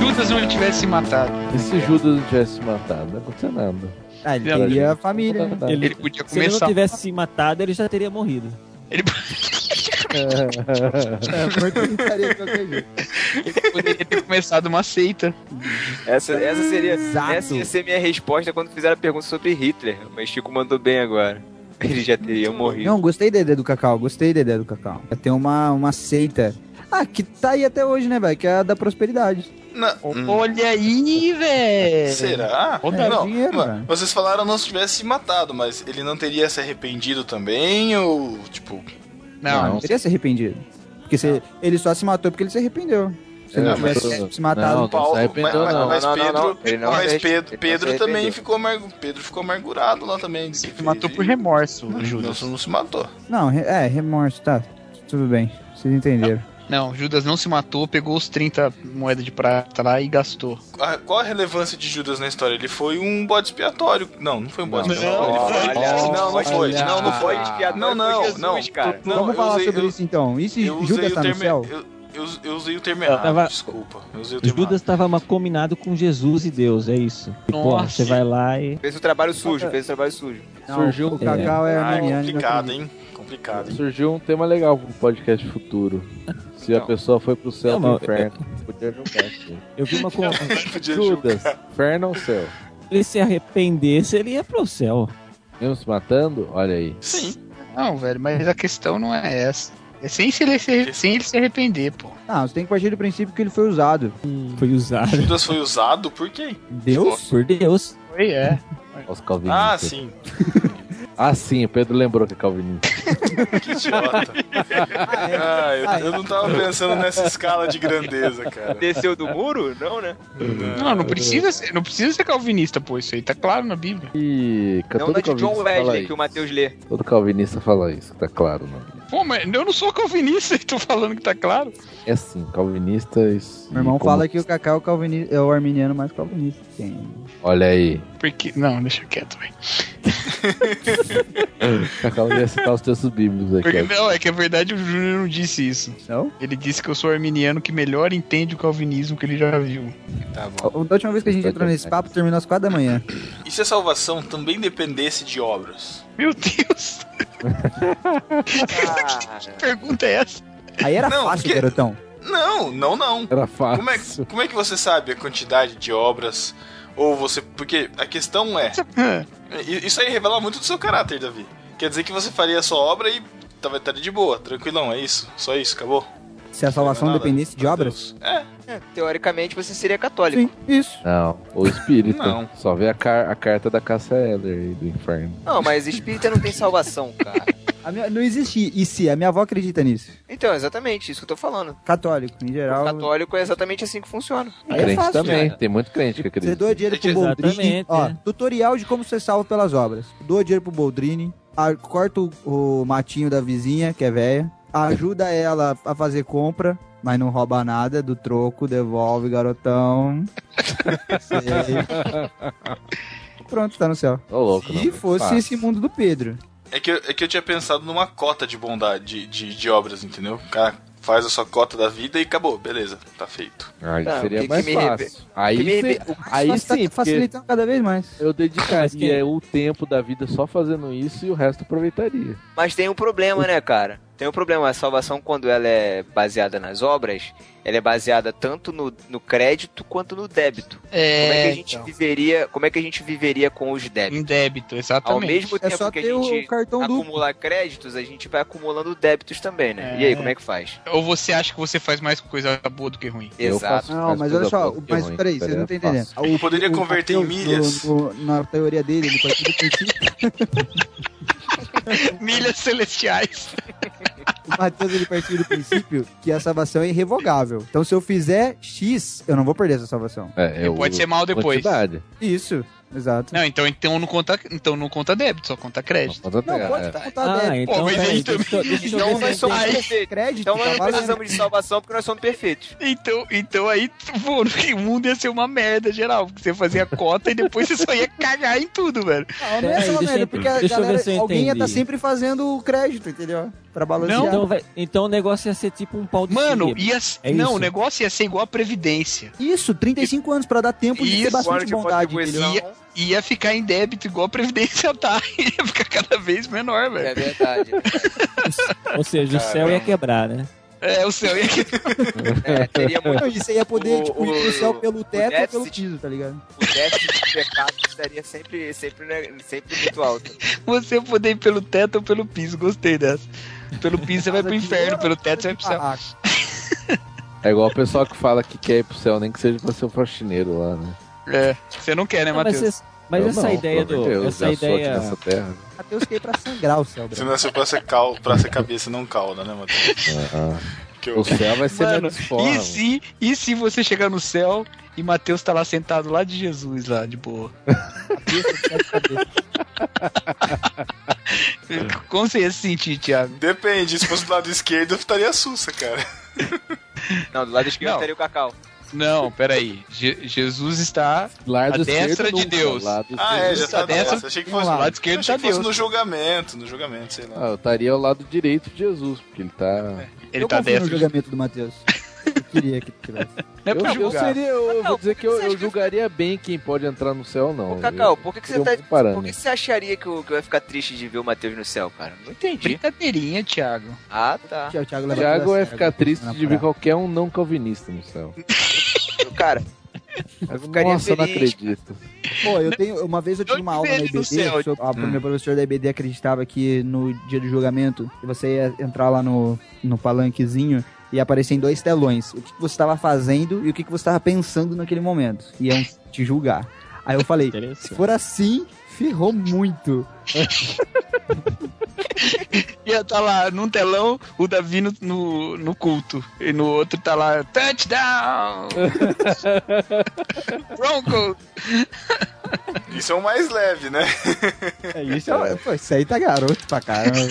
Speaker 5: Judas não tivesse se matado.
Speaker 3: E se Judas não tivesse se matado? Não ia acontecer nada.
Speaker 6: Ah, ele
Speaker 5: Não,
Speaker 6: teria a família. né?
Speaker 3: Nada.
Speaker 5: Ele podia
Speaker 4: Se ele
Speaker 5: começar.
Speaker 4: não tivesse se matado, ele já teria morrido.
Speaker 5: Ele-
Speaker 6: É, muito gritaria de qualquer jeito.
Speaker 5: Ele poderia ter começado uma seita.
Speaker 10: Essa, essa seria.
Speaker 5: Exato.
Speaker 10: Essa ia ser minha resposta quando fizeram a pergunta sobre Hitler. Mas Chico mandou bem agora. Ele já teria morrido.
Speaker 6: Não, gostei da ideia do Cacau, gostei da ideia do Cacau. Tem uma, uma seita. Ah, que tá aí até hoje, né, velho? Que é a da prosperidade.
Speaker 5: Hum. Olha aí, velho!
Speaker 1: Será?
Speaker 6: É,
Speaker 1: não,
Speaker 6: dinheiro,
Speaker 1: mas
Speaker 6: velho.
Speaker 1: vocês falaram não se tivesse se matado, mas ele não teria se arrependido também, ou tipo.
Speaker 6: Não, não, teria se arrependido. Porque se- ele só se matou porque ele se arrependeu. Se ele
Speaker 1: Não,
Speaker 6: não
Speaker 1: mas-
Speaker 6: tivesse se matado...
Speaker 1: Não, Paulo, mas, mas- mas Pedro, mas
Speaker 10: se
Speaker 1: Pedro-
Speaker 10: arrepende- ele não
Speaker 1: Pedro
Speaker 10: se
Speaker 1: também
Speaker 10: arrependeu.
Speaker 1: ficou amargu- Pedro ficou amargurado lá também. Se
Speaker 5: matou por remorso,
Speaker 1: não,
Speaker 5: Judas.
Speaker 1: Não, não se matou.
Speaker 6: Não, re- é, remorso, tá. Tudo bem, vocês entenderam.
Speaker 5: Não, Judas não se matou, pegou os 30 moedas de prata lá e gastou.
Speaker 1: A- ah, qual a relevância de Judas na história? Ele foi um bode expiatório. Não, não foi um bode expiatório. Ele foi-
Speaker 10: Olha,
Speaker 1: não, não foi.
Speaker 10: olha.
Speaker 1: Não, não foi.
Speaker 10: Bode expiatório
Speaker 1: Não, não,
Speaker 10: foi Jesus,
Speaker 1: não.
Speaker 10: cara.
Speaker 1: Não,
Speaker 6: Vamos
Speaker 1: eu
Speaker 6: falar
Speaker 1: usei-
Speaker 6: sobre
Speaker 1: eu-
Speaker 6: isso então. E se
Speaker 1: eu usei
Speaker 6: Judas
Speaker 1: o
Speaker 6: tá no
Speaker 1: termo-
Speaker 6: céu?
Speaker 1: Eu, eu- eu usei o termo
Speaker 4: Eu
Speaker 1: errado,
Speaker 4: tava- Tá,
Speaker 1: desculpa. Eu usei o termo
Speaker 4: Judas estava combinado com Jesus e Deus, é isso. E, pô,
Speaker 1: Nossa.
Speaker 4: você vai lá e.
Speaker 10: Fez o trabalho sujo, fez o trabalho sujo.
Speaker 3: Não, Surgiu o um- Cacau é
Speaker 1: ah,
Speaker 3: arminiano,
Speaker 1: complicado, hein? Complicado, hein?
Speaker 3: Surgiu um tema legal pro podcast futuro. Se a pessoa foi pro céu ou
Speaker 4: Não,
Speaker 3: pro
Speaker 4: mas-
Speaker 3: inferno. Podia jogar assim.
Speaker 4: Eu vi uma con-
Speaker 3: Judas, inferno ou céu?
Speaker 4: ele se arrependesse, ele ia pro céu.
Speaker 3: Mesmo se matando? Olha aí.
Speaker 1: Sim.
Speaker 5: Não, velho, mas a questão não é essa. É sem, se ele se, sem ele se arrepender, pô.
Speaker 6: Não, Ah, você tem que partir do princípio que ele foi usado.
Speaker 4: Foi usado.
Speaker 1: Judas foi usado por Tipo, quem?
Speaker 6: Deus?
Speaker 4: Por Deus.
Speaker 5: Foi, é.
Speaker 3: Os calvinistas.
Speaker 1: Ah, sim.
Speaker 3: Ah, sim, o Pedro lembrou que é calvinista.
Speaker 1: Que idiota. Ah, eu, eu não tava pensando nessa escala de grandeza, cara.
Speaker 10: Desceu do muro? Não, né?
Speaker 5: Não, não precisa, ser, não precisa ser calvinista, pô. Isso aí tá claro na Bíblia.
Speaker 3: E
Speaker 10: Não
Speaker 3: todo
Speaker 10: na de John
Speaker 3: calvinista fala
Speaker 10: É um Wesley
Speaker 3: isso.
Speaker 10: que o Matheus lê.
Speaker 3: Todo calvinista fala isso, tá claro, não.
Speaker 5: Pô, mas eu não sou calvinista e tô falando que tá claro.
Speaker 3: É assim, calvinistas.
Speaker 6: Meu irmão
Speaker 3: e como-
Speaker 6: fala que o Cacau é o, calvini- é o arminiano mais calvinista que tem.
Speaker 3: Olha aí.
Speaker 5: Porque. Não, deixa quieto, velho.
Speaker 3: Cacau um ia citar os textos bíblicos aqui.
Speaker 5: Porque,
Speaker 3: ó.
Speaker 5: não, é que a verdade o Júnior não disse isso.
Speaker 6: Não?
Speaker 5: Ele disse que eu sou arminiano que melhor entende o calvinismo que ele já viu.
Speaker 1: Tá bom.
Speaker 6: Da última vez que a gente entrou nesse papo, terminou às quatro da manhã.
Speaker 1: E se a salvação também dependesse de obras?
Speaker 5: Meu Deus!
Speaker 10: que
Speaker 5: pergunta é essa?
Speaker 6: Aí era
Speaker 1: Não,
Speaker 6: fácil,
Speaker 1: porque-
Speaker 6: garotão.
Speaker 1: Não, não, não.
Speaker 3: Era fácil.
Speaker 1: Como é, que- como é que você sabe a quantidade de obras? Ou você. Porque a questão é. i- Isso aí revela muito do seu caráter, Davi. Quer dizer que você faria a sua obra e tava estaria de boa, tranquilão, é isso? Só isso, acabou?
Speaker 6: Se a salvação
Speaker 1: Nada.
Speaker 6: dependesse de obras?
Speaker 10: É, Teoricamente você seria católico.
Speaker 6: Isso.
Speaker 3: Não, o espírito.
Speaker 10: Não.
Speaker 3: Só vê a, car- a carta da Cassa Heller aí do inferno.
Speaker 10: Não, mas espírita não tem salvação, cara.
Speaker 6: A minha- não existe e se, a minha avó acredita nisso.
Speaker 10: Então, é exatamente isso que eu tô falando.
Speaker 6: Católico, em geral.
Speaker 10: Católico é exatamente assim que funciona.
Speaker 6: um Aí é
Speaker 3: crente
Speaker 6: fácil,
Speaker 3: também.
Speaker 6: cara.
Speaker 3: Tem muito crente que acredita.
Speaker 6: Você doa dinheiro pro Boldrini.
Speaker 3: Exatamente,
Speaker 6: Ó,
Speaker 3: é.
Speaker 6: tutorial de como ser salvo pelas obras. Doa dinheiro pro Boldrini, a- corta o, o matinho da vizinha, que é velha, ajuda ela a fazer compra, mas não rouba nada do troco, devolve, garotão. Sei. Pronto, tá no céu.
Speaker 3: Ô, louco,
Speaker 6: Se fosse
Speaker 1: fácil.
Speaker 6: esse mundo do Pedro.
Speaker 1: É que, eu- é que eu tinha pensado numa cota de bondade, de, de, de obras, entendeu? O cara faz a sua cota da vida e acabou, beleza, tá feito.
Speaker 3: Aí
Speaker 1: Não,
Speaker 3: Ah, seria
Speaker 1: que-
Speaker 3: mais
Speaker 1: que me
Speaker 3: fácil.
Speaker 1: rebe-
Speaker 3: Aí,
Speaker 1: que me
Speaker 3: sim-
Speaker 1: rebe-
Speaker 3: aí
Speaker 6: Nossa, tá
Speaker 1: é
Speaker 3: sim, porque
Speaker 6: facilitando cada vez mais.
Speaker 3: eu
Speaker 4: é
Speaker 3: dedicaria o tempo da vida só fazendo isso e o resto aproveitaria.
Speaker 10: Mas tem um problema, né, cara? Tem um problema. A salvação, quando ela é baseada nas obras, ela é baseada tanto no, no crédito quanto no débito.
Speaker 5: É,
Speaker 10: como é que a gente
Speaker 5: então.
Speaker 10: viveria? Como é que a gente viveria com os débitos?
Speaker 5: Em débito, exatamente.
Speaker 10: Ao
Speaker 6: É
Speaker 10: mesmo tempo que a gente acumular créditos, a gente vai acumulando débitos também, né? E aí,
Speaker 5: É.
Speaker 10: como é que faz?
Speaker 5: Ou você acha que você faz mais coisa boa do que ruim?
Speaker 10: Eu Exato. faço
Speaker 6: Não, mas olha só, o- mas peraí, vocês não estão entendendo. O-
Speaker 1: Poderia
Speaker 6: o
Speaker 1: converter em
Speaker 6: Mateus, no-
Speaker 1: milhas.
Speaker 6: no- na teoria dele, ele partiu do princípio.
Speaker 5: Milhas celestiais.
Speaker 6: O Matheus ele partiu do princípio que a salvação é irrevogável. Então, se eu fizer X, eu não vou perder essa salvação.
Speaker 3: É,
Speaker 5: E pode ser mal depois.
Speaker 3: quantidade.
Speaker 6: Isso, exato.
Speaker 5: Não, então, então, não conta, então não conta débito, só conta crédito.
Speaker 3: Não,
Speaker 6: pode contar
Speaker 5: Ah,
Speaker 6: débito.
Speaker 5: então, Pô, mas peraí, aí também- deixa eu- deixa eu
Speaker 10: Então
Speaker 5: ver se
Speaker 10: nós somos
Speaker 5: entendi.
Speaker 10: perfeitos.
Speaker 6: Crédito,
Speaker 10: então nós
Speaker 5: tá
Speaker 10: não
Speaker 5: valendo.
Speaker 10: precisamos de salvação porque nós somos perfeitos.
Speaker 5: Então, então aí, pô, o mundo ia ser uma merda geral, porque você fazia cota e depois você só ia cagar em tudo, velho.
Speaker 6: Não, não é só uma merda, porque a
Speaker 4: deixa eu ver
Speaker 6: galera,
Speaker 4: se eu
Speaker 6: alguém ia tá
Speaker 4: entendi.
Speaker 6: estar sempre fazendo o crédito, entendeu? Pra balancear.
Speaker 5: Não.
Speaker 4: Então, vai- então o negócio ia ser tipo um pau de
Speaker 5: Mano,
Speaker 4: cinema.
Speaker 5: ia, s-
Speaker 4: É
Speaker 5: não,
Speaker 4: isso?
Speaker 5: o negócio ia ser igual a Previdência.
Speaker 6: Isso, 35 anos pra dar tempo de ter
Speaker 5: Isso,
Speaker 6: bastante bondade. entendeu?
Speaker 5: ia, ia ficar em débito igual a Previdência tá. Ia ficar cada vez menor, velho.
Speaker 10: É verdade.
Speaker 4: Ou seja, o céu ia quebrar, né?
Speaker 5: É, o céu ia
Speaker 10: É, teria muito...
Speaker 6: Não, e você ia poder,
Speaker 10: O-
Speaker 6: tipo,
Speaker 10: o-
Speaker 6: ir pro céu pelo teto ou pelo
Speaker 10: déficit-
Speaker 6: piso, tá ligado?
Speaker 10: O déficit de pecado estaria sempre, sempre, né, sempre muito alto.
Speaker 5: Você poder ir pelo teto ou pelo piso, gostei dessa. Pelo piso você vai pro inferno, pelo teto você vai pro céu.
Speaker 6: Barraco.
Speaker 3: É igual o pessoal que fala que quer ir pro céu, nem que seja pra ser um faxineiro lá, né?
Speaker 5: É, você não quer, né,
Speaker 4: Não, mas
Speaker 5: Matheus?
Speaker 4: essa- mas
Speaker 3: Eu
Speaker 4: essa
Speaker 3: não,
Speaker 4: ideia
Speaker 3: pelo amor
Speaker 4: do.
Speaker 3: de Deus,
Speaker 4: essa
Speaker 3: já sou aqui
Speaker 4: ideia.
Speaker 3: nessa terra.
Speaker 6: Mateus quer ir pra sangrar o céu,
Speaker 1: Você
Speaker 6: Brasil.
Speaker 1: nasceu é pra ser, cal, pra ser cabeça, não cauda, né, Matheus?
Speaker 3: Ah,
Speaker 1: Que
Speaker 3: ah. O
Speaker 1: eu...
Speaker 3: céu vai ser
Speaker 5: Mano,
Speaker 3: menos forma.
Speaker 5: E se, e se você chegar no céu e Mateus tá lá sentado lá de Jesus, lá de boa? Como você ia se sentir, Thiago?
Speaker 1: Depende, se fosse do lado esquerdo, eu estaria sussa, cara.
Speaker 10: Não, do lado esquerdo
Speaker 5: Não.
Speaker 10: estaria o Cacau.
Speaker 5: Não, peraí. Je- Jesus está.
Speaker 3: Lado
Speaker 5: A
Speaker 3: esquerdo
Speaker 5: destra de
Speaker 3: nunca,
Speaker 5: Deus.
Speaker 3: lado
Speaker 1: Ah, é,
Speaker 3: esquerdo.
Speaker 1: já tá
Speaker 5: Tá dentro?
Speaker 1: dessa. Achei que fosse,
Speaker 5: Do lado
Speaker 1: achei
Speaker 5: esquerdo
Speaker 1: que
Speaker 5: tá
Speaker 1: fosse
Speaker 5: Deus.
Speaker 1: no julgamento, no julgamento, sei
Speaker 3: Ah,
Speaker 1: lá.
Speaker 3: eu estaria ao lado direito de Jesus, porque ele tá.
Speaker 5: Ele
Speaker 6: eu
Speaker 5: tá
Speaker 6: confio no
Speaker 5: dentro.
Speaker 6: julgamento do Matheus. Eu queria que tivesse.
Speaker 5: Não é
Speaker 3: eu,
Speaker 5: pra
Speaker 3: eu
Speaker 5: julgar.
Speaker 3: seria, eu
Speaker 10: Cacau,
Speaker 3: vou dizer que eu,
Speaker 10: por que você
Speaker 3: eu
Speaker 10: acha que-
Speaker 3: julgaria bem quem pode entrar no céu, não.
Speaker 10: Ô, Cacau,
Speaker 3: Eu-
Speaker 10: por que, que
Speaker 3: eu
Speaker 10: você tá.
Speaker 3: vou parar,
Speaker 10: Por que
Speaker 3: né?
Speaker 10: você acharia que eu, que eu ia ficar triste de ver o Matheus no céu, cara? Não entendi. tá
Speaker 5: Brincadeirinha, Thiago.
Speaker 10: Ah, tá.
Speaker 6: O Thiago,
Speaker 3: O
Speaker 6: leva tudo
Speaker 3: Thiago
Speaker 6: a
Speaker 3: vai
Speaker 6: sério,
Speaker 3: ficar triste
Speaker 6: na
Speaker 3: de ver
Speaker 6: praia.
Speaker 3: qualquer um não calvinista no céu.
Speaker 10: Cara, ficaria
Speaker 3: Nossa, não
Speaker 10: feliz,
Speaker 3: acredito.
Speaker 6: Pô, eu tenho. Uma vez eu um tive uma aula na
Speaker 5: Ele no
Speaker 6: IBD,
Speaker 5: céu.
Speaker 6: sobre- ah, meu professor da IBD acreditava que no dia do julgamento você ia entrar lá no, no palanquezinho e ia aparecer em dois telões. O que, que você estava fazendo e o que, que você estava pensando naquele momento. Iam te julgar. Aí eu falei, se
Speaker 4: Interessante.
Speaker 6: for assim, ferrou muito.
Speaker 5: Ia tá lá num telão, o Davi no, no, no culto. E no outro tá lá, touchdown! Bronco!
Speaker 1: Isso é o mais leve, né?
Speaker 6: É isso, pô, isso aí tá garoto pra caramba.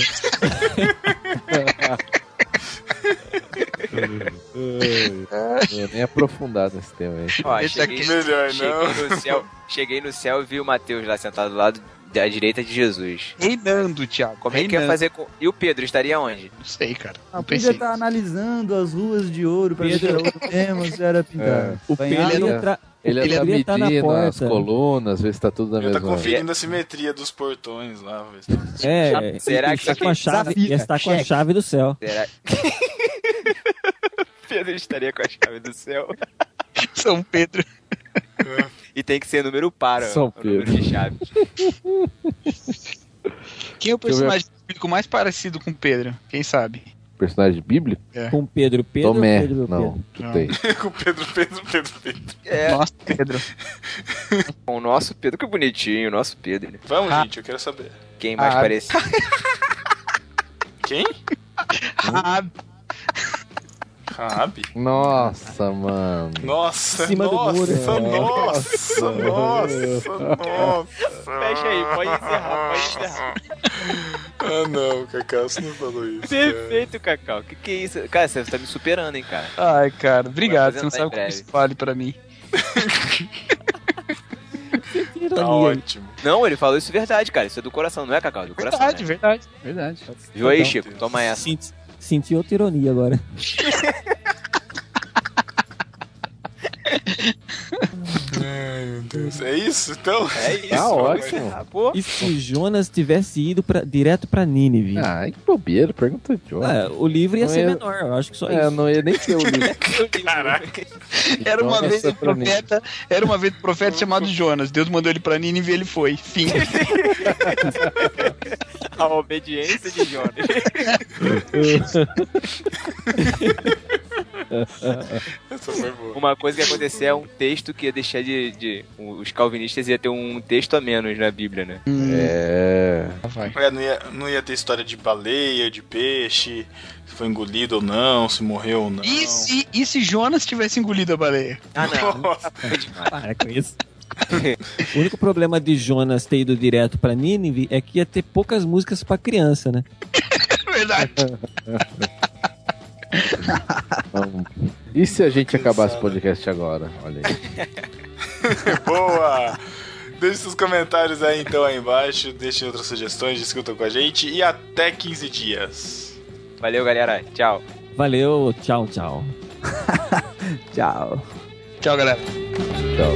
Speaker 3: Eu nem aprofundado nesse tema aí.
Speaker 10: Ó,
Speaker 5: Esse
Speaker 10: cheguei,
Speaker 5: aqui é
Speaker 1: melhor
Speaker 10: cheguei
Speaker 1: não.
Speaker 10: No céu, cheguei no céu e vi o Matheus lá sentado do lado da direita de Jesus.
Speaker 5: Reinando, Thiago.
Speaker 10: Como é que ia
Speaker 5: reinando.
Speaker 10: fazer com. E o Pedro estaria onde?
Speaker 5: Não sei, cara.
Speaker 6: A
Speaker 5: Não
Speaker 6: Pedro
Speaker 5: pensei.
Speaker 6: tá analisando as ruas de ouro pra ver se era ouro mesmo, se era pintado.
Speaker 8: É.
Speaker 4: O
Speaker 6: Tá. Banhar-
Speaker 4: Pelé
Speaker 3: ia-
Speaker 4: não tra...
Speaker 3: É. Ele,
Speaker 4: Ele
Speaker 3: tá
Speaker 4: ia tá na
Speaker 3: medindo as
Speaker 4: porta.
Speaker 3: colunas, ver se tá tudo na
Speaker 1: Ele tá
Speaker 3: mesma.
Speaker 1: conferindo a simetria dos portões lá. vê se tá-
Speaker 4: É,
Speaker 10: Será
Speaker 4: ia
Speaker 10: que
Speaker 4: estar
Speaker 10: isso
Speaker 4: com a
Speaker 10: aqui-
Speaker 4: chave, ia estar com a
Speaker 6: Cheque.
Speaker 4: chave do céu.
Speaker 5: É.
Speaker 10: Será Pedro estaria com a chave do céu.
Speaker 5: São Pedro. É.
Speaker 10: E tem que ser número par, ó,
Speaker 3: São
Speaker 10: o número
Speaker 3: Pedro.
Speaker 10: de chave.
Speaker 5: Quem é o
Speaker 3: eu ver.
Speaker 5: personagem bíblico mais parecido com Pedro? Quem sabe? É.
Speaker 3: Personagem bíblico?
Speaker 4: Com Pedro, Pedro,
Speaker 3: Tomé.
Speaker 4: Pedro,
Speaker 3: não,
Speaker 4: Pedro.
Speaker 3: tu tem.
Speaker 1: Com Pedro, Pedro, Pedro, Pedro.
Speaker 10: É,
Speaker 5: Nossa, Pedro.
Speaker 10: o nosso Pedro, que bonitinho, o nosso Pedro.
Speaker 1: Vamos, gente, eu quero saber.
Speaker 10: Ah. Quem mais
Speaker 5: Ah.
Speaker 10: parece?
Speaker 1: Quem?
Speaker 5: Ah,
Speaker 1: Rabi?
Speaker 3: Nossa, mano.
Speaker 1: Nossa,
Speaker 4: cima do
Speaker 1: nossa,
Speaker 4: muro.
Speaker 3: né?
Speaker 4: né?
Speaker 1: nossa, nossa, nossa.
Speaker 10: Fecha aí, pode encerrar, pode encerrar.
Speaker 1: Ah, não, Cacau, você não falou isso. cara.
Speaker 10: Perfeito, Cacau. Que que é isso? Cara, você tá me superando, hein, cara.
Speaker 5: Ai, cara, obrigado.
Speaker 10: Vai
Speaker 5: Você não
Speaker 10: apresentar
Speaker 5: sabe
Speaker 10: em
Speaker 5: como
Speaker 10: breve.
Speaker 5: isso vale pra mim.
Speaker 1: Tá ótimo.
Speaker 10: Não, ele falou isso verdade, cara. Isso é do coração, não é, Cacau? É do coração.
Speaker 5: Verdade,
Speaker 10: né?
Speaker 5: verdade.
Speaker 3: Verdade.
Speaker 10: Viu aí,
Speaker 4: Então,
Speaker 10: Chico? Toma essa.
Speaker 4: Senti, senti outra ironia agora.
Speaker 1: Ai, meu Deus. É isso, então?
Speaker 10: É isso.
Speaker 3: Tá
Speaker 10: vamos
Speaker 3: ótimo.
Speaker 1: Ah,
Speaker 10: encerrar, pô.
Speaker 4: Hum. E se Jonas tivesse ido pra, direto pra Nínive? Ah,
Speaker 3: Ah, que bobeira, pergunta de onde.
Speaker 4: o livro ia
Speaker 3: Não
Speaker 4: ser
Speaker 3: ia-
Speaker 4: menor, eu acho que só
Speaker 3: É,
Speaker 4: isso.
Speaker 3: não ia nem ter o livro.
Speaker 1: Caraca.
Speaker 5: Era uma
Speaker 3: Jonas
Speaker 5: vez um
Speaker 3: pra mim.
Speaker 5: profeta, era uma vez um profeta chamado Jonas. Deus mandou ele pra Nínive e ele foi. Fim.
Speaker 10: A obediência de Jonas.
Speaker 1: Essa foi boa.
Speaker 10: Uma coisa que ia acontecer é um texto que ia deixar de. de- os calvinistas ia ter um texto a menos na Bíblia, né?
Speaker 3: É.
Speaker 1: É, não, ia, não ia ter história de baleia, de peixe, se foi engolido ou não, se morreu ou não.
Speaker 5: E se, e se Jonas tivesse engolido a baleia?
Speaker 10: Ah, não.
Speaker 1: Nossa,
Speaker 4: Para com isso. o único problema de Jonas ter ido direto pra Nínive é que ia ter poucas músicas pra criança, né?
Speaker 5: Verdade.
Speaker 3: Vamos. E se a gente acabasse o podcast agora? Olha aí.
Speaker 1: boa! Deixe seus comentários aí então aí embaixo, deixe outras sugestões, discutam com a gente e até 15 dias.
Speaker 10: Valeu, galera. Tchau.
Speaker 4: Valeu, tchau, tchau.
Speaker 6: tchau.
Speaker 5: Tchau, galera.
Speaker 3: Tchau.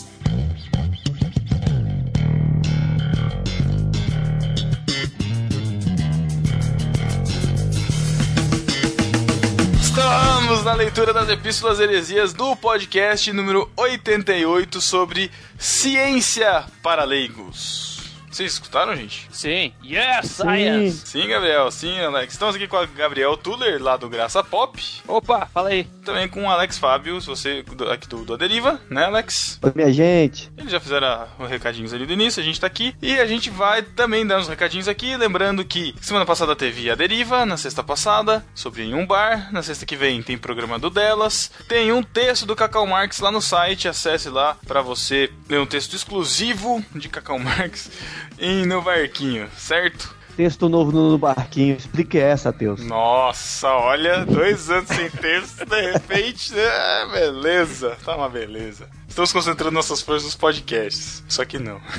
Speaker 1: Estamos na leitura das Epístolas Heresias do podcast número 88 sobre ciência para leigos. Vocês escutaram, gente?
Speaker 9: Sim. Yes, science.
Speaker 1: Sim, Gabriel. Sim, Alex. Estamos aqui com a Gabriel Tuller, lá do Graça Pop.
Speaker 9: Opa, fala aí.
Speaker 1: Também com o Alex Fábio, se você do- aqui do, do A Deriva, né, Alex?
Speaker 8: Oi, minha gente.
Speaker 1: Eles já fizeram a- os recadinhos ali do início, a gente tá aqui. E a gente vai também dar uns recadinhos aqui. Lembrando que semana passada teve a deriva, na sexta passada, sobre em um bar. Na sexta que vem tem programa do Delas. Tem um texto do Cacau Marx lá no site. Acesse lá pra você ler um texto exclusivo de Cacau Marx em No Barquinho, certo?
Speaker 8: Texto novo no barquinho. Explique essa, Teus.
Speaker 1: Nossa, olha, dois anos sem texto, de repente, ah, beleza, tá uma beleza. Estamos concentrando nossas forças nos podcasts, só que não.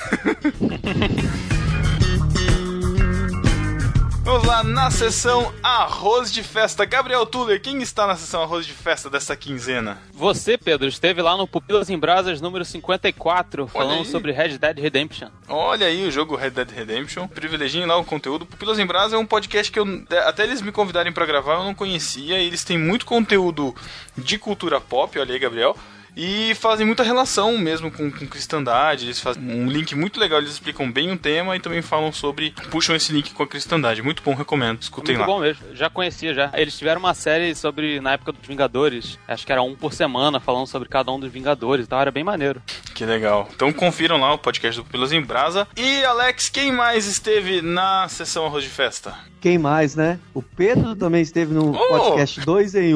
Speaker 1: Vamos lá na sessão Arroz de Festa. Gabriel Tuller, quem está na sessão Arroz de Festa dessa quinzena?
Speaker 9: Você, Pedro, esteve lá no Pupilas em Brasas número 54, falando
Speaker 1: aí.
Speaker 9: sobre Red Dead Redemption.
Speaker 1: Olha aí o jogo Red Dead Redemption. Privilegiem lá o conteúdo. Pupilas em Brasa é um podcast que eu, até eles me convidarem pra gravar eu não conhecia. E eles têm muito conteúdo de cultura pop, olha aí, Gabriel. E fazem muita relação mesmo com, com cristandade. Eles fazem um link muito legal. Eles explicam bem o tema e também falam sobre. Puxam esse link com a cristandade. Muito bom, recomendo. Escutem
Speaker 9: Muito
Speaker 1: lá.
Speaker 9: bom mesmo, já conhecia já. Eles tiveram uma série sobre, na época dos Vingadores, acho que era um por semana, falando sobre cada um dos Vingadores, então era bem maneiro.
Speaker 1: Que legal. Então confiram lá o podcast do Pupilas em Brasa. E Alex, quem mais esteve na sessão Arroz de Festa?
Speaker 8: Quem mais, né? O Pedro também esteve no podcast 2 em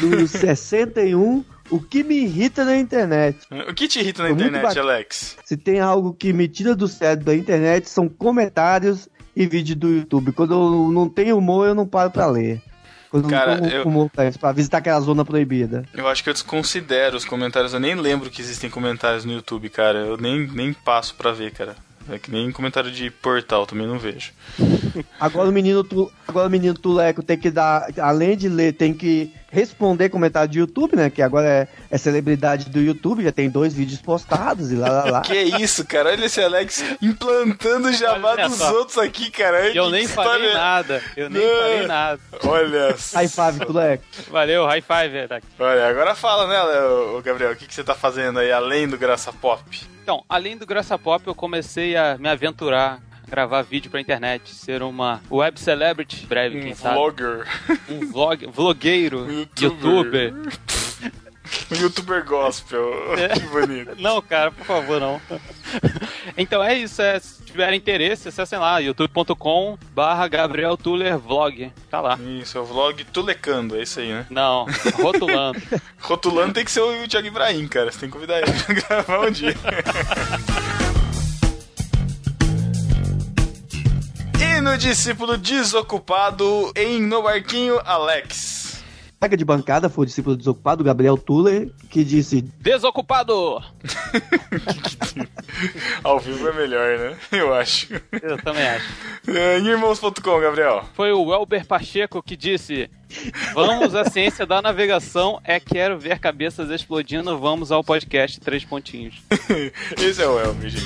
Speaker 8: 1, número 61. O que me irrita na internet.
Speaker 1: O que te irrita na
Speaker 8: Foi muito
Speaker 1: internet,
Speaker 8: bacana.
Speaker 1: Alex?
Speaker 8: Se tem algo que me tira do sério da internet, são comentários e vídeo do YouTube. Quando eu não tenho humor, eu não paro pra ler. Quando
Speaker 1: Cara,
Speaker 8: eu não
Speaker 1: eu-
Speaker 8: tenho humor pra isso, pra visitar aquela zona proibida.
Speaker 1: Eu acho que eu desconsidero os comentários. Eu nem lembro que existem comentários no YouTube, cara. Eu nem, nem passo pra ver, cara. É que nem comentário de portal, também não vejo.
Speaker 8: Agora o menino, tu, agora o menino Tuleco tem que dar, além de ler, tem que responder comentário do YouTube, né? Que agora é, é celebridade do YouTube, já tem dois vídeos postados e lá Tá lá lá.
Speaker 1: Que isso, cara? Olha esse Alex implantando o jabá
Speaker 8: Olha
Speaker 1: dos
Speaker 8: só.
Speaker 1: outros aqui, cara.
Speaker 9: Eu
Speaker 1: Que
Speaker 9: nem
Speaker 1: história
Speaker 9: falei
Speaker 1: é-
Speaker 9: nada, eu nem
Speaker 1: Não.
Speaker 9: falei nada.
Speaker 1: Olha só.
Speaker 8: High five, Tuleco.
Speaker 9: Valeu, high five, tá Alex.
Speaker 1: Olha, agora fala, né, Léo- ô, Gabriel? O que, que você tá fazendo aí, além do Graça Pop?
Speaker 9: Então, além do Graça Pop, eu comecei a me aventurar, a gravar vídeo pra internet, ser uma web celebrity em breve, quem
Speaker 1: Tá.
Speaker 9: sabe.
Speaker 1: vlogger.
Speaker 9: Um vlog, vlogueiro, youtuber. É.
Speaker 1: Youtuber gospel. Que bonito.
Speaker 9: Não, cara, por favor, não. Então é isso, é, se tiver interesse, acessem lá, youtube.com barra Gabriel Tuller Vlog. Tá lá.
Speaker 1: Isso, é o vlog Tulecando, é isso aí, né?
Speaker 9: Não, rotulando.
Speaker 1: rotulando tem que ser o Thiago Ibrahim, cara. Você tem que convidar ele pra gravar um dia. E no discípulo desocupado em No Barquinho, Alex.
Speaker 8: Saca de bancada foi o discípulo desocupado, Gabriel Tuller, que disse:
Speaker 9: Desocupado!
Speaker 1: Ao vivo é melhor, né? Eu acho. É,
Speaker 9: Eu também acho.
Speaker 1: Em irmãos.com, Gabriel.
Speaker 9: Foi o Welber Pacheco que disse: Vamos à ciência da navegação, é quero ver cabeças explodindo, vamos ao podcast Três Pontinhos.
Speaker 1: Esse é o Elmi, gente.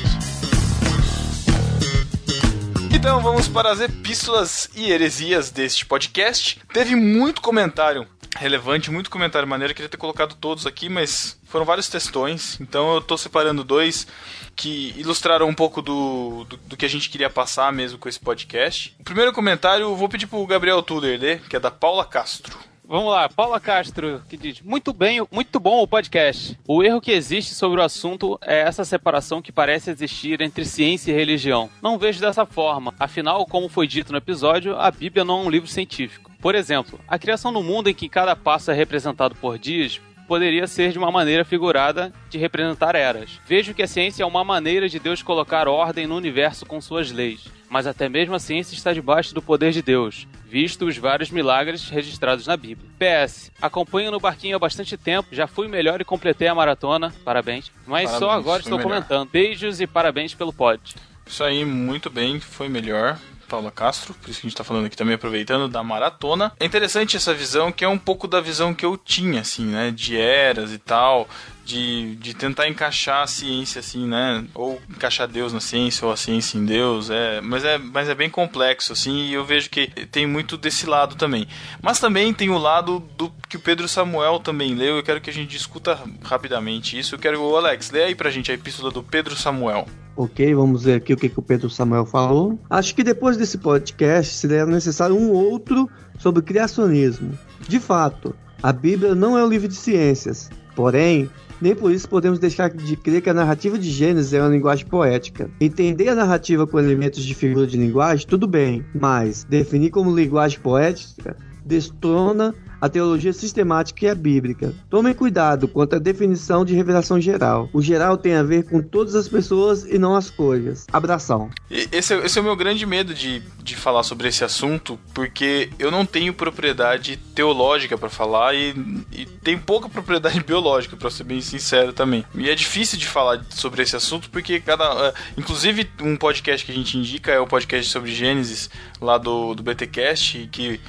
Speaker 1: Então vamos para as epístolas e heresias deste podcast. Teve muito comentário relevante, muito comentário maneiro. Eu queria ter colocado todos aqui, mas foram vários textões. Então eu tô separando dois que ilustraram um pouco do, do, do que a gente queria passar mesmo com esse podcast. O primeiro comentário eu vou pedir pro Gabriel Tuller ler, que é da Paula Castro.
Speaker 9: Vamos lá, Paula Castro, que diz: Muito bem, muito bom o podcast. O erro que existe sobre o assunto é essa separação que parece existir entre ciência e religião. Não vejo dessa forma. Afinal, como foi dito no episódio, a Bíblia não é um livro científico. Por exemplo, a criação do mundo em que cada passo é representado por dias poderia ser de uma maneira figurada de representar eras. Vejo que a ciência é uma maneira de Deus colocar ordem no universo com suas leis, mas até mesmo a ciência está debaixo do poder de Deus, visto os vários milagres registrados na Bíblia. PS, acompanho no barquinho há bastante tempo, já fui melhor e completei a maratona, parabéns, mas
Speaker 1: Parabéns,
Speaker 9: só agora
Speaker 1: fui
Speaker 9: estou
Speaker 1: melhor.
Speaker 9: comentando. Beijos e parabéns pelo pod.
Speaker 1: Isso aí, muito bem, foi melhor. Paula Castro, por isso que a gente tá falando aqui também, aproveitando da maratona. É interessante essa visão, que é um pouco da visão que eu tinha, assim, né? De eras e tal, de, de tentar encaixar a ciência, assim, né? Ou encaixar Deus na ciência, ou a ciência em Deus, é. Mas é, mas é bem complexo, assim, e eu vejo que tem muito desse lado também. Mas também tem o lado do que o Pedro Samuel também leu, eu quero que a gente discuta rapidamente isso. Eu quero, ô Alex, lê aí pra gente a epístola do Pedro Samuel.
Speaker 8: Ok, vamos ver aqui o que, que o Pedro Samuel falou. Acho que depois desse podcast seria necessário um outro sobre criacionismo. De fato, a Bíblia não é um livro de ciências, porém, nem por isso podemos deixar de crer que a narrativa de Gênesis é uma linguagem poética. Entender a narrativa com elementos de figura de linguagem, tudo bem, mas definir como linguagem poética destrona a teologia sistemática e a bíblica. Tomem cuidado quanto à definição de revelação geral. O geral tem a ver com todas as pessoas e não as coisas. Abração.
Speaker 1: E- Esse, é- esse é o meu grande medo de, de falar sobre esse assunto, porque eu não tenho propriedade teológica pra falar e, e tem pouca propriedade biológica, pra ser bem sincero também. E é difícil de falar sobre esse assunto porque cada. eh, Inclusive, um podcast que a gente indica é o podcast sobre Gênesis, lá do, do BTCast, que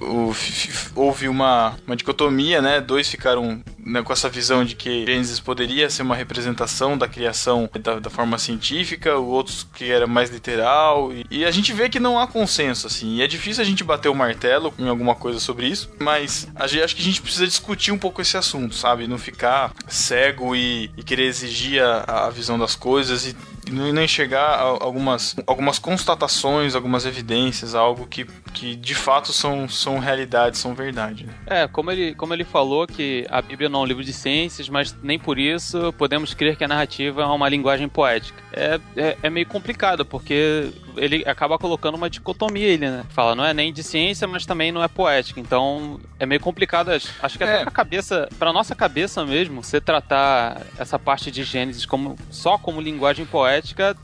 Speaker 1: o- f- f- houve uma, uma dicotomia, né? Dois ficaram né, com essa visão de que Gênesis poderia ser uma representação da criação da, da forma científica, o outros que era mais literal. E, e a gente vê que não há consenso, assim. E é difícil a gente bater o martelo em alguma coisa sobre isso, mas a gente, acho que a gente precisa discutir um pouco esse assunto, sabe? Não ficar cego e, e querer exigir a, a visão das coisas e e não não enxergar al- algumas, algumas constatações, algumas evidências, algo que, que de fato são, são realidade, são verdade. né?
Speaker 9: É, como ele, como ele falou que a Bíblia não é um livro de ciências, mas nem por isso podemos crer que a narrativa é uma linguagem poética. É, é, é meio complicado, porque ele acaba colocando uma dicotomia, ele, né? Fala, não é nem de ciência, mas também não é poética. Então, é meio complicado. Acho acho
Speaker 1: É.
Speaker 9: que até pra cabeça, pra nossa cabeça mesmo, você tratar essa parte de Gênesis como, só como linguagem poética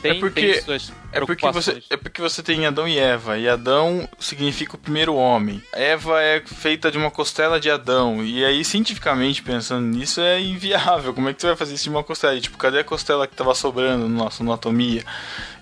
Speaker 9: tem,
Speaker 1: é porque,
Speaker 9: tem suas
Speaker 1: é porque
Speaker 9: preocupações.
Speaker 1: você é porque você tem Adão e Eva e Adão significa o primeiro homem. Eva é feita de uma costela de Adão e aí cientificamente pensando nisso é inviável. Como é que você vai fazer isso de uma costela? E, tipo, cadê a costela que tava sobrando na nossa anatomia?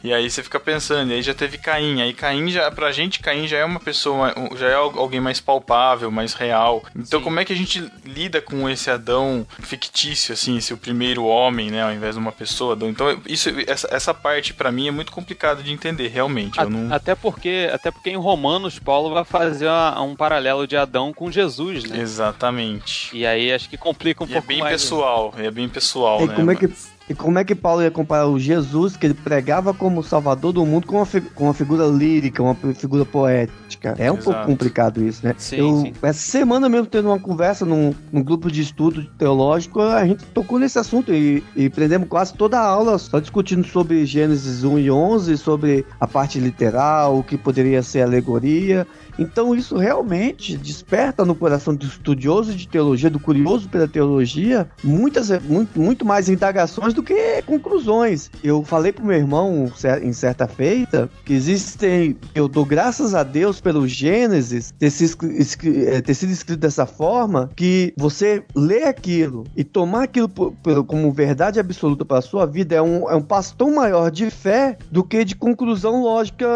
Speaker 1: E aí você fica pensando, e aí já teve Caim, aí Caim já pra gente Caim já é uma pessoa, já é al- alguém mais palpável, mais real. Então como é que a gente lida com esse Adão fictício assim, esse o primeiro homem, né, ao invés de uma pessoa? Adão? Então isso essa, essa parte pra mim é muito complicado de entender realmente. É
Speaker 8: Ah,
Speaker 1: Eu não
Speaker 9: Até porque, até porque em Romanos, Paulo vai fazer uma- um paralelo de Adão com Jesus, né?
Speaker 1: Exatamente.
Speaker 9: E aí acho que complica um
Speaker 1: E é
Speaker 9: pouco
Speaker 1: bem
Speaker 9: mais.
Speaker 1: pessoal, é bem pessoal,
Speaker 8: E
Speaker 1: né?
Speaker 8: como, é que, e como é que Paulo ia comparar o Jesus, que ele pregava como salvador do mundo, com uma, fi- com uma figura lírica, uma fi- figura poética? É um
Speaker 1: Exato.
Speaker 8: pouco complicado isso, né?
Speaker 1: Sim,
Speaker 8: Eu,
Speaker 1: sim.
Speaker 8: Essa semana mesmo, tendo uma conversa num, num grupo de estudo teológico, a gente tocou nesse assunto e, e prendemos quase toda a aula só discutindo sobre Gênesis 1 e 11, sobre a parte literal, o que poderia ser alegoria. Então isso realmente desperta no coração do estudioso de teologia, do curioso pela teologia, muitas, muito, muito mais indagações do que conclusões. Eu falei pro meu irmão cer- em certa feita que existem, eu dou graças a Deus pelo Gênesis ter, se escri- escri- eh, ter sido escrito dessa forma que você ler aquilo e tomar aquilo po- pelo- como verdade absoluta para sua vida é um, é um passo tão maior de fé do que de conclusão lógica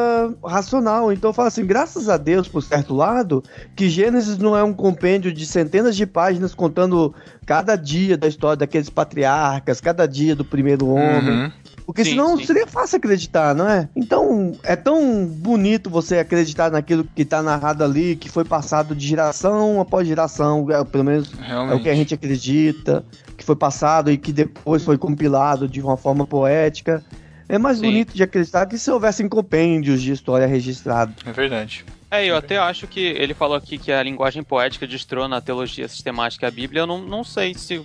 Speaker 8: racional. Então eu falo assim, graças a Deus, por certo lado, que Gênesis não é um compêndio de centenas de páginas contando cada dia da história daqueles patriarcas, cada dia do primeiro homem.
Speaker 1: Uhum.
Speaker 8: Porque
Speaker 1: Sim,
Speaker 8: senão
Speaker 1: sim.
Speaker 8: seria fácil acreditar, não é? Então, é tão bonito você acreditar naquilo que tá narrado ali, que foi passado de geração após geração, é, pelo menos é o
Speaker 1: Realmente.
Speaker 8: que a gente acredita, que foi passado e que depois foi compilado de uma forma poética. É mais bonito de acreditar que se houvessem compêndios de história registrada.
Speaker 1: É verdade.
Speaker 9: É, eu até acho que ele falou aqui que a linguagem poética destrona a teologia sistemática e a Bíblia. Eu não, não sei se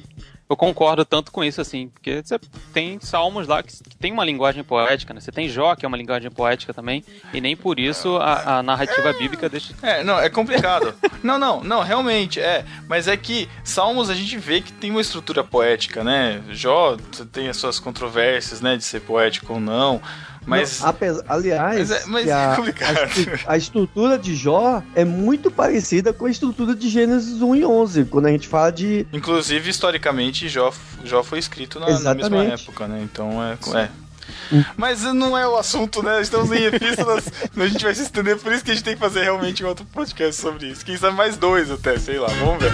Speaker 9: eu concordo tanto com isso, assim, porque você tem salmos lá que, que tem uma linguagem poética, né? Você tem Jó, que é uma linguagem poética também, e nem por isso a, a narrativa bíblica deixa.
Speaker 1: É, não, é complicado. não, não, não, realmente, é. Mas é que Salmos a gente vê que tem uma estrutura poética, né? Jó tem as suas controvérsias, né, de ser poético ou não. Mas.
Speaker 8: Não, apes-
Speaker 1: Mas
Speaker 8: aliás,
Speaker 1: é- mas
Speaker 8: que
Speaker 1: é
Speaker 8: a,
Speaker 1: complicado.
Speaker 8: a estru- a estrutura de Jó é muito parecida com a estrutura de Gênesis 1 e 11, quando a gente fala de.
Speaker 1: Inclusive, historicamente, Jó, Jó foi escrito na, na mesma
Speaker 8: Exatamente.
Speaker 1: época, né? Então é. é. Mas não é o assunto, né? Estamos em epístolas, a gente vai se estender, É por isso que a gente tem que fazer realmente um outro podcast sobre isso. Quem sabe mais dois até, sei lá, vamos ver.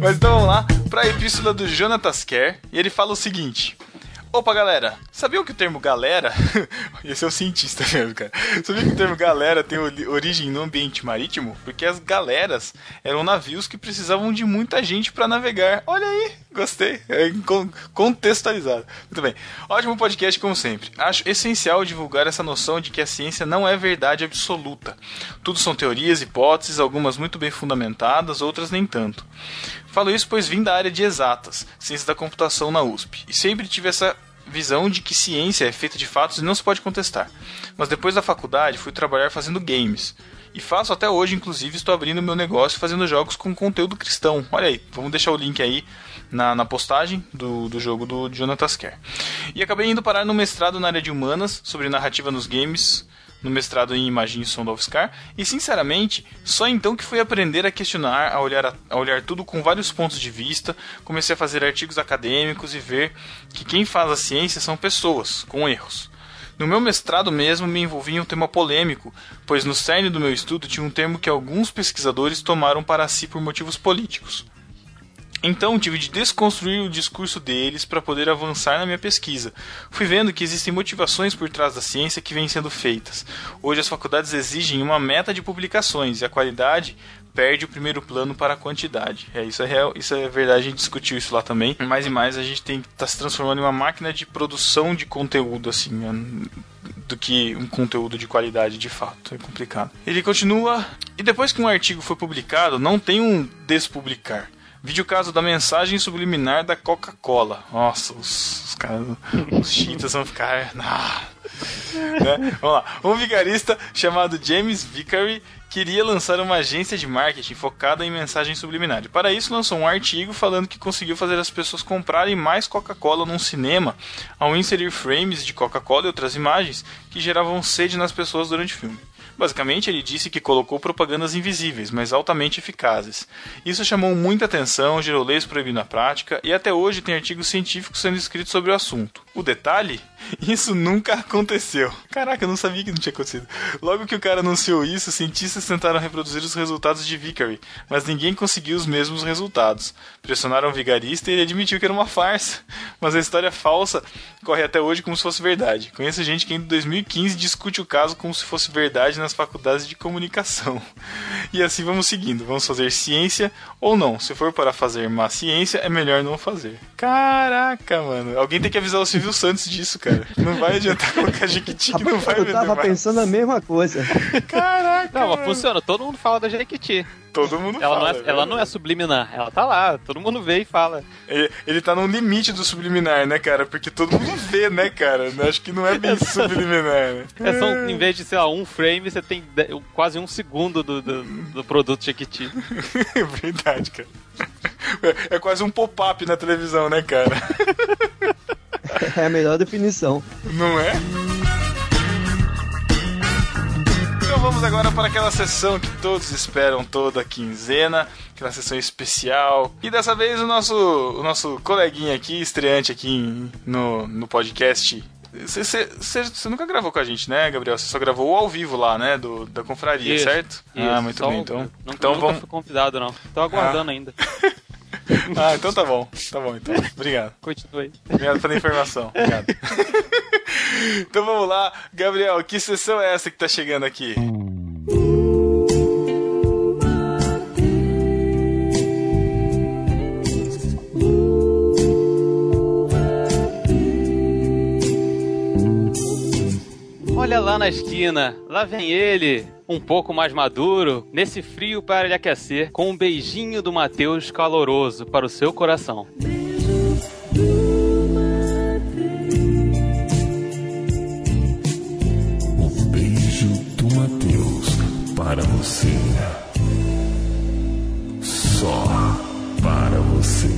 Speaker 1: Mas então vamos lá para a epístola do Jonatas Kerr, e ele fala o seguinte. Opa, galera! Sabiam que o termo galera. Esse é o cientista mesmo, cara. Sabiam que o termo galera tem ori- origem no ambiente marítimo? Porque as galeras eram navios que precisavam de muita gente para navegar. Olha aí! Gostei! É con- contextualizado. Muito bem. Ótimo podcast, como sempre. Acho essencial divulgar essa noção de que a ciência não é verdade absoluta. Tudo são teorias, hipóteses, algumas muito bem fundamentadas, outras nem tanto. Falo isso pois vim da área de exatas, ciência da computação na USP, e sempre tive essa visão de que ciência é feita de fatos e não se pode contestar. Mas depois da faculdade fui trabalhar fazendo games. E faço até hoje, inclusive, estou abrindo meu negócio fazendo jogos com conteúdo cristão. Olha aí, vamos deixar o link aí na, na postagem do, do jogo do Jonathan Kerr. E acabei indo parar no mestrado na área de humanas, sobre narrativa nos games, no mestrado em Imagem Sondovskar, e sinceramente, só então que fui aprender a questionar, a olhar, a, a olhar tudo com vários pontos de vista, comecei a fazer artigos acadêmicos e ver que quem faz a ciência são pessoas, com erros. No meu mestrado mesmo me envolvi em um tema polêmico, pois no cerne do meu estudo tinha um termo que alguns pesquisadores tomaram para si por motivos políticos. Então tive de desconstruir o discurso deles para poder avançar na minha pesquisa. Fui vendo que existem motivações por trás da ciência que vêm sendo feitas. Hoje as faculdades exigem uma meta de publicações e a qualidade perde o primeiro plano para a quantidade. É isso é real, isso é verdade, a gente discutiu isso lá também. Mais e mais a gente tem tá se transformando em uma máquina de produção de conteúdo assim, né? do que um conteúdo de qualidade de fato. É complicado. Ele continua. E depois que um artigo foi publicado, não tem um despublicar. Vídeo caso da mensagem subliminar da Coca-Cola. Nossa, os, os caras. Os cheetahs vão ficar. Ah, né? Vamos lá. Um vigarista chamado James Vickery queria lançar uma agência de marketing focada em mensagem subliminar. E Para isso, lançou um artigo falando que conseguiu fazer as pessoas comprarem mais Coca-Cola num cinema ao inserir frames de Coca-Cola e outras imagens que geravam sede nas pessoas durante o filme. Basicamente, ele disse que colocou propagandas invisíveis, mas altamente eficazes. Isso chamou muita atenção, gerou leis proibindo a prática e até hoje tem artigos científicos sendo escritos sobre o assunto. O detalhe? Isso nunca aconteceu. Caraca, eu não sabia que não tinha acontecido. Logo que o cara anunciou isso, cientistas tentaram reproduzir os resultados de Vickery, mas ninguém conseguiu os mesmos resultados. Pressionaram o vigarista e ele admitiu que era uma farsa, mas a história falsa corre até hoje como se fosse verdade. Conheço gente que em 2015 discute o caso como se fosse verdade nas faculdades de comunicação. E assim vamos seguindo. Vamos fazer ciência ou não. Se for para fazer má ciência, é melhor não fazer. Caraca, mano. Alguém tem que avisar o Silvio Santos disso, cara. Não vai adiantar colocar Jequiti que não vai
Speaker 8: Eu
Speaker 1: vender
Speaker 8: tava
Speaker 1: mais.
Speaker 8: pensando a mesma coisa.
Speaker 1: Caraca!
Speaker 9: Não, mas funciona, todo mundo fala da Jequiti.
Speaker 1: Todo mundo
Speaker 9: ela
Speaker 1: fala,
Speaker 9: Não
Speaker 1: velho.
Speaker 9: é, ela não é subliminar, ela tá lá, todo mundo vê e fala.
Speaker 1: Ele, ele tá no limite do subliminar, né, cara? Porque todo mundo vê, né, cara? Acho que não é bem subliminar, né?
Speaker 9: É só, um- em vez de, sei lá, um frame, você tem de- quase um segundo do, do, do produto Jequiti.
Speaker 1: É verdade, cara. É quase um pop-up na televisão, né, cara?
Speaker 8: É a melhor definição.
Speaker 1: Não é? Então vamos agora para aquela sessão que todos esperam toda quinzena, aquela sessão especial. E dessa vez o nosso, o nosso coleguinha aqui, estreante aqui em- no, no podcast. Você- Você você- você nunca gravou com a gente, né, Gabriel? Você só gravou ao vivo lá, né? Do, da confraria,
Speaker 9: Isso,
Speaker 1: certo?
Speaker 9: isso,
Speaker 1: ah, muito
Speaker 9: só
Speaker 1: bem,
Speaker 9: o-
Speaker 1: então.
Speaker 9: Nunca,
Speaker 1: então
Speaker 9: nunca
Speaker 1: vamos.
Speaker 9: fui convidado, não. Tô aguardando ainda.
Speaker 1: Ah, então tá bom. Tá bom, então. Obrigado.
Speaker 9: Continue.
Speaker 1: Obrigado pela informação. Obrigado. então vamos lá, Gabriel, que sessão é essa que tá chegando aqui?
Speaker 9: Olha lá na esquina, lá vem ele, um pouco mais maduro, nesse frio para ele aquecer, com um beijinho do Mateus caloroso para o seu coração.
Speaker 14: Beijo do Matheus para você. Só para você.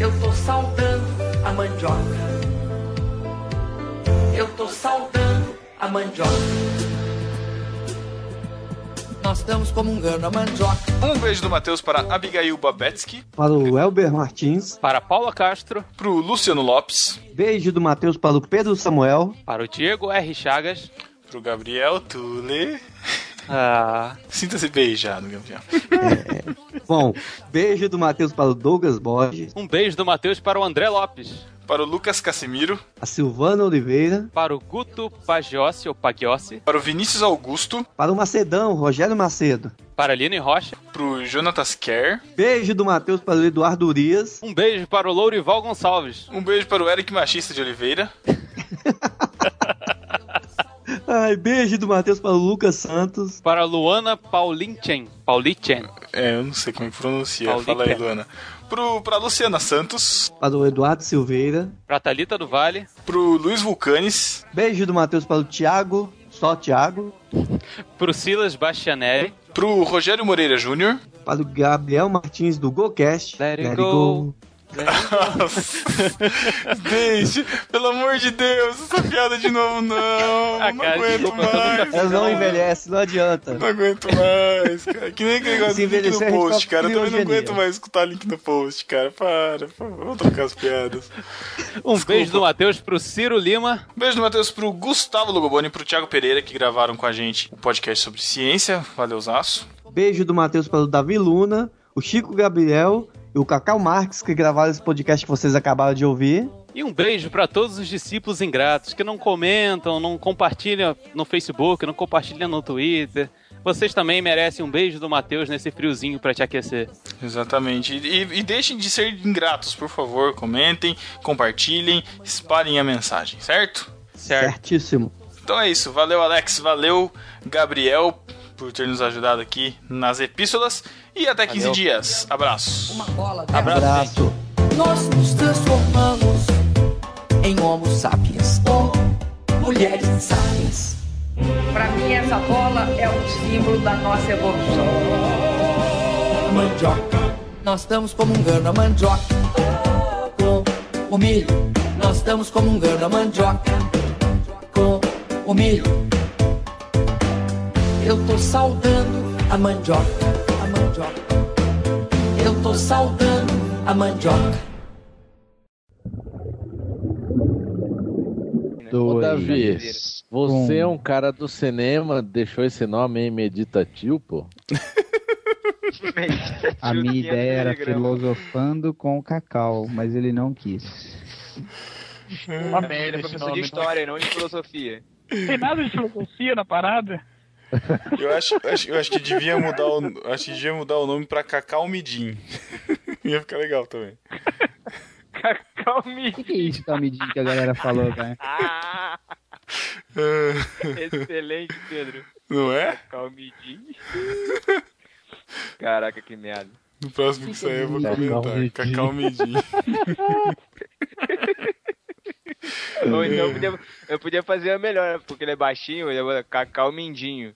Speaker 15: Eu tô saudando a mandioca. Eu tô saudando a mandioca. Nós estamos comungando a mandioca.
Speaker 1: Um beijo do Matheus para Abigail Babetsky,
Speaker 8: Para o Elber Martins.
Speaker 9: para Paula Castro,
Speaker 1: para o Luciano Lopes,
Speaker 8: Beijo do Matheus para o Pedro Samuel.
Speaker 9: para o Diego R. Chagas.
Speaker 1: para o Gabriel Tule.
Speaker 9: Ah.
Speaker 1: Sinta-se beijado, Gabriel.
Speaker 8: Bom, beijo do Matheus para o Douglas Borges.
Speaker 9: Um beijo do Matheus para o André Lopes,
Speaker 1: Para o Lucas Casimiro,
Speaker 8: A Silvana Oliveira.
Speaker 9: para o Guto Pagiossi ou Pagiossi,
Speaker 1: para o Vinícius Augusto,
Speaker 8: Para o Macedão, Rogério Macedo.
Speaker 9: para a Aline Rocha,
Speaker 1: para o Jonatas Kerr,
Speaker 8: Beijo do Matheus para o Eduardo Urias.
Speaker 9: um beijo para o Lourival Gonçalves,
Speaker 1: um beijo para o Eric Machista de Oliveira,
Speaker 8: Ai, beijo do Matheus para o Lucas Santos.
Speaker 9: para a Luana Paulinchen, Paulichen,
Speaker 1: é, eu não sei como pronuncia,
Speaker 9: Paulinho
Speaker 1: fala aí,
Speaker 9: Kerr.
Speaker 1: Luana, pro, para a Luciana Santos,
Speaker 8: Para o Eduardo Silveira.
Speaker 9: para a Thalita do Vale,
Speaker 1: para o Luiz Vulcanes,
Speaker 8: Beijo do Matheus para o Tiago. Só Tiago.
Speaker 9: para o Silas Bastianelli,
Speaker 1: para o Rogério Moreira Júnior,
Speaker 8: Para o Gabriel Martins do GoCast.
Speaker 9: Let it go.
Speaker 1: Deixe, pelo amor de Deus, essa piada de novo não.
Speaker 9: Ah,
Speaker 1: não
Speaker 9: cara,
Speaker 1: aguento
Speaker 9: desculpa, eu tô um
Speaker 1: mais.
Speaker 8: Ela não envelhece, não adianta.
Speaker 1: Não aguento mais, cara. Que nem aquele negócio
Speaker 8: Se
Speaker 1: do link
Speaker 8: envelhecer,
Speaker 1: no
Speaker 8: a gente
Speaker 1: post,
Speaker 8: tá
Speaker 1: cara. Eu também não
Speaker 8: criogenia.
Speaker 1: aguento mais escutar link no post, cara. Para, por favor, vamos trocar as piadas.
Speaker 9: um beijo do Matheus para o Ciro Lima,
Speaker 1: Um beijo do Matheus pro Gustavo Lugoboni e pro Thiago Pereira que gravaram com a gente o podcast sobre ciência. Valeu, Zaço.
Speaker 8: Beijo do Matheus para o Davi Luna, o Chico Gabriel e o Cacau Marques, que gravaram esse podcast que vocês acabaram de ouvir.
Speaker 9: E um beijo para todos os discípulos ingratos que não comentam, não compartilham no Facebook, não compartilham no Twitter. Vocês também merecem um beijo do Matheus nesse friozinho para te aquecer.
Speaker 1: Exatamente. E, e- e deixem de ser ingratos, Então, por favor. Comentem, compartilhem, espalhem a mensagem, certo?
Speaker 9: Certo.
Speaker 8: Certíssimo.
Speaker 1: Então é isso. Valeu, Alex. Valeu, Gabriel, por ter nos ajudado aqui nas epístolas. E até 15
Speaker 9: Valeu.
Speaker 1: dias. Abraço.
Speaker 15: Bola né? dela.
Speaker 9: Abraço. gente.
Speaker 8: Abraço.
Speaker 15: Nós nos transformamos em Homo sapiens ou mulheres sapiens. Para mim, essa bola é um símbolo da nossa evolução. Mandioca. Nós estamos comungando a mandioca com o milho. Nós estamos comungando a mandioca com o milho. Eu tô saudando a mandioca, a mandioca. Eu tô saudando a mandioca.
Speaker 3: Ô,
Speaker 6: Dois.
Speaker 3: Davi, você é um cara do cinema, deixou esse nome aí meditativo, pô?
Speaker 6: A minha ideia era filosofando com cacau, mas ele não quis.
Speaker 2: Uma merda, professor de história, não de filosofia.
Speaker 5: Tem nada de filosofia na parada?
Speaker 1: Eu acho, acho- eu acho que devia mudar o, acho que devia mudar o nome pra Cacau Midim. Ia ficar legal também.
Speaker 5: Cacau
Speaker 6: O que, que é isso, Talmidim, que a galera falou, velho?
Speaker 2: Ah, Excelente, Pedro.
Speaker 1: Não é?
Speaker 2: Calmidinho. Caraca, que merda.
Speaker 1: No próximo que sair eu vou
Speaker 3: Cacau
Speaker 1: comentar.
Speaker 3: Midim.
Speaker 1: Cacau Midim.
Speaker 2: Ou então eu podia, eu podia fazer a melhor, né? porque ele é baixinho, ele é cacau mindinho.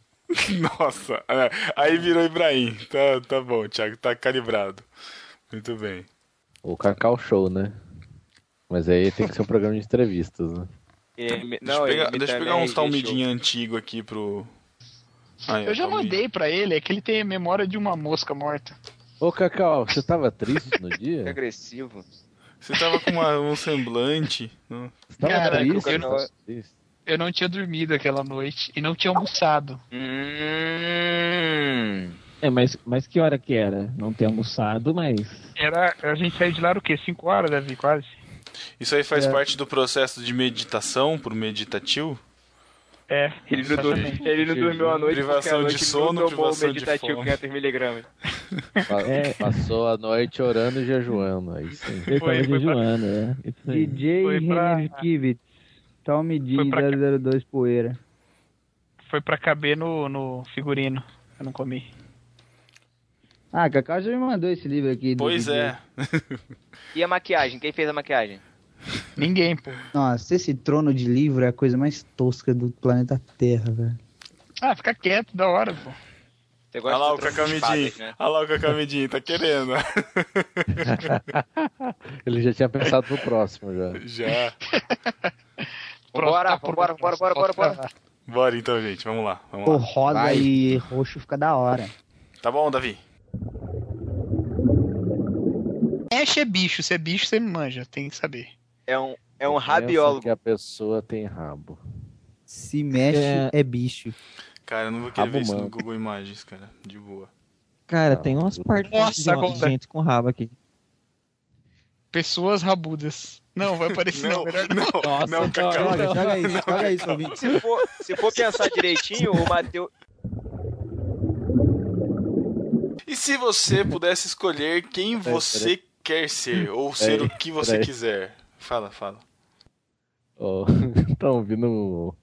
Speaker 1: Nossa. é, Aí virou Ibrahim. Tá, tá bom, Thiago. Tá calibrado. Muito bem.
Speaker 3: O Cacau Show, né? Mas aí tem que ser um programa de entrevistas, né?
Speaker 2: Ele-
Speaker 1: Deixa eu
Speaker 2: ele
Speaker 1: pegar,
Speaker 2: imita
Speaker 1: deixa eu
Speaker 10: tá
Speaker 1: pegar uns
Speaker 2: Mary J.
Speaker 1: talmidinho antigo aqui pro. Aí, ó,
Speaker 5: Eu já
Speaker 1: Talmidinho.
Speaker 5: mandei pra ele, é que ele tem a memória de uma mosca morta.
Speaker 3: Ô, Cacau, você tava triste no
Speaker 2: Show.
Speaker 3: dia?
Speaker 2: agressivo.
Speaker 1: Você tava com uma- um semblante. não?
Speaker 3: Você tava
Speaker 5: Caraca,
Speaker 3: triste?
Speaker 5: eu não-
Speaker 3: Tava triste?
Speaker 5: Eu não tinha dormido aquela noite e não tinha almoçado.
Speaker 2: Hum.
Speaker 4: É, mas, mas que hora que era? Não tem almoçado, mas.
Speaker 5: Era, a gente saiu de lá era o quê? 5 horas, Davi, quase?
Speaker 1: Isso aí faz
Speaker 4: É.
Speaker 1: parte do processo de meditação pro meditativo?
Speaker 5: É.
Speaker 2: Ele não, dormiu, ele não dormiu a noite
Speaker 1: Privação
Speaker 2: porque a
Speaker 1: de
Speaker 2: noite
Speaker 1: sono,
Speaker 2: não tomou o
Speaker 1: privação de
Speaker 2: meditativo
Speaker 1: fome.
Speaker 2: 500 miligramas.
Speaker 3: Pa- Passou a noite orando e jejuando. Aí sim.
Speaker 4: Eu É. Foi- tava foi pra- jejuando, é. Isso aí.
Speaker 6: DJ
Speaker 4: Foi pra-
Speaker 6: Henry Kivitz. Então Tome D,
Speaker 5: Foi pra cá.
Speaker 6: 002 Poeira.
Speaker 5: Foi pra caber no, no figurino. Eu não comi.
Speaker 6: Ah, Cacau já me mandou esse livro aqui. do
Speaker 10: Pois
Speaker 6: DJ.
Speaker 10: é. E a maquiagem? Quem fez a maquiagem?
Speaker 5: Ninguém, pô.
Speaker 6: Nossa, esse trono de livro é a coisa mais tosca do planeta Terra, velho.
Speaker 5: Ah, fica quieto, da hora, pô.
Speaker 1: Olha lá o Cacamidinho.
Speaker 10: né?
Speaker 1: Olha lá o Cacamidinho, tá querendo.
Speaker 3: Ele já tinha pensado no próximo já.
Speaker 1: Já.
Speaker 10: Bora, bora, bora, bora, bora, bora.
Speaker 1: Bora então, gente, vamos lá. Vamos
Speaker 6: Pô,
Speaker 1: lá.
Speaker 6: roda
Speaker 1: Vai.
Speaker 6: e roxo fica da hora.
Speaker 1: Tá bom, Davi?
Speaker 5: Mexe é bicho. Se é bicho, você manja. Tem que saber.
Speaker 10: É um, é um
Speaker 3: rabiólogo. que a pessoa tem rabo.
Speaker 6: Se mexe,
Speaker 4: É.
Speaker 6: é bicho.
Speaker 1: Cara, eu não vou querer
Speaker 3: Rabo
Speaker 1: ver isso no
Speaker 3: humano.
Speaker 1: Google Imagens, cara. De boa.
Speaker 4: Cara, tem umas partes
Speaker 5: Nossa,
Speaker 4: de uma-
Speaker 5: agora.
Speaker 4: gente com rabo aqui.
Speaker 5: Pessoas rabudas. Não, vai aparecer não. melhor não.
Speaker 4: Nossa,
Speaker 5: não,
Speaker 4: Cacau.
Speaker 5: Cacau.
Speaker 6: então, Joga, joga isso, joga isso, ouvinte.
Speaker 10: Se for, se for pensar direitinho, o Matheus.
Speaker 1: E se você pudesse escolher quem você quer ser, ou ser o que você
Speaker 3: É, peraí.
Speaker 1: quiser? Fala, fala.
Speaker 3: Oh, então, ouvindo o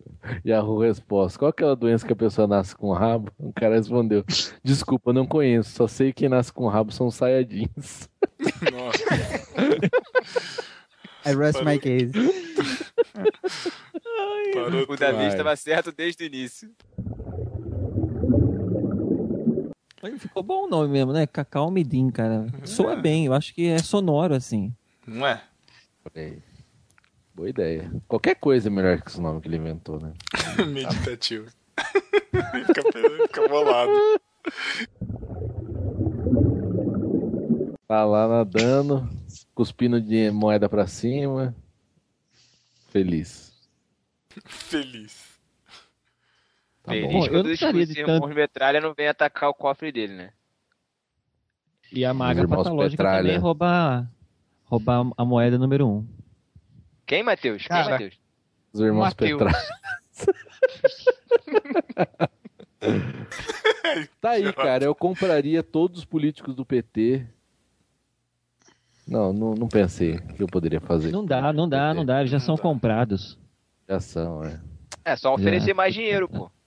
Speaker 3: Yahoo Resposta. Qual que é a doença que a pessoa nasce com rabo? O cara respondeu: Desculpa, não conheço. Só sei que quem nasce com rabo são saiyajins.
Speaker 6: I rest my case.
Speaker 1: Parou
Speaker 10: o Davi
Speaker 3: tudo.
Speaker 10: estava certo desde o início.
Speaker 4: Olha, Ficou bom o nome mesmo, né? Cacau Midim, cara. Soa bem, eu acho que é sonoro, assim.
Speaker 1: Não é?
Speaker 3: Peraí. Boa ideia. Qualquer coisa é melhor que esse nome que ele inventou, né?
Speaker 1: Meditativo. fica, pe- fica bolado.
Speaker 3: Tá lá nadando, cuspindo de moeda pra cima. Feliz.
Speaker 1: Feliz.
Speaker 3: Tá
Speaker 10: Feliz
Speaker 3: bom.
Speaker 4: eu
Speaker 10: quando
Speaker 4: não
Speaker 10: o
Speaker 4: sabia de
Speaker 10: exclusivo
Speaker 4: tanto.
Speaker 10: Morro Metralha não vem atacar o cofre dele, né?
Speaker 4: E a maga
Speaker 3: irmãos
Speaker 4: patológica
Speaker 3: Petralha.
Speaker 4: também rouba, rouba a moeda número um.
Speaker 10: Quem, Matheus? Quem,
Speaker 5: Cara.
Speaker 10: Matheus?
Speaker 3: Os irmãos
Speaker 5: Mateus.
Speaker 3: Petra. Tá aí, cara. Eu compraria todos os políticos do PT. Não, não, não pensei o que eu poderia fazer.
Speaker 4: Não dá, não dá, não dá. Eles já são comprados.
Speaker 3: Já são, é.
Speaker 10: É só oferecer mais dinheiro, pô.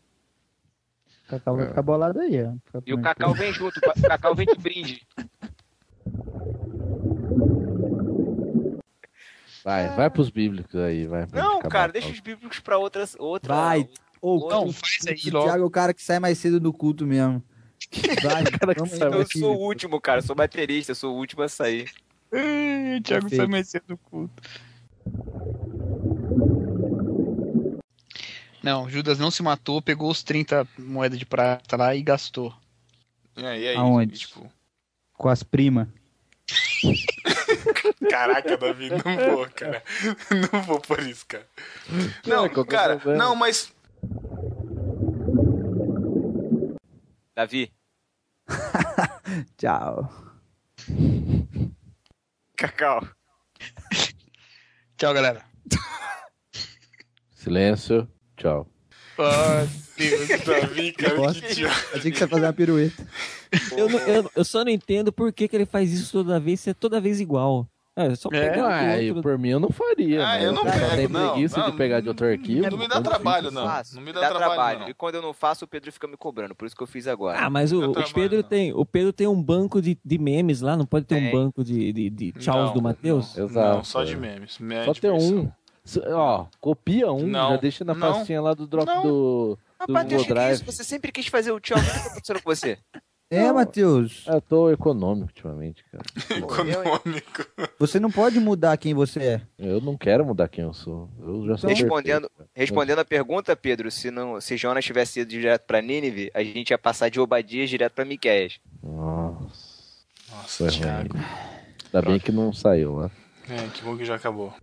Speaker 6: O Cacau vai ficar tá bolado aí, ó. Fica
Speaker 10: E o
Speaker 6: com-
Speaker 10: Cacau vem junto, o Cacau vem de brinde.
Speaker 3: Vai, vai pros bíblicos aí, vai. pra
Speaker 10: Não,
Speaker 3: gente
Speaker 10: cara,
Speaker 3: acabar.
Speaker 10: deixa os bíblicos pra outras, outra.
Speaker 6: Vai. Ou
Speaker 10: Não,
Speaker 5: faz
Speaker 6: o Thiago é o cara que sai mais cedo do culto mesmo. Vai, vamos aí,
Speaker 10: então Eu
Speaker 6: meu
Speaker 10: sou
Speaker 6: filho.
Speaker 10: o último, cara, sou baterista, eu sou o último a sair.
Speaker 5: Ai, Thiago
Speaker 6: Perfeito.
Speaker 5: sai mais cedo do culto. Não, Judas não se matou, pegou os 30 moedas de prata lá e gastou.
Speaker 1: E aí, e aí?
Speaker 6: Aonde?
Speaker 1: Tipo,
Speaker 6: Com as primas.
Speaker 1: caraca, Davi, não vou, cara. Não vou por isso, cara. Não,
Speaker 3: qual que é o
Speaker 1: cara,
Speaker 3: problema?
Speaker 1: não, mas
Speaker 10: Davi,
Speaker 6: Tchau.
Speaker 10: Cacau.
Speaker 5: Tchau, galera.
Speaker 3: Silêncio, tchau.
Speaker 5: Ah, Deus.
Speaker 1: Davi, cara,
Speaker 6: Posso?
Speaker 1: tá que idiota.
Speaker 6: Achei que você ia fazer uma pirueta.
Speaker 4: Eu, não- eu- eu só não entendo por que, que ele faz isso toda vez, se é toda vez igual. É, é só pegar o
Speaker 3: Uai,
Speaker 4: outro.
Speaker 3: por mim eu não faria.
Speaker 1: Ah,
Speaker 3: né?
Speaker 1: eu não
Speaker 3: cara
Speaker 1: pego,
Speaker 3: tem
Speaker 1: não.
Speaker 3: preguiça
Speaker 1: Não,
Speaker 3: de pegar de outro arquivo.
Speaker 1: É, não me dá
Speaker 4: um
Speaker 3: então
Speaker 1: trabalho,
Speaker 3: fiz.
Speaker 1: não.
Speaker 10: faço.
Speaker 1: Não me dá trabalho, não.
Speaker 10: E quando eu não faço, o Pedro fica me cobrando. Por isso que eu fiz agora.
Speaker 4: Ah, mas o,
Speaker 1: Não
Speaker 4: o
Speaker 1: trabalho,
Speaker 4: Pedro
Speaker 1: não.
Speaker 4: tem o Pedro tem um banco de, de memes lá, não pode ter
Speaker 10: Tem.
Speaker 4: um banco de, de, de tchauz
Speaker 1: Não,
Speaker 4: do Matheus?
Speaker 3: Exato.
Speaker 1: não, só de
Speaker 3: é.
Speaker 1: memes.
Speaker 3: Só
Speaker 1: médio,
Speaker 3: tem
Speaker 1: pessoal.
Speaker 3: um. S- Ó, copia um,
Speaker 1: Não.
Speaker 3: já deixa na
Speaker 1: Não.
Speaker 3: pastinha lá do drop
Speaker 1: Não.
Speaker 3: do, do
Speaker 10: Rapaz,
Speaker 3: Google
Speaker 10: Deus, que que é
Speaker 3: Drive.
Speaker 10: isso? Você sempre quis fazer o tchau. O que tá acontecendo com você?
Speaker 6: É, Matheus,
Speaker 3: Eu tô econômico ultimamente, cara.
Speaker 1: Econômico.
Speaker 6: você não pode mudar quem você é.
Speaker 3: Eu não quero mudar quem eu sou. Eu
Speaker 4: Então,
Speaker 3: já sou
Speaker 10: Respondendo,
Speaker 4: né?
Speaker 3: perfeito, cara.
Speaker 10: respondendo a pergunta, Pedro, se, não, se Jonas tivesse ido direto pra Nínive, a gente ia passar de Obadias direto pra Miquéias.
Speaker 3: Nossa,
Speaker 1: Nossa,
Speaker 3: foi ruim.
Speaker 1: Thiago.
Speaker 3: Ainda bem que não saiu né? lá.
Speaker 1: É, que bom que já acabou.